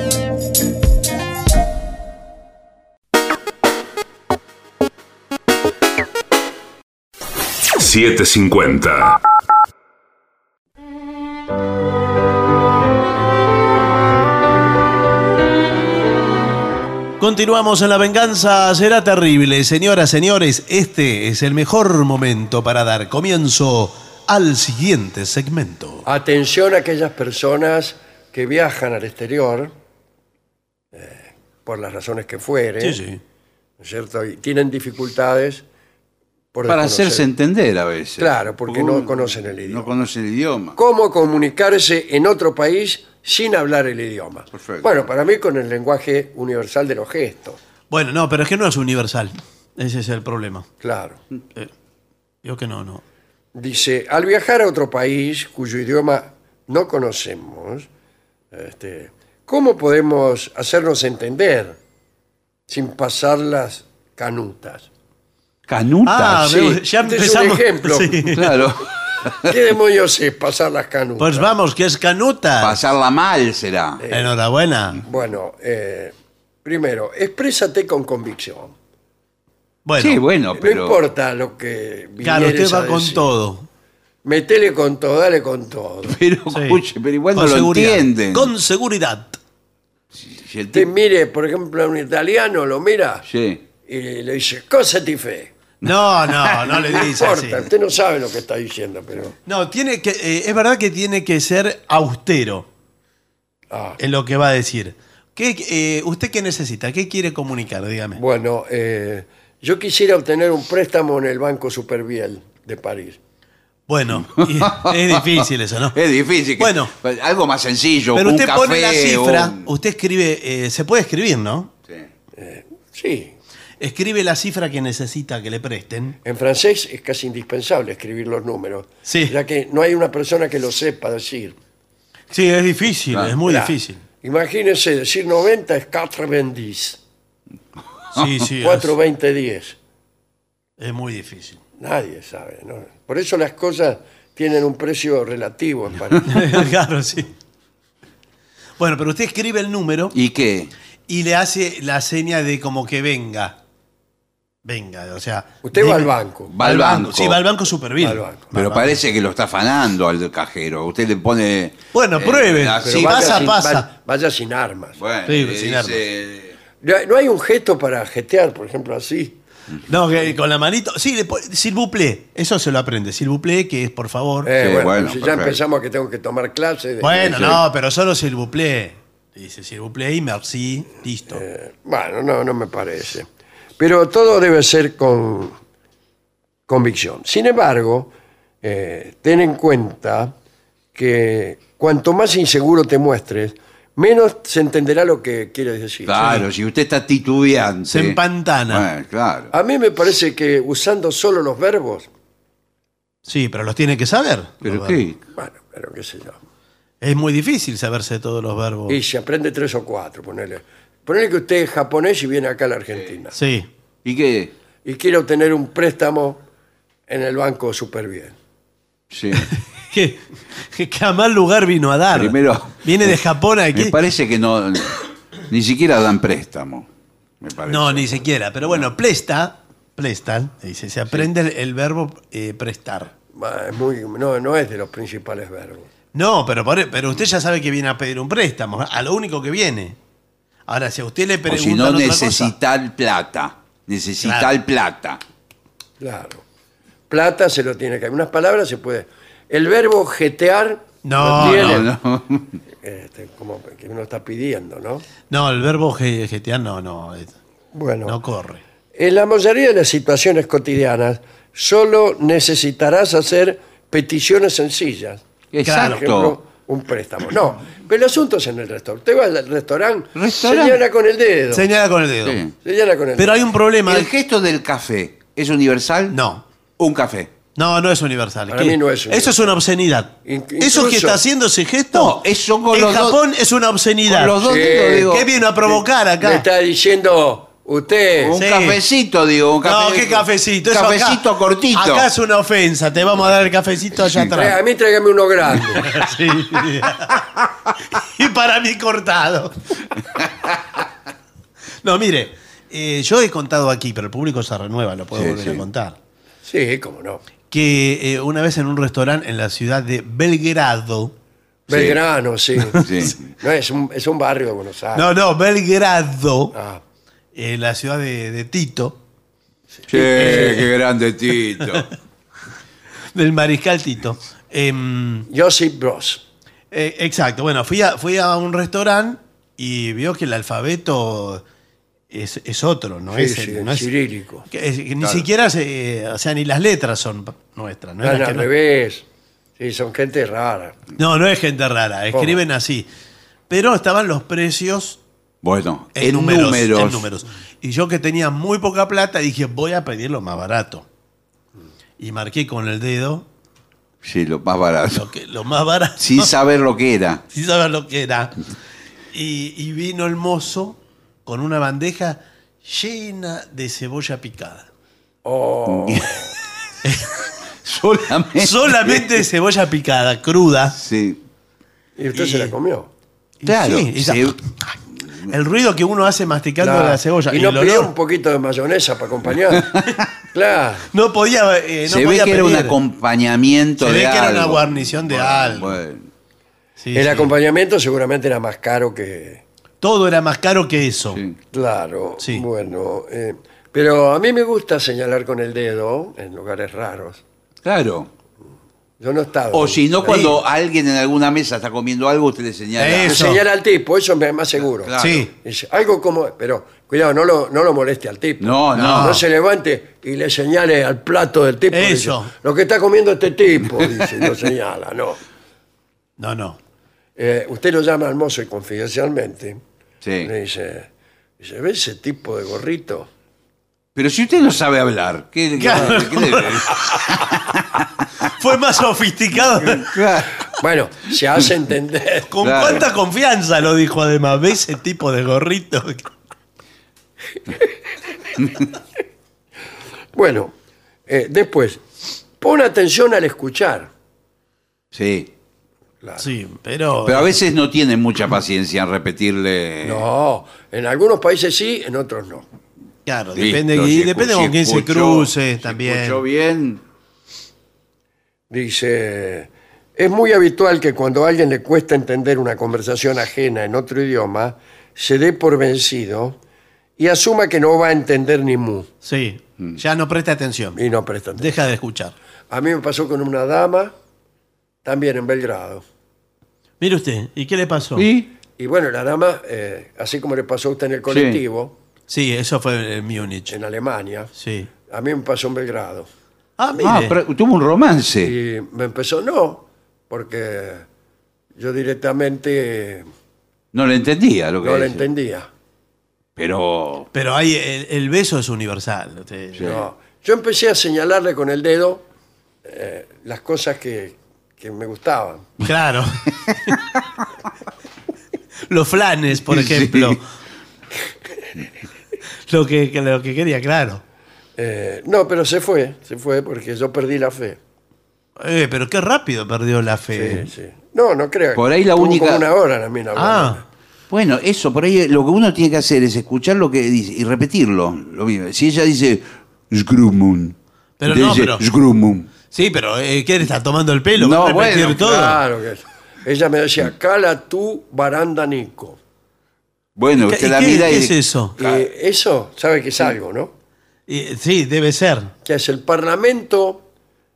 Speaker 3: Continuamos en La Venganza Será Terrible. Señoras, señores, este es el mejor momento para dar comienzo al siguiente segmento.
Speaker 1: Atención a aquellas personas que viajan al exterior, eh, por las razones que fueren, ¿no es cierto? Y tienen dificultades por
Speaker 2: Para
Speaker 1: desconocer-
Speaker 2: hacerse entender a veces.
Speaker 1: Claro, porque no
Speaker 2: Uno
Speaker 1: conocen el idioma.
Speaker 2: No conoce el idioma.
Speaker 1: ¿Cómo comunicarse en otro país sin hablar el idioma?
Speaker 2: Perfecto.
Speaker 1: Bueno, para mí con el lenguaje universal de los gestos,
Speaker 3: Bueno, no, pero es que no es universal. Ese es el problema.
Speaker 1: claro.
Speaker 3: Eh, Yo que no, no.
Speaker 1: Dice, al viajar a otro país cuyo idioma no conocemos, este, ¿cómo podemos hacernos entender sin pasar las canutas?
Speaker 2: Canuta,
Speaker 3: Ah,
Speaker 2: sí.
Speaker 3: veo- ya
Speaker 1: Este es un
Speaker 3: empezamos.
Speaker 1: ejemplo.
Speaker 3: Sí.
Speaker 2: Claro.
Speaker 1: ¿Qué demonios es pasar las canutas?
Speaker 3: Pues vamos, que es canuta.
Speaker 2: Pasarla mal será.
Speaker 3: Enhorabuena.
Speaker 1: Bueno, eh, primero, exprésate con convicción.
Speaker 3: Bueno,
Speaker 2: sí, bueno, pero.
Speaker 1: No importa lo que
Speaker 3: claro, usted
Speaker 1: vinieres
Speaker 3: va
Speaker 1: a
Speaker 3: con
Speaker 1: decir.
Speaker 3: todo.
Speaker 1: Metele con todo, dale con todo.
Speaker 2: Pero,
Speaker 3: Sí.
Speaker 2: escuche, pero igual
Speaker 3: Con
Speaker 2: no lo
Speaker 3: seguridad.
Speaker 2: entienden.
Speaker 3: Con seguridad.
Speaker 2: Si el
Speaker 1: Usted
Speaker 2: tipo-
Speaker 1: mire, por ejemplo, a un italiano, lo mira
Speaker 2: Sí.
Speaker 1: y le dice, cosa ti fe.
Speaker 3: No, Ah, no, no le
Speaker 1: No
Speaker 3: dice así.
Speaker 1: importa, usted no sabe lo que está diciendo, pero...
Speaker 3: No, tiene que, eh, es verdad que tiene que ser austero
Speaker 1: Ah,
Speaker 3: en lo que va a decir. ¿Qué, eh, ¿Usted qué necesita? ¿Qué quiere comunicar? Dígame.
Speaker 1: bueno, eh, yo quisiera obtener un préstamo en el Banco Superviel de París.
Speaker 3: Bueno, y- es difícil eso, ¿no?
Speaker 2: Es difícil. que-
Speaker 3: Bueno.
Speaker 2: Algo más sencillo.
Speaker 3: Pero
Speaker 2: un
Speaker 3: usted
Speaker 2: café
Speaker 3: pone la
Speaker 2: o
Speaker 3: cifra,
Speaker 2: un-
Speaker 3: usted escribe, eh, se puede escribir, ¿no?
Speaker 2: Sí.
Speaker 1: Eh, Sí,
Speaker 3: Escribe la cifra que necesita que le presten.
Speaker 1: en francés es casi indispensable escribir los números,
Speaker 3: Sí.
Speaker 1: ya que no hay una persona que lo sepa decir.
Speaker 3: Sí, es difícil, es muy
Speaker 1: Mirá,
Speaker 3: difícil.
Speaker 1: Imagínese, decir 90 es 420,
Speaker 3: Sí, sí, es,
Speaker 1: 420, 10.
Speaker 3: es muy difícil.
Speaker 1: Nadie sabe, ¿no? Por eso las cosas tienen un precio relativo en París.
Speaker 3: claro, sí. Bueno, pero usted escribe el número
Speaker 2: ¿Y qué?
Speaker 3: y le hace la seña de como que venga. Venga, o sea.
Speaker 1: Usted va
Speaker 3: dime-
Speaker 1: al banco.
Speaker 2: Va al banco.
Speaker 3: Sí, va al banco súper bien.
Speaker 1: Va al banco.
Speaker 2: Pero parece que lo está afanando al cajero. Usted le pone. eh,
Speaker 3: Bueno, pruebe.
Speaker 2: la
Speaker 3: Pero Sí,
Speaker 2: cifra.
Speaker 3: pasa,
Speaker 1: sin,
Speaker 3: pasa.
Speaker 1: va- Vaya sin armas.
Speaker 2: Bueno,
Speaker 3: Sí, pues,
Speaker 2: le
Speaker 3: sin
Speaker 2: dice-
Speaker 1: No hay- no hay un gesto para jetear, por ejemplo, así.
Speaker 3: No, que con la manito. Sí, le pone- s'il vous plaît. Eso se lo aprende. S'il vous plaît, que es por favor.
Speaker 1: Eh,
Speaker 2: Sí,
Speaker 1: bueno,
Speaker 2: bueno,
Speaker 1: si ya
Speaker 2: perfecto.
Speaker 1: empezamos que tengo que tomar clases. de-
Speaker 3: bueno,
Speaker 2: sí.
Speaker 3: no, pero solo s'il vous plaît. Dice s'il vous plaît y merci. Listo.
Speaker 1: Eh, Bueno, no, no me parece. Pero todo debe ser con convicción. Sin embargo, eh, ten en cuenta que cuanto más inseguro te muestres, menos se entenderá lo que quieres decir.
Speaker 2: Claro, si usted está titubeante.
Speaker 3: Se empantana.
Speaker 2: Bueno, claro.
Speaker 1: A mí me parece que usando solo los verbos,
Speaker 3: Sí, pero los tiene que saber.
Speaker 2: Pero
Speaker 3: Los verbos.
Speaker 2: qué.
Speaker 1: bueno, pero qué sé yo.
Speaker 3: Es muy difícil saberse todos los verbos.
Speaker 1: Y se aprende tres o cuatro, ponele. Ponele que usted es japonés y viene acá a la Argentina.
Speaker 3: Sí.
Speaker 2: ¿Y qué?
Speaker 1: y quiere obtener un préstamo en el banco Superviel.
Speaker 2: Sí.
Speaker 3: Que, que a mal lugar vino a dar.
Speaker 2: Primero.
Speaker 3: Viene de Japón aquí.
Speaker 2: Me parece que no. Ni siquiera dan préstamo. Me parece.
Speaker 3: No, ni siquiera. Pero bueno, presta. Presta. Dice, se aprende el, el verbo eh, prestar.
Speaker 1: Va, es muy- no, no es de los principales verbos.
Speaker 3: No, pero, por- e, pero usted ya sabe que viene a pedir un préstamo, a lo único que viene. Ahora, si a usted le
Speaker 2: O
Speaker 3: preguntan
Speaker 2: si no,
Speaker 3: otra cosa,
Speaker 2: necesitar plata. Necesitar
Speaker 3: Claro.
Speaker 2: plata.
Speaker 1: Claro. Plata se lo tiene que. Unas palabras se puede. El verbo jetear
Speaker 3: No,
Speaker 1: lo tiene,
Speaker 2: No, no.
Speaker 1: este, como que uno está pidiendo, ¿no?
Speaker 3: no, el verbo ge- jetear no, no, es-
Speaker 1: Bueno,
Speaker 3: no corre.
Speaker 1: en la mayoría de las situaciones cotidianas, solo necesitarás hacer peticiones sencillas.
Speaker 2: Exacto.
Speaker 1: Por ejemplo, un préstamo. No, pero el asunto es en el restaurante. Usted va al restaurante,
Speaker 2: ¿Restaurante?
Speaker 1: señala con el dedo.
Speaker 3: Señala con el dedo.
Speaker 2: Sí.
Speaker 1: Señala con el
Speaker 3: Pero hay un problema.
Speaker 2: ¿El gesto del café es universal?
Speaker 3: No.
Speaker 2: Un café.
Speaker 3: No, no es universal.
Speaker 1: Para
Speaker 3: ¿Qué?
Speaker 1: mí no es universal.
Speaker 3: Eso es una obscenidad.
Speaker 1: Inc-
Speaker 3: eso que
Speaker 1: incluso-
Speaker 3: está haciendo ese gesto
Speaker 2: No, eso con
Speaker 3: en
Speaker 2: los dos-
Speaker 3: Japón es una obscenidad.
Speaker 2: Con los dos
Speaker 1: Sí.
Speaker 2: dedos, digo. eh,
Speaker 3: ¿Qué vino a provocar
Speaker 1: Le
Speaker 3: acá?
Speaker 1: está diciendo usted.
Speaker 2: Un
Speaker 3: Sí.
Speaker 2: cafecito, digo. Un
Speaker 3: No,
Speaker 2: café-
Speaker 3: qué cafecito. Eso acá-
Speaker 2: Cafecito cortito.
Speaker 3: Acá es una ofensa. Te vamos a dar el cafecito allá
Speaker 1: "Trae-
Speaker 3: atrás.
Speaker 1: A mí tráigame uno grande.
Speaker 3: Sí. y para mí cortado. No, mire, eh, yo he contado aquí, pero el público se renueva, lo puedo
Speaker 2: Sí,
Speaker 3: volver
Speaker 2: sí.
Speaker 3: a contar.
Speaker 1: Sí, cómo no.
Speaker 3: Que eh, una vez en un restaurante en la ciudad de Belgrado.
Speaker 1: Belgrano, sí.
Speaker 2: Sí.
Speaker 1: No, es un, es un barrio de Buenos Aires.
Speaker 3: No, no, Belgrado,
Speaker 1: Ah,
Speaker 3: eh, la ciudad de, de Tito, Eh,
Speaker 2: Che, qué grande Tito.
Speaker 3: del mariscal Tito. Em,
Speaker 1: Josip Bros.
Speaker 3: Eh, exacto, bueno, fui a, fui a un restaurante y vio que el alfabeto es, es otro, no
Speaker 1: Sí,
Speaker 3: es,
Speaker 1: sí,
Speaker 3: el- no es-
Speaker 1: cirílico.
Speaker 3: que es- que ni siquiera, se- eh, o sea, ni las letras son pa- nuestras. No, es
Speaker 1: Están
Speaker 3: la que
Speaker 1: al
Speaker 3: no-
Speaker 1: revés. Sí, son gente rara.
Speaker 3: no, no es gente rara, escriben así. Pero estaban los precios
Speaker 2: Bueno,
Speaker 3: en, números, en números. Y yo que tenía muy poca plata dije, voy a pedir lo más barato. Y marqué con el dedo
Speaker 2: Sí, lo más barato.
Speaker 3: lo, que, lo más barato.
Speaker 2: Sin saber lo que era.
Speaker 3: sin saber lo que era. Y, y vino el mozo con una bandeja llena de cebolla picada.
Speaker 1: Oh,
Speaker 2: Solamente.
Speaker 3: Solamente de cebolla picada, cruda.
Speaker 2: Sí.
Speaker 1: y usted
Speaker 3: Y-
Speaker 1: se la comió.
Speaker 3: Y
Speaker 2: Claro.
Speaker 3: sí, esa-
Speaker 2: se-
Speaker 3: el ruido que uno hace masticando
Speaker 1: Claro.
Speaker 3: la cebolla.
Speaker 1: Y
Speaker 3: y
Speaker 1: no
Speaker 3: el
Speaker 1: pidió
Speaker 3: olor,
Speaker 1: un poquito de mayonesa para acompañar. claro.
Speaker 3: no podía. eh, no
Speaker 2: se ve
Speaker 3: podía
Speaker 2: que era un
Speaker 3: pedir.
Speaker 2: acompañamiento
Speaker 3: Se
Speaker 2: de
Speaker 3: ve que era una
Speaker 2: algo.
Speaker 3: guarnición de
Speaker 2: Bueno,
Speaker 3: algo.
Speaker 2: bueno.
Speaker 3: Sí,
Speaker 1: El
Speaker 3: sí.
Speaker 1: acompañamiento seguramente era más caro que.
Speaker 3: Todo era más caro que eso.
Speaker 2: Sí.
Speaker 1: Claro.
Speaker 3: Sí.
Speaker 1: Bueno. eh, pero a mí me gusta señalar con el dedo en lugares raros.
Speaker 2: Claro.
Speaker 1: Yo no estaba.
Speaker 2: O si no,
Speaker 1: Ahí.
Speaker 2: cuando alguien en alguna mesa está comiendo algo, usted le señala.
Speaker 3: Eso.
Speaker 1: Señala al tipo, eso me es más seguro.
Speaker 2: Claro.
Speaker 3: Sí.
Speaker 1: Dice, algo como. Pero cuidado, no lo, no lo moleste al tipo.
Speaker 2: No, no.
Speaker 1: No se levante y le señale al plato del tipo. dice,
Speaker 3: Eso.
Speaker 1: lo que está comiendo este tipo, dice, lo señala, no.
Speaker 3: No, no.
Speaker 1: Eh, usted lo llama al mozo y confidencialmente.
Speaker 2: Sí.
Speaker 1: Le dice, dice, ¿ve ese tipo de gorrito?
Speaker 2: Pero si usted no sabe hablar, ¿qué,
Speaker 3: Claro.
Speaker 2: qué- qué le-
Speaker 3: Fue más sofisticado.
Speaker 2: Claro.
Speaker 1: Bueno, se hace entender.
Speaker 3: Con
Speaker 2: Claro.
Speaker 3: cuánta confianza lo dijo además. ¿Ve ese tipo de gorrito?
Speaker 1: Bueno, eh, después, pon atención al escuchar.
Speaker 2: Sí.
Speaker 3: Sí, pero.
Speaker 2: Pero a eh, veces no tienen mucha paciencia en repetirle.
Speaker 1: No, en algunos países sí, en otros no.
Speaker 3: Claro,
Speaker 2: Listo,
Speaker 3: depende,
Speaker 2: si
Speaker 3: y
Speaker 2: escu-
Speaker 3: depende
Speaker 2: si
Speaker 3: con quién se
Speaker 2: escuchó-
Speaker 3: cruce
Speaker 2: si
Speaker 3: también.
Speaker 2: escuchó bien.
Speaker 1: Dice, es muy habitual que cuando a alguien le cuesta entender una conversación ajena en otro idioma, se dé por vencido y asuma que no va a entender ni mu
Speaker 3: Sí, ya no presta atención.
Speaker 1: Mm. y no presta atención.
Speaker 3: Deja de escuchar.
Speaker 1: A mí me pasó con una dama, también en Belgrado.
Speaker 3: Mire usted, ¿y qué le pasó?
Speaker 2: ¿Y?
Speaker 1: Y bueno, la dama, eh, así como le pasó a usted en el colectivo,
Speaker 3: Sí, eso fue en Múnich.
Speaker 1: en Alemania,
Speaker 3: Sí.
Speaker 1: a mí me pasó en Belgrado.
Speaker 3: Ah, mire.
Speaker 2: Ah, pero tuvo un romance.
Speaker 1: Y me empezó, no, porque yo directamente
Speaker 2: No le entendía lo que
Speaker 1: no la
Speaker 2: decía.
Speaker 1: entendía.
Speaker 2: Pero.
Speaker 3: Pero ahí el, el beso es universal. usted-
Speaker 1: No. Yo empecé a señalarle con el dedo eh, las cosas que, que me gustaban.
Speaker 3: Claro. Los flanes, por ejemplo. Lo, que, que- lo que quería, claro.
Speaker 1: Eh, no, pero se fue, se fue porque yo perdí la fe.
Speaker 3: Eh, pero qué rápido perdió la fe.
Speaker 1: Sí, sí. No, no creo.
Speaker 2: Por ahí la
Speaker 1: Estuvo
Speaker 2: única-
Speaker 1: como una hora la mina hablando.
Speaker 3: Ah,
Speaker 2: Bueno, eso, por ahí eh, lo que uno tiene que hacer es escuchar lo que dice y repetirlo. Lo mismo. Si ella dice. Sgrumun.
Speaker 3: Pero
Speaker 2: usted
Speaker 3: no,
Speaker 2: dice,
Speaker 3: pero-
Speaker 2: "Sgrumun".
Speaker 3: sí, pero eh, ¿qué le está tomando el pelo? ¿Va
Speaker 2: No,
Speaker 3: a repetir
Speaker 2: bueno,
Speaker 3: todo?
Speaker 1: Claro que sí. Ella me decía, cala tu baranda, Nico.
Speaker 2: Bueno,
Speaker 3: ¿Y qué-
Speaker 2: usted
Speaker 3: y
Speaker 2: la
Speaker 3: qué-
Speaker 2: mira
Speaker 3: qué
Speaker 2: y.
Speaker 3: es eso?
Speaker 1: Y Eh, eso, sabe que es algo, ¿no?
Speaker 3: Eh, sí, debe ser.
Speaker 1: Que es el parlamento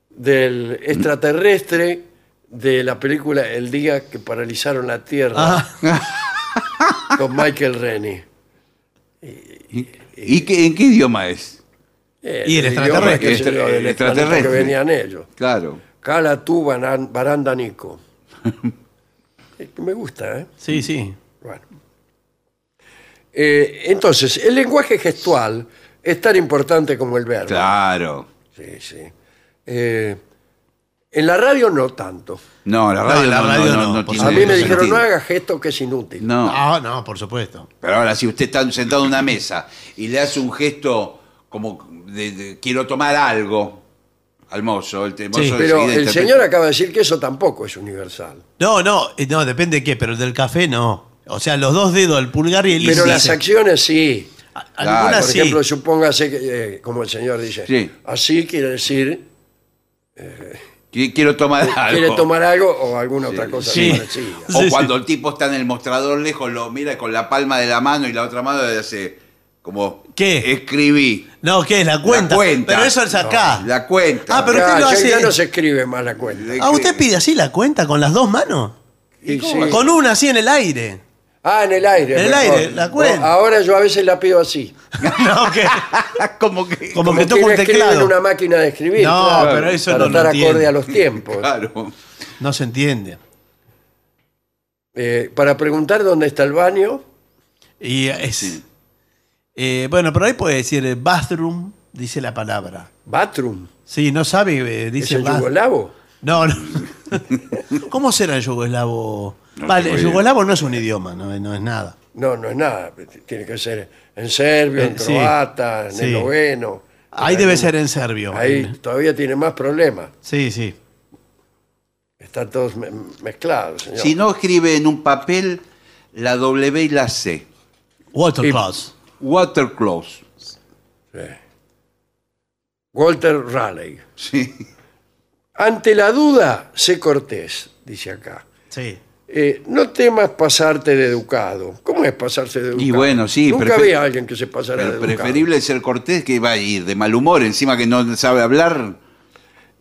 Speaker 1: del extraterrestre de la película El día que paralizaron la Tierra
Speaker 3: Ah.
Speaker 1: con Michael Rennie.
Speaker 2: ¿Y qué- en qué idioma es?
Speaker 1: Eh,
Speaker 3: Y el
Speaker 1: idioma
Speaker 3: extraterrestre.
Speaker 1: que se-
Speaker 2: Extra-
Speaker 1: del
Speaker 2: extraterrestre.
Speaker 1: planeta que venían ellos.
Speaker 2: Claro.
Speaker 1: Cala tu baran- baranda, Nico. Eh, Me gusta, ¿eh?
Speaker 3: Sí, sí.
Speaker 1: Bueno. Eh, entonces, el lenguaje gestual es tan importante como el verbo.
Speaker 2: Claro.
Speaker 1: Sí, sí. Eh, en la radio no tanto.
Speaker 2: No, la radio
Speaker 3: No, la
Speaker 2: no,
Speaker 3: radio
Speaker 2: no, no,
Speaker 3: no,
Speaker 2: no
Speaker 3: por
Speaker 2: tiene
Speaker 1: A mí me
Speaker 2: sentido.
Speaker 1: dijeron, no haga gesto que es inútil.
Speaker 2: No.
Speaker 3: No, Ah, no, por supuesto.
Speaker 2: Pero ahora, si usted está sentado en una mesa y le hace un gesto como de, de, quiero tomar algo al mozo, el te- mozo
Speaker 3: Sí.
Speaker 1: Pero
Speaker 2: enseguida
Speaker 1: el
Speaker 2: interpreta-
Speaker 1: señor acaba de decir que eso tampoco es universal.
Speaker 3: No, no, eh, no, depende de qué, pero el del café no. O sea, los dos dedos, el pulgar y el
Speaker 1: Pero
Speaker 3: índice.
Speaker 1: las acciones sí.
Speaker 3: A- Algunas
Speaker 2: Claro,
Speaker 1: Por
Speaker 3: sí.
Speaker 1: ejemplo, supóngase que, eh, como el señor dice,
Speaker 2: Sí.
Speaker 1: así quiere decir,
Speaker 2: Qui- Quiero tomar algo.
Speaker 1: quiere tomar algo o alguna otra cosa
Speaker 3: Sí.
Speaker 1: parecida.
Speaker 2: O
Speaker 3: Sí, sí.
Speaker 2: cuando el tipo está en el mostrador lejos, lo mira con la palma de la mano y la otra mano le hace como
Speaker 3: ¿Qué?
Speaker 2: escribí
Speaker 3: No, ¿qué es? La cuenta.
Speaker 2: cuenta.
Speaker 3: Pero eso es acá.
Speaker 2: la cuenta.
Speaker 3: Ah, pero
Speaker 1: Ya,
Speaker 3: usted lo
Speaker 1: ya-
Speaker 3: hace-
Speaker 1: ya no se escribe más la cuenta.
Speaker 2: Le-
Speaker 3: Ah, ¿usted pide así la cuenta con las dos manos?
Speaker 1: Y sí.
Speaker 3: Con una así en el aire.
Speaker 1: Ah, en el aire.
Speaker 3: En el
Speaker 1: mejor.
Speaker 3: aire, la cuenta.
Speaker 1: No, ahora yo a veces la pido así.
Speaker 3: no, que,
Speaker 2: como que
Speaker 3: como, que
Speaker 1: Porque
Speaker 3: toca un
Speaker 1: en
Speaker 3: teclado.
Speaker 1: una máquina de escribir.
Speaker 3: No,
Speaker 1: claro,
Speaker 3: pero eso
Speaker 1: para
Speaker 3: no lo
Speaker 1: estar acorde
Speaker 3: entiendo.
Speaker 1: a los tiempos.
Speaker 2: claro.
Speaker 3: No se entiende.
Speaker 1: Eh, para preguntar dónde está el baño,
Speaker 3: Y es. Eh, bueno, pero ahí puede decir eh, bathroom, dice la palabra.
Speaker 1: bathroom,
Speaker 3: Sí, no sabe, eh,
Speaker 1: es
Speaker 3: dice
Speaker 1: el
Speaker 3: bath-
Speaker 1: yugoslavo.
Speaker 3: No, no. ¿Cómo será el yugoslavo?
Speaker 2: No
Speaker 3: vale,
Speaker 2: tengo
Speaker 3: el
Speaker 2: idea.
Speaker 3: yugoslavo no es un idioma, no, no es nada.
Speaker 1: No, no es nada. Tiene que ser en serbio, en
Speaker 3: Eh, sí.
Speaker 1: croata, en
Speaker 3: Sí.
Speaker 1: esloveno.
Speaker 3: Ahí debe ser en serbio.
Speaker 1: Ahí todavía tiene más problemas.
Speaker 3: Sí, sí.
Speaker 1: Están todos me- mezclados, señor.
Speaker 2: Si no escribe en un papel la W y la C.
Speaker 3: Waterclaws.
Speaker 2: Water close.
Speaker 1: Sí. Walter Raleigh.
Speaker 2: Sí.
Speaker 1: Ante la duda, sé cortés, dice acá.
Speaker 3: Sí.
Speaker 1: Eh, no temas pasarte de educado. ¿Cómo es pasarse de educado?
Speaker 2: bueno, sí,
Speaker 1: Nunca
Speaker 2: prefe-
Speaker 1: vi a alguien que se pasara de
Speaker 2: Pero
Speaker 1: educado.
Speaker 2: preferible ser cortés que va a ir de mal humor, encima que no sabe hablar.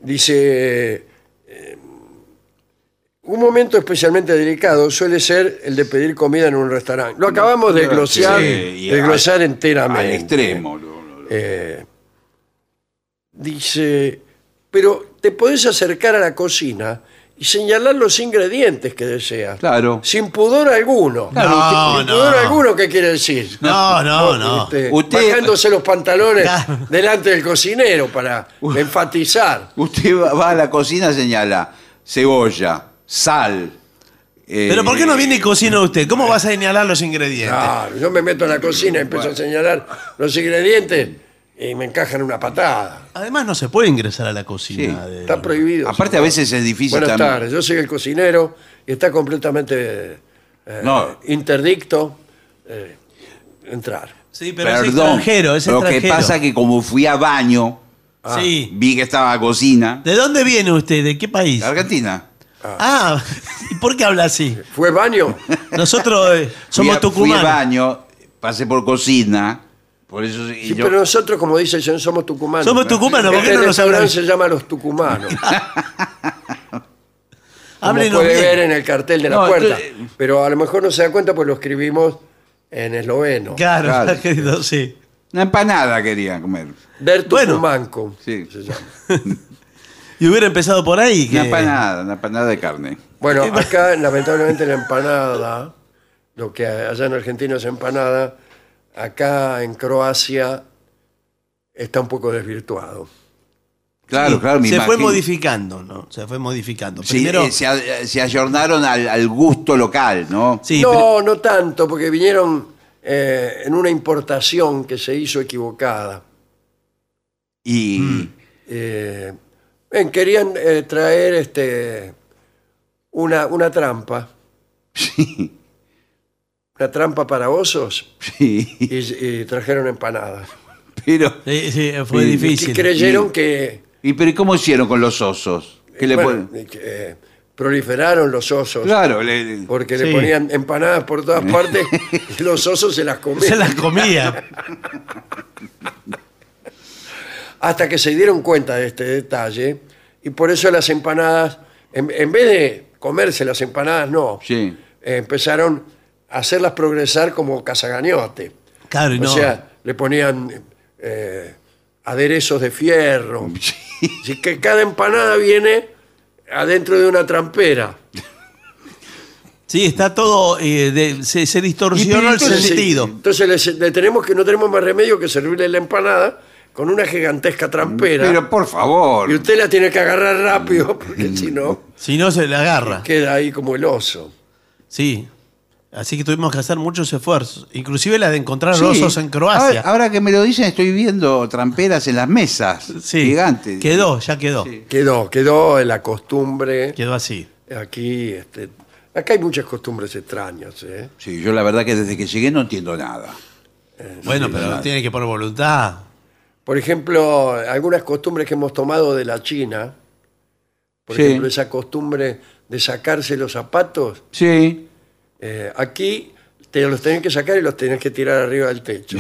Speaker 1: Dice, eh, un momento especialmente delicado suele ser el de pedir comida en un restaurante. Lo acabamos de glosar,
Speaker 2: Sí, y
Speaker 1: de glosar
Speaker 2: al-
Speaker 1: enteramente.
Speaker 2: Al extremo. lo- lo- lo-
Speaker 1: Eh, dice, pero te podés acercar a la cocina y señalar los ingredientes que deseas.
Speaker 2: Claro.
Speaker 1: Sin pudor alguno.
Speaker 3: No,
Speaker 1: sin pudor
Speaker 3: no.
Speaker 1: alguno, ¿qué quiere decir?
Speaker 3: No, no, no.
Speaker 1: Este,
Speaker 2: Usted-
Speaker 1: bajándose los pantalones
Speaker 3: Claro.
Speaker 1: delante del cocinero para enfatizar.
Speaker 2: Usted va, va a la cocina, señala cebolla, sal. eh,
Speaker 3: Pero ¿por qué no viene y cocina usted? ¿Cómo vas a señalar los ingredientes?
Speaker 1: Claro, yo me meto en la cocina y empiezo a señalar los ingredientes y me encajan una patada.
Speaker 3: Además no se puede ingresar a la cocina.
Speaker 2: Sí.
Speaker 3: de-
Speaker 1: Está prohibido.
Speaker 2: Eh, Aparte, a
Speaker 1: señor.
Speaker 2: veces es difícil
Speaker 1: Buenas
Speaker 2: también.
Speaker 1: tardes, yo soy el cocinero y está completamente eh,
Speaker 2: No.
Speaker 1: interdicto eh, entrar.
Speaker 3: Sí, pero
Speaker 2: Perdón.
Speaker 3: es extranjero, es
Speaker 2: lo
Speaker 3: extranjero. Ah.
Speaker 2: que pasa es que como fui a baño,
Speaker 3: Sí.
Speaker 2: vi que estaba cocina.
Speaker 3: ¿De dónde viene usted? ¿De qué país?
Speaker 2: Argentina.
Speaker 3: Ah, ¿y por qué habla así?
Speaker 1: Eh, ¿Fue baño?
Speaker 3: Nosotros eh,
Speaker 2: Fui
Speaker 3: somos
Speaker 2: a- Fui a
Speaker 3: tucumanos.
Speaker 2: baño, pasé por cocina. Por eso. y
Speaker 1: Sí,
Speaker 2: yo-
Speaker 1: pero nosotros, como dice el señor, somos tucumanos.
Speaker 3: Somos tucumanos, ¿por qué
Speaker 1: Este
Speaker 3: no nos
Speaker 1: restaurante
Speaker 3: hablan?
Speaker 1: se llama Los Tucumanos. Como
Speaker 3: Háblenos
Speaker 1: puede
Speaker 3: bien.
Speaker 1: ver en el cartel de la
Speaker 2: No,
Speaker 1: puerta.
Speaker 2: yo-
Speaker 1: Pero a lo mejor no se da cuenta porque lo escribimos en esloveno.
Speaker 3: Claro,
Speaker 2: Claro.
Speaker 3: querido, sí.
Speaker 2: Una empanada querían comer.
Speaker 1: Der
Speaker 3: Bueno.
Speaker 1: Tucumanco
Speaker 2: Sí.
Speaker 1: se llama.
Speaker 3: Y hubiera empezado por ahí. Que...
Speaker 2: Una empanada, una empanada de carne.
Speaker 1: Bueno, acá lamentablemente la empanada, lo que allá en Argentina es empanada, acá en Croacia está un poco desvirtuado.
Speaker 2: Claro,
Speaker 3: Sí,
Speaker 2: claro, me
Speaker 3: Se fue
Speaker 2: imagino.
Speaker 3: modificando, ¿no? Se fue modificando.
Speaker 2: Sí,
Speaker 3: Primero,
Speaker 2: eh, se, a- se ayornaron al, al gusto local, ¿no?
Speaker 3: sí,
Speaker 1: no,
Speaker 3: pri-
Speaker 1: no tanto, porque vinieron eh, en una importación que se hizo equivocada.
Speaker 2: Y
Speaker 1: Eh, ven, querían eh, traer este una, una trampa. Una trampa para osos
Speaker 2: sí,
Speaker 1: y, y trajeron empanadas.
Speaker 2: pero
Speaker 3: sí, sí, fue
Speaker 2: Sí,
Speaker 1: Y
Speaker 3: difícil.
Speaker 1: creyeron
Speaker 2: Sí.
Speaker 1: que
Speaker 2: y pero ¿y cómo hicieron con los osos? ¿Qué le
Speaker 1: bueno,
Speaker 2: ponen?
Speaker 1: eh, proliferaron los osos.
Speaker 2: Claro, le-
Speaker 1: Porque le
Speaker 3: Sí.
Speaker 1: ponían empanadas por todas partes y los osos se las comían.
Speaker 3: Se las comía.
Speaker 1: Hasta que se dieron cuenta de este detalle y por eso las empanadas, en, en vez de comerse las empanadas, no.
Speaker 2: Sí.
Speaker 1: Eh, empezaron a hacerlas progresar como cazagañote.
Speaker 3: Claro, y
Speaker 1: O
Speaker 3: no.
Speaker 1: sea, le ponían eh, aderezos de fierro. Así que cada empanada viene adentro de una trampera.
Speaker 3: Sí, está todo. eh, de- se, se distorsionó el
Speaker 1: Entonces,
Speaker 3: sentido.
Speaker 1: sí, Entonces les- le tenemos que, no tenemos más remedio que servirle la empanada con una gigantesca trampera.
Speaker 2: Pero por favor. Mm.
Speaker 1: y usted la tiene que agarrar rápido, porque si no,
Speaker 3: Si no, se le agarra.
Speaker 1: queda ahí como el oso.
Speaker 3: Sí. Así que tuvimos que hacer muchos esfuerzos. Inclusive la de encontrar
Speaker 2: Sí. Ah,
Speaker 3: osos en
Speaker 2: Ahora,
Speaker 3: Croacia.
Speaker 2: ahora que me lo dicen, estoy viendo tramperas en las mesas.
Speaker 3: sí.
Speaker 2: Gigantes.
Speaker 3: Quedó, ya quedó.
Speaker 1: Quedó, quedó en oh, la costumbre.
Speaker 3: Quedó así.
Speaker 1: Aquí, este, acá hay muchas costumbres extrañas. ¿eh?
Speaker 2: Sí, yo la verdad que desde que llegué no entiendo nada.
Speaker 1: Eh,
Speaker 3: Bueno, pero tiene que poner voluntad.
Speaker 1: Por ejemplo, algunas costumbres que hemos tomado de la China. Por
Speaker 2: Sí.
Speaker 1: ejemplo, esa costumbre de sacarse los zapatos.
Speaker 2: Sí.
Speaker 1: eh, aquí te los tenés que sacar y los tenés que tirar arriba del techo.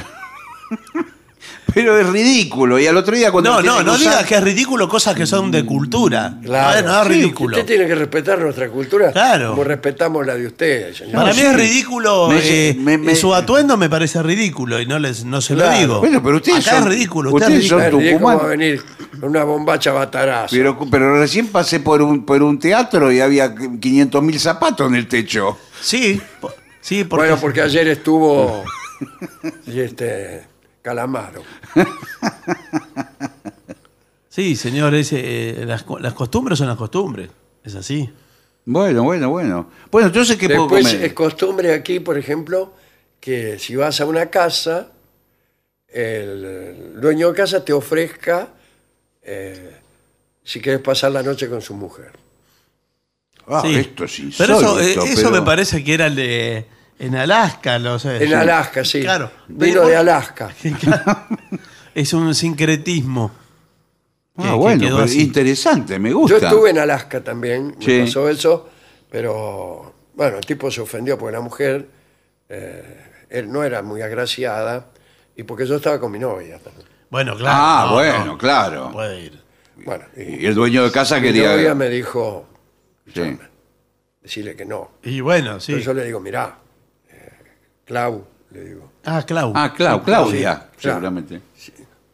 Speaker 2: Pero es ridículo. Y al otro día cuando...
Speaker 3: No,
Speaker 2: lo
Speaker 3: no,
Speaker 2: tiene
Speaker 3: no
Speaker 2: que usar- Mm,
Speaker 3: digas que es ridículo cosas que son de cultura.
Speaker 1: Claro.
Speaker 3: Ah, No, no es
Speaker 1: Sí,
Speaker 3: ridículo.
Speaker 1: Usted tiene que respetar nuestra cultura
Speaker 3: Claro.
Speaker 1: como respetamos la de ustedes, señor.
Speaker 3: Para mí es
Speaker 2: sí.
Speaker 3: ridículo.
Speaker 2: Me-
Speaker 3: eh,
Speaker 2: me- me-
Speaker 3: su atuendo me parece ridículo y no, les, no se
Speaker 1: Claro.
Speaker 3: lo digo.
Speaker 2: Bueno, pero ustedes
Speaker 3: Acá
Speaker 2: son-
Speaker 3: es ridículo. usted es
Speaker 2: ustedes son
Speaker 3: ridículo.
Speaker 1: Es ridículo
Speaker 2: Tucumán.
Speaker 1: va a venir con una bombacha bataraza.
Speaker 2: Pero, pero recién pasé por un, por un teatro y había 500.000 zapatos en el techo.
Speaker 3: Sí, po- sí, porque.
Speaker 1: bueno, porque ayer estuvo y este Calamaro.
Speaker 3: Sí, señores, eh, las, co- las costumbres son las costumbres. Es así.
Speaker 2: Bueno, bueno, bueno. Bueno, entonces, ¿qué puedo
Speaker 1: Después
Speaker 2: comer?
Speaker 1: es costumbre aquí, por ejemplo, que si vas a una casa, el dueño de casa te ofrezca eh, si quieres pasar la noche con su mujer.
Speaker 2: Ah,
Speaker 3: Sí.
Speaker 2: Esto es insólito.
Speaker 3: Pero eso, eh, eso
Speaker 2: pero-
Speaker 3: me parece que era el de- en Alaska. Los, eh,
Speaker 1: En Alaska, sí.
Speaker 3: Claro.
Speaker 1: Vino de Alaska.
Speaker 3: Es un sincretismo. que-
Speaker 2: Ah,
Speaker 3: que
Speaker 2: bueno,
Speaker 3: quedó
Speaker 2: pero
Speaker 3: así.
Speaker 2: interesante, me
Speaker 1: Yo
Speaker 2: gusta.
Speaker 1: estuve en Alaska también, me
Speaker 2: Sí.
Speaker 1: pasó eso, pero bueno, el tipo se ofendió porque la mujer eh, él no era muy agraciada y porque yo estaba con mi novia.
Speaker 3: Bueno, claro.
Speaker 2: Ah,
Speaker 3: no,
Speaker 2: bueno,
Speaker 3: no,
Speaker 2: claro.
Speaker 3: no puede ir.
Speaker 1: Bueno, y
Speaker 2: Y el dueño de casa
Speaker 1: mi
Speaker 2: quería...
Speaker 1: novia me dijo
Speaker 2: Sí.
Speaker 1: decirle que no.
Speaker 3: Y bueno, sí.
Speaker 1: Pero yo le digo, mirá, eh, Clau, le digo.
Speaker 3: Ah, Clau.
Speaker 2: Ah, Clau, Claudia,
Speaker 1: Sí, claro.
Speaker 2: seguramente.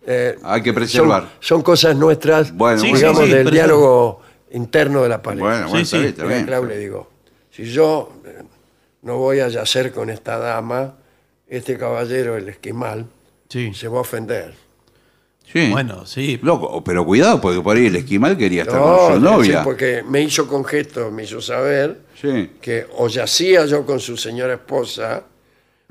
Speaker 1: eh,
Speaker 2: Hay que
Speaker 1: son-
Speaker 2: preservar.
Speaker 1: Son, cosas nuestras,
Speaker 2: Bueno,
Speaker 3: Sí,
Speaker 1: digamos,
Speaker 3: sí, sí,
Speaker 1: del
Speaker 3: pero-
Speaker 1: diálogo interno de la pareja.
Speaker 2: Bueno, bueno,
Speaker 3: sí.
Speaker 2: está bien, está
Speaker 1: Mira,
Speaker 2: bien.
Speaker 1: Clau, le digo, si yo eh, no voy a yacer con esta dama, este caballero, el esquimal,
Speaker 3: Sí.
Speaker 1: se va a ofender.
Speaker 2: Sí.
Speaker 3: Bueno, sí.
Speaker 2: Loco, pero cuidado, porque por ahí el esquimal quería estar con su
Speaker 1: No,
Speaker 2: novia.
Speaker 1: sí, porque me hizo con gesto, me hizo saber
Speaker 2: Sí,
Speaker 1: que o yacía yo con su señora esposa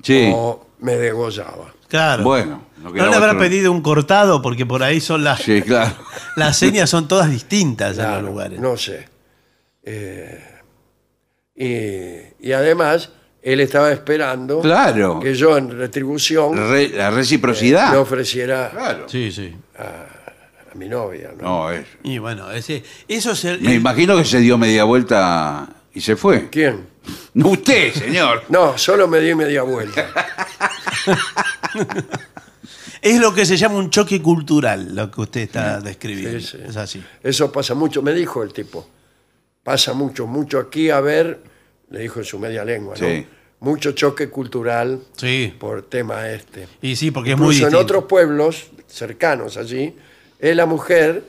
Speaker 2: sí.
Speaker 1: o me degollaba.
Speaker 3: Claro.
Speaker 2: Bueno, no
Speaker 3: No,
Speaker 2: quedaba
Speaker 3: le habrá
Speaker 2: otro-
Speaker 3: pedido un cortado porque por ahí son las.
Speaker 2: Sí, claro.
Speaker 3: Las señas son todas distintas en
Speaker 1: Claro,
Speaker 3: los lugares.
Speaker 1: No sé. Eh, y, y además, él estaba esperando
Speaker 2: Claro.
Speaker 1: que yo en retribución
Speaker 2: Re- la
Speaker 1: Eh, le
Speaker 2: reciprocidad.
Speaker 1: ofreciera
Speaker 2: Claro.
Speaker 3: Sí, sí.
Speaker 1: a mi novia. ¿no?
Speaker 2: No, es-
Speaker 3: Y bueno, ese, eso es el.
Speaker 2: Me imagino que se dio media vuelta y se fue.
Speaker 1: ¿Quién?
Speaker 2: No usted, señor.
Speaker 1: No, solo me di media vuelta.
Speaker 3: Es lo que se llama un choque cultural, lo que usted está describiendo.
Speaker 1: Sí, sí.
Speaker 3: Es así.
Speaker 1: Eso pasa mucho, me dijo el tipo. Pasa mucho, mucho aquí, a ver, le dijo en su media lengua, ¿no?
Speaker 2: Sí.
Speaker 1: Mucho choque cultural
Speaker 3: Sí.
Speaker 1: por tema este.
Speaker 3: Y sí, porque es muy
Speaker 1: Incluso en
Speaker 3: distinto.
Speaker 1: otros pueblos cercanos allí, es la mujer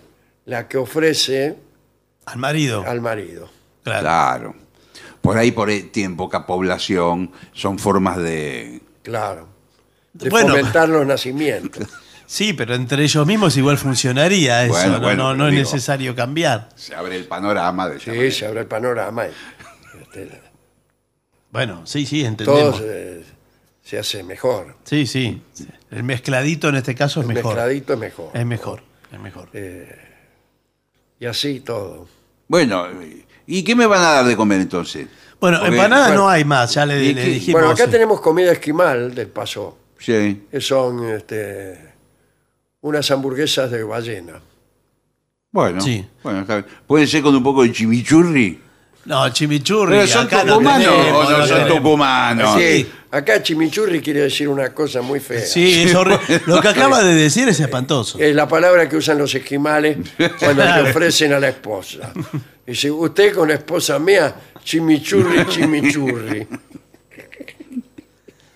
Speaker 1: la que ofrece
Speaker 3: Al marido.
Speaker 1: al marido.
Speaker 3: Claro.
Speaker 2: Claro. Por ahí, por el tiempo, poca población, son formas de.
Speaker 1: Claro. De
Speaker 3: Bueno.
Speaker 1: fomentar los nacimientos.
Speaker 3: Sí, pero entre ellos mismos igual funcionaría eso.
Speaker 2: Bueno,
Speaker 3: no
Speaker 2: bueno,
Speaker 3: no,
Speaker 2: pero
Speaker 3: no es
Speaker 2: digo-
Speaker 3: necesario cambiar.
Speaker 2: Se abre el panorama de. esa
Speaker 1: Sí,
Speaker 2: manera.
Speaker 1: se abre el panorama. y, este,
Speaker 3: Bueno, sí, sí, entendemos.
Speaker 1: todo se, se hace mejor.
Speaker 3: Sí, sí. El mezcladito en este caso es
Speaker 1: El
Speaker 3: mejor.
Speaker 1: mezcladito es mejor. Eh,
Speaker 3: Es mejor. Es mejor.
Speaker 1: Y así todo.
Speaker 2: Bueno, ¿y qué me van a dar de comer entonces?
Speaker 3: bueno,
Speaker 2: Porque-
Speaker 3: empanadas
Speaker 2: bueno,
Speaker 3: no hay más, ya le,
Speaker 2: ¿y
Speaker 3: le
Speaker 2: qué?
Speaker 3: dijimos.
Speaker 1: Bueno, acá
Speaker 3: eh,
Speaker 1: tenemos comida esquimal del paso.
Speaker 2: Sí.
Speaker 1: que son este, unas hamburguesas de ballena.
Speaker 2: Bueno,
Speaker 3: Sí.
Speaker 2: bueno está bien. ¿Puede ser con un poco de chimichurri?
Speaker 3: No, chimichurri.
Speaker 2: Pero son
Speaker 3: acá no
Speaker 2: tucumanos
Speaker 3: tenemos,
Speaker 2: o no son
Speaker 3: tenemos.
Speaker 2: tucumanos.
Speaker 1: Sí, acá chimichurri quiere decir una cosa muy fea.
Speaker 3: Sí, es horrible. Lo que acaba de decir es espantoso.
Speaker 1: Es la palabra que usan los esquimales cuando le ofrecen a la esposa. Dice, usted con la esposa mía, chimichurri, chimichurri.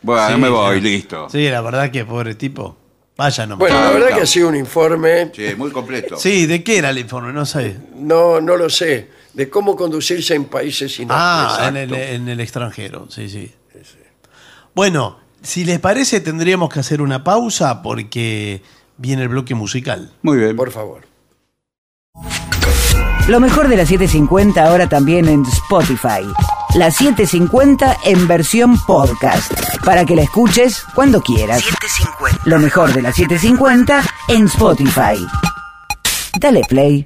Speaker 2: Bueno,
Speaker 3: Sí,
Speaker 2: me voy,
Speaker 3: sí.
Speaker 2: listo. Sí.
Speaker 3: Sí, la verdad que pobre tipo. Vaya nomás.
Speaker 1: Bueno, la
Speaker 2: Claro.
Speaker 1: verdad que ha sido un informe,
Speaker 2: muy completo.
Speaker 3: sí, ¿de qué era el informe? No sé.
Speaker 1: no, no lo sé. de cómo conducirse en países sin
Speaker 3: Ah, en el, en el extranjero, sí, sí. Bueno, si les parece, tendríamos que hacer una pausa porque viene el bloque musical.
Speaker 2: Muy bien.
Speaker 1: Por favor.
Speaker 4: Lo mejor de la 750 ahora también en Spotify. La 750 en versión podcast. Para que la escuches cuando quieras. Lo mejor de la 750 en Spotify. Dale play.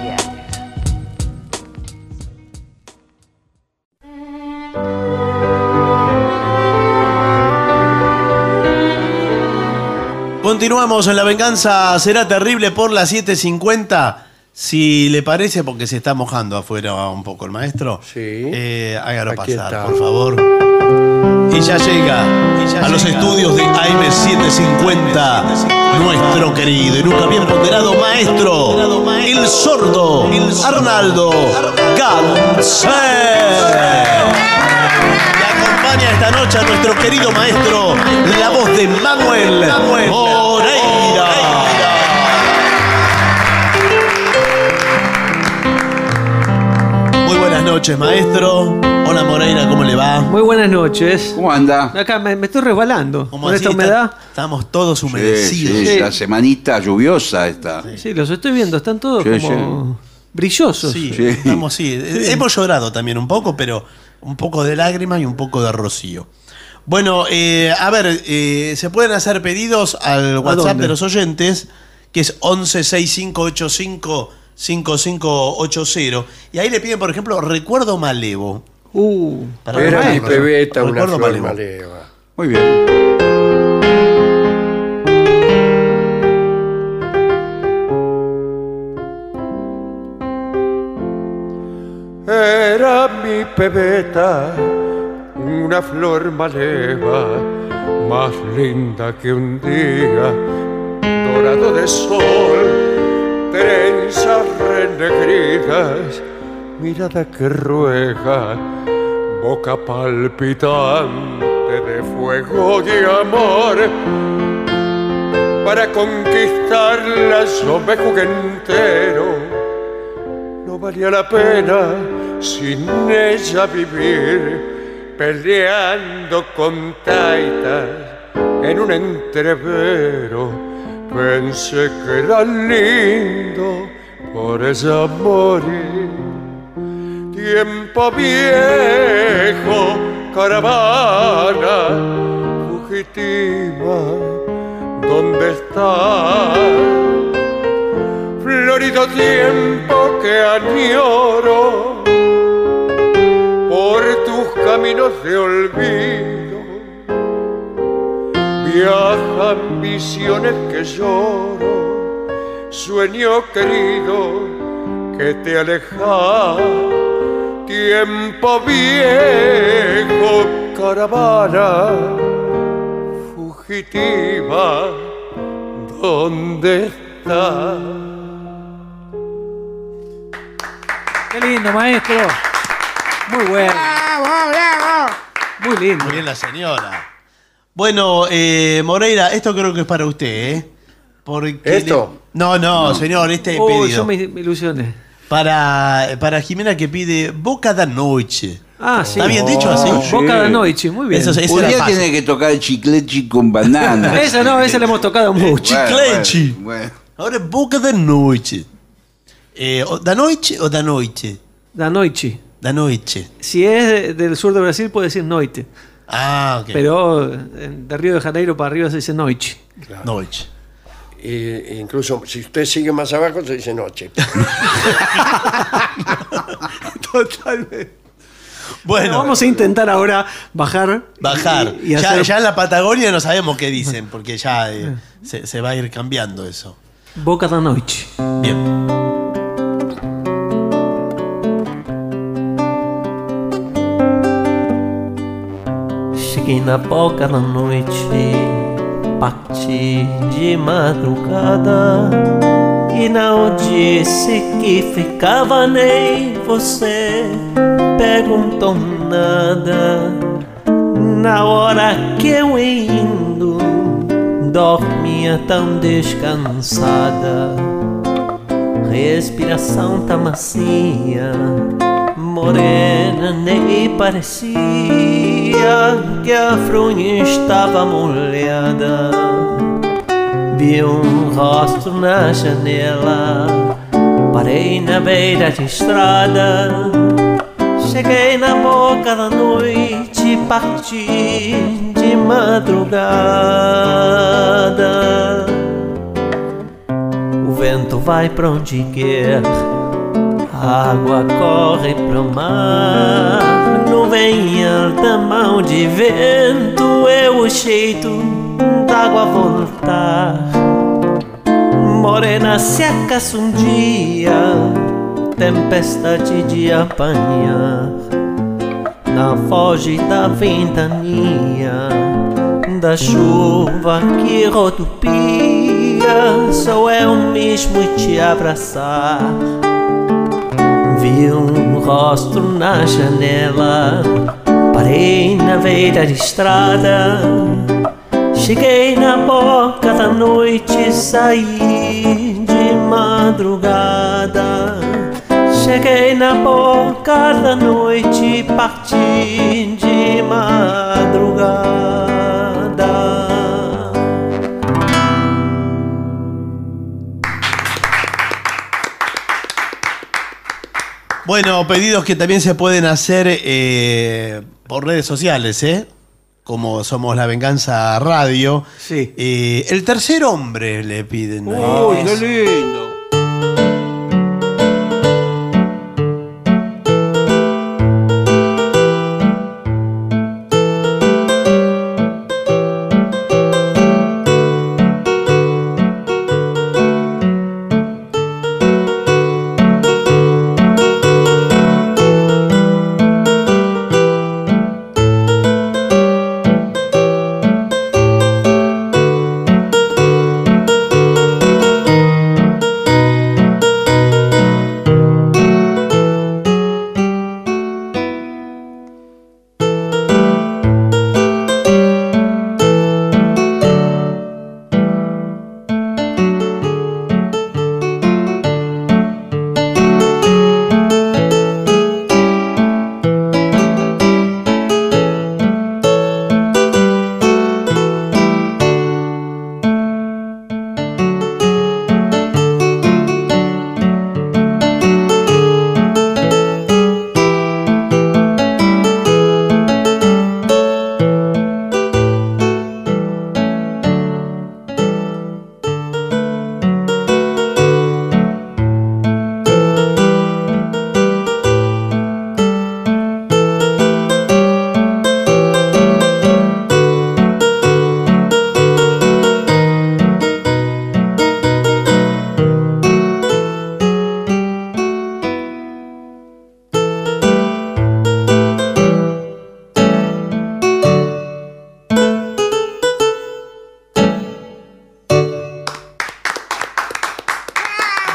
Speaker 3: Continuamos en La Venganza Será Terrible por las 7.50. Si le parece, porque se está mojando afuera un poco el maestro,
Speaker 1: Sí.
Speaker 3: eh, hágalo
Speaker 1: Aquí
Speaker 3: pasar,
Speaker 1: está.
Speaker 3: por favor. Y ya llega a los estudios de AM750 nuestro querido y nunca bien ponderado maestro, el sordo Arnaldo Ganser. Y acompaña esta noche a nuestro querido maestro, la voz de Manuel Moreira. Muy buenas noches, maestro. Hola Moreira, ¿cómo le va?
Speaker 10: Muy buenas noches.
Speaker 2: ¿Cómo anda?
Speaker 10: Acá me, me estoy resbalando.
Speaker 3: Como
Speaker 10: Con
Speaker 3: así
Speaker 10: esta
Speaker 3: está-
Speaker 10: humedad.
Speaker 3: Estamos todos
Speaker 2: Sí,
Speaker 3: humedecidos.
Speaker 2: sí,
Speaker 10: Sí.
Speaker 2: La semanita lluviosa esta.
Speaker 10: Sí, los estoy viendo. Están todos
Speaker 2: Sí,
Speaker 10: como brillosos.
Speaker 3: Sí,
Speaker 2: Sí.
Speaker 3: estamos, sí. Eh, Hemos llorado también un poco, pero un poco de lágrimas y un poco de rocío. Bueno, eh, a ver, eh, se pueden hacer pedidos al WhatsApp
Speaker 10: dónde?
Speaker 3: de los oyentes, que es 1165855580. Y ahí le piden, por ejemplo, Recuerdo Malevo.
Speaker 10: Uh,
Speaker 3: Para
Speaker 1: Era mi
Speaker 3: recordarlo.
Speaker 1: pebeta, una
Speaker 3: Recuerdo
Speaker 1: flor
Speaker 3: Malevo.
Speaker 1: maleva.
Speaker 2: Muy bien.
Speaker 11: Era mi pebeta, una flor maleva, más linda que un día, dorado de sol, trenzas renegridas, mirada que ruega, boca palpitante de fuego y amor. Para conquistarla yo me jugué entero. No valía la pena sin ella vivir peleando con taitas en un entrevero. Pensé que era lindo por ella morir. Tiempo viejo, caravana fugitiva, ¿dónde estás? florido tiempo que añoro por tus caminos de olvido. Viajan visiones que lloro, sueño querido que te aleja. Tiempo viejo, caravana fugitiva, ¿dónde estás?
Speaker 10: qué lindo, maestro. Muy bueno. Muy lindo.
Speaker 3: Muy bien la señora. Bueno, eh, Moreira, esto creo que es para usted, ¿eh? Porque
Speaker 1: ¿Esto?
Speaker 3: le- No, no, señor, este
Speaker 10: Oh,
Speaker 3: pedido.
Speaker 10: yo me, me ilusioné.
Speaker 3: Para, para Jimena que pide Boca da Noche.
Speaker 10: Ah, sí.
Speaker 3: ¿Está bien dicho así?
Speaker 10: Boca da noche, muy bien.
Speaker 3: Eso, eso
Speaker 2: Un
Speaker 3: era
Speaker 2: día
Speaker 3: fácil.
Speaker 2: tiene que tocar chiclechi con banana.
Speaker 10: Esa no, esa la hemos tocado mucho.
Speaker 2: Bueno, bueno,
Speaker 3: chiclechi.
Speaker 2: bueno.
Speaker 3: Eh, Ahora es Boca da Noche. Eh, o ¿Da Noche o da Noche?
Speaker 10: Da noche.
Speaker 3: Da Noche.
Speaker 10: Si es de- del sur de Brasil, puede decir noite.
Speaker 3: Ah, ok.
Speaker 10: Pero eh, de Río de Janeiro para arriba se dice noche.
Speaker 3: Noche.
Speaker 1: Y- incluso si usted sigue más abajo, se dice noche.
Speaker 10: Totalmente.
Speaker 3: Bueno,
Speaker 10: vamos a intentar ahora bajar. y-
Speaker 3: bajar.
Speaker 10: Y,
Speaker 3: ya,
Speaker 10: hacer
Speaker 3: ya en la Patagonia no sabemos qué dicen, porque ya eh, se, se va a ir cambiando eso.
Speaker 10: Boca da noche.
Speaker 3: Bien.
Speaker 10: Cheguei na boca da noite Pachi de madrugada e não disse que ficava nem você perguntou nada na hora que eu indo dormia tão descansada respiração tão macia morena nem parecia que a fronha estava molhada. Vi um rosto na janela, parei na beira de estrada. Cheguei na boca da noite, parti de madrugada. O vento vai pra onde quer. A água corre pro mar, nuvem em alta mão de vento, é o jeito d'água voltar. Morena se acaso um dia, tempestade de apanhar, na foge da ventania, da chuva que rodopia, sou eu mesmo te abraçar. Vi um rosto na janela, parei na beira de estrada. Cheguei na boca da noite, saí de madrugada. Cheguei na boca da noite, parti de madrugada.
Speaker 3: Bueno, pedidos que también se pueden hacer eh, por redes sociales, ¿eh? Como somos La Venganza Radio. Sí. el tercer hombre le piden. ahí.
Speaker 2: Uy, qué lindo.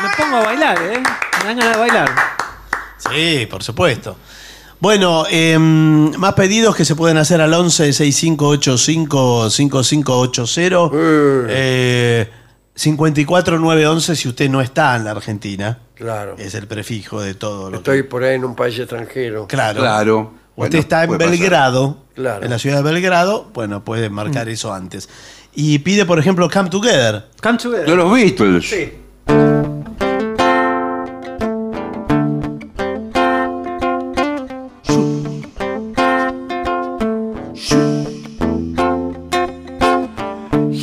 Speaker 12: Me pongo a bailar, ¿eh? Me dan ganas de bailar.
Speaker 3: Sí, por supuesto. Bueno, em, más pedidos que se pueden hacer al 11 6585 5580 eh, 54911 si usted no está en la Argentina.
Speaker 1: Claro.
Speaker 3: Es el prefijo de todo lo
Speaker 1: Estoy por ahí en un país extranjero.
Speaker 3: que... Claro. Usted está en Belgrado,
Speaker 1: Claro.
Speaker 3: en la ciudad de Belgrado, bueno, puede
Speaker 12: Mm.
Speaker 3: marcar eso antes. Y pide, por ejemplo, Come Together.
Speaker 12: Come Together.
Speaker 2: De los Beatles.
Speaker 3: Sí.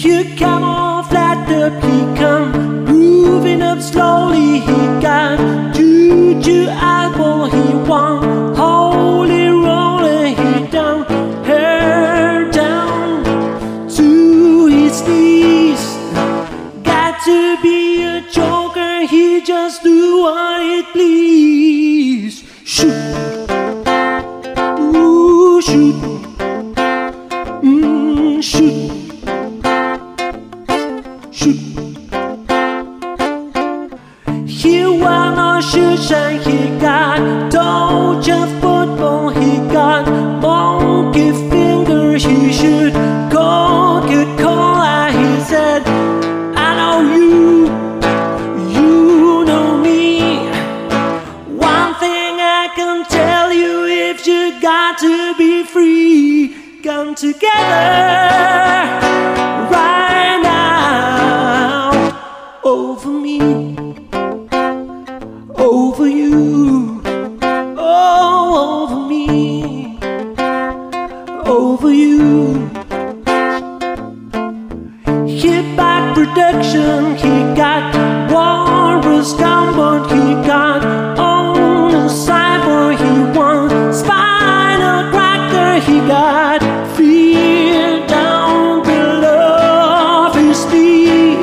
Speaker 10: You come off like the pecan, moving up slowly. He got juju apple, he won. Holy roller, he down, her down to his knees. Got to be a joker, he just do what it please. Shoot, ooh, shoot, mm, shoot.
Speaker 12: shoes and he got touch of football, he got monkey fingers, he should Coca-Cola, he said, I know you, you know me. One thing I can tell you if you got to be free, come together right now over me, over you, oh, over me, over you. Hip Hop Production, he got Walrus Gumbot, he got on the cyber, he won Spinal Cracker, he got Fear Down Below his feet.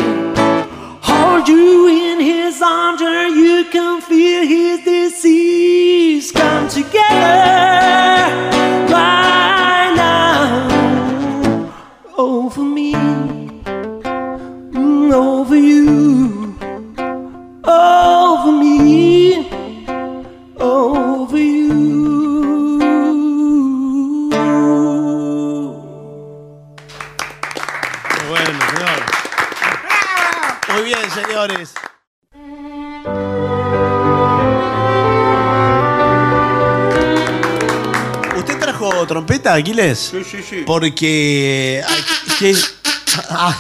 Speaker 12: Hold you in his arms, or you can feel his disease. Come together right now over me mm, over you, over me, over you.
Speaker 3: Bueno, señor. Muy bien, señores. ¿Usted trajo trompeta, Aquiles? Sí, sí, sí. Porque. eh, aquí- Ah,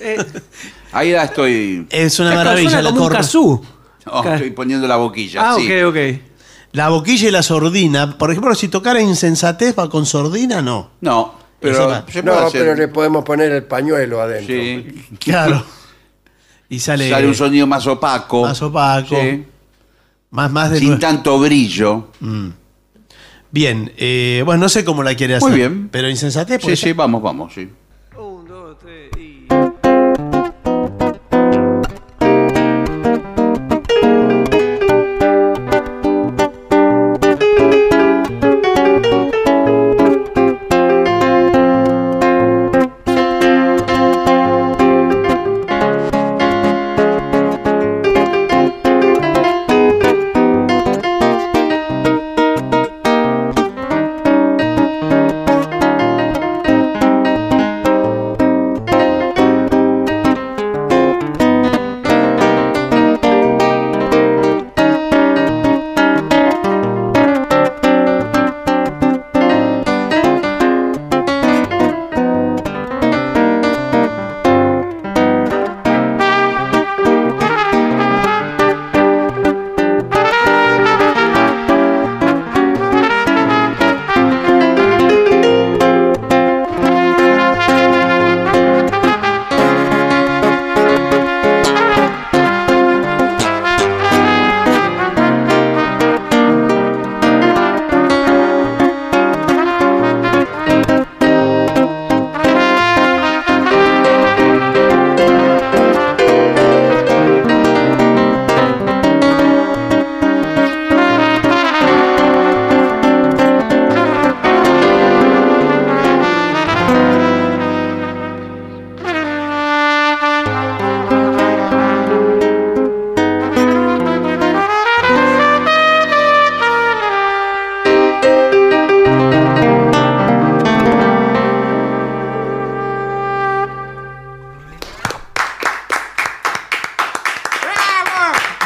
Speaker 10: Eh.
Speaker 2: Ahí la estoy.
Speaker 3: Es una maravilla la corna.
Speaker 2: Oh, estoy poniendo la boquilla.
Speaker 3: Ah,
Speaker 2: sí.
Speaker 3: ok, La boquilla y la sordina. Por ejemplo, si tocara insensatez va con sordina, no.
Speaker 2: No,
Speaker 3: pero se puede
Speaker 1: no,
Speaker 3: hacer.
Speaker 1: pero le podemos poner el pañuelo adentro.
Speaker 3: Claro. Y sale.
Speaker 2: Sale un sonido más opaco.
Speaker 3: Más opaco.
Speaker 2: Sí.
Speaker 3: Más, más de
Speaker 2: Sin
Speaker 3: nue- Mm.
Speaker 2: tanto brillo.
Speaker 3: Bien, eh, bueno, no sé cómo la quiere hacer.
Speaker 2: Muy bien.
Speaker 3: Pero insensatez.
Speaker 2: Sí, sí, vamos, vamos, sí.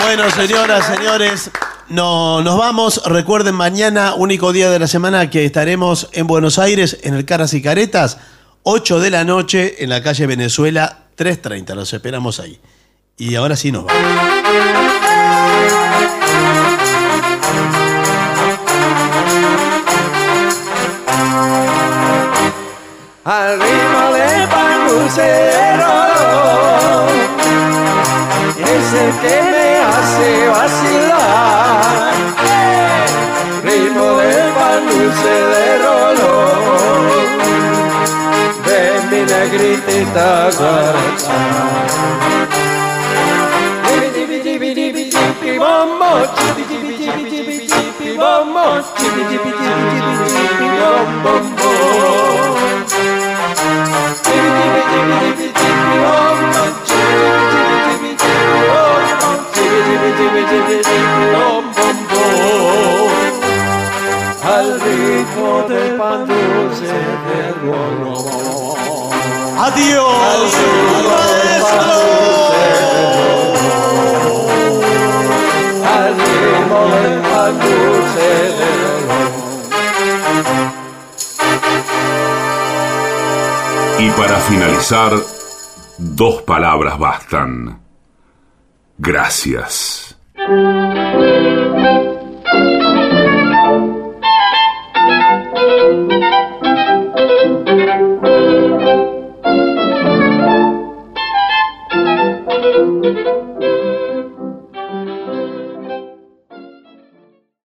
Speaker 3: Bueno, señoras, señores, no, nos vamos. Recuerden, mañana, único día de la semana que estaremos en Buenos Aires, en el Caras y Caretas, 8 de la noche, en la calle Venezuela, 3.30. Los esperamos ahí. Y ahora sí nos vamos.
Speaker 12: al ritmo de Panucero. Ese que me hace vacilar,
Speaker 11: Ritmo de pan dulce de rolón, de mi negritita
Speaker 12: y vamos, chipi, chipi, chipi, chipi, chipi, vamos, chipi, chipi, chipi, chipi, chipi, bom, bom, bom. Chipi, chipi, chipi, chipi, chipi, vamos, chipi, chipi, chipi, chipi, vamos, chipi, chipi, chipi, chipi, chipi,
Speaker 3: Adiós,
Speaker 5: Y para finalizar, dos palabras bastan. Gracias.
Speaker 6: Thank you.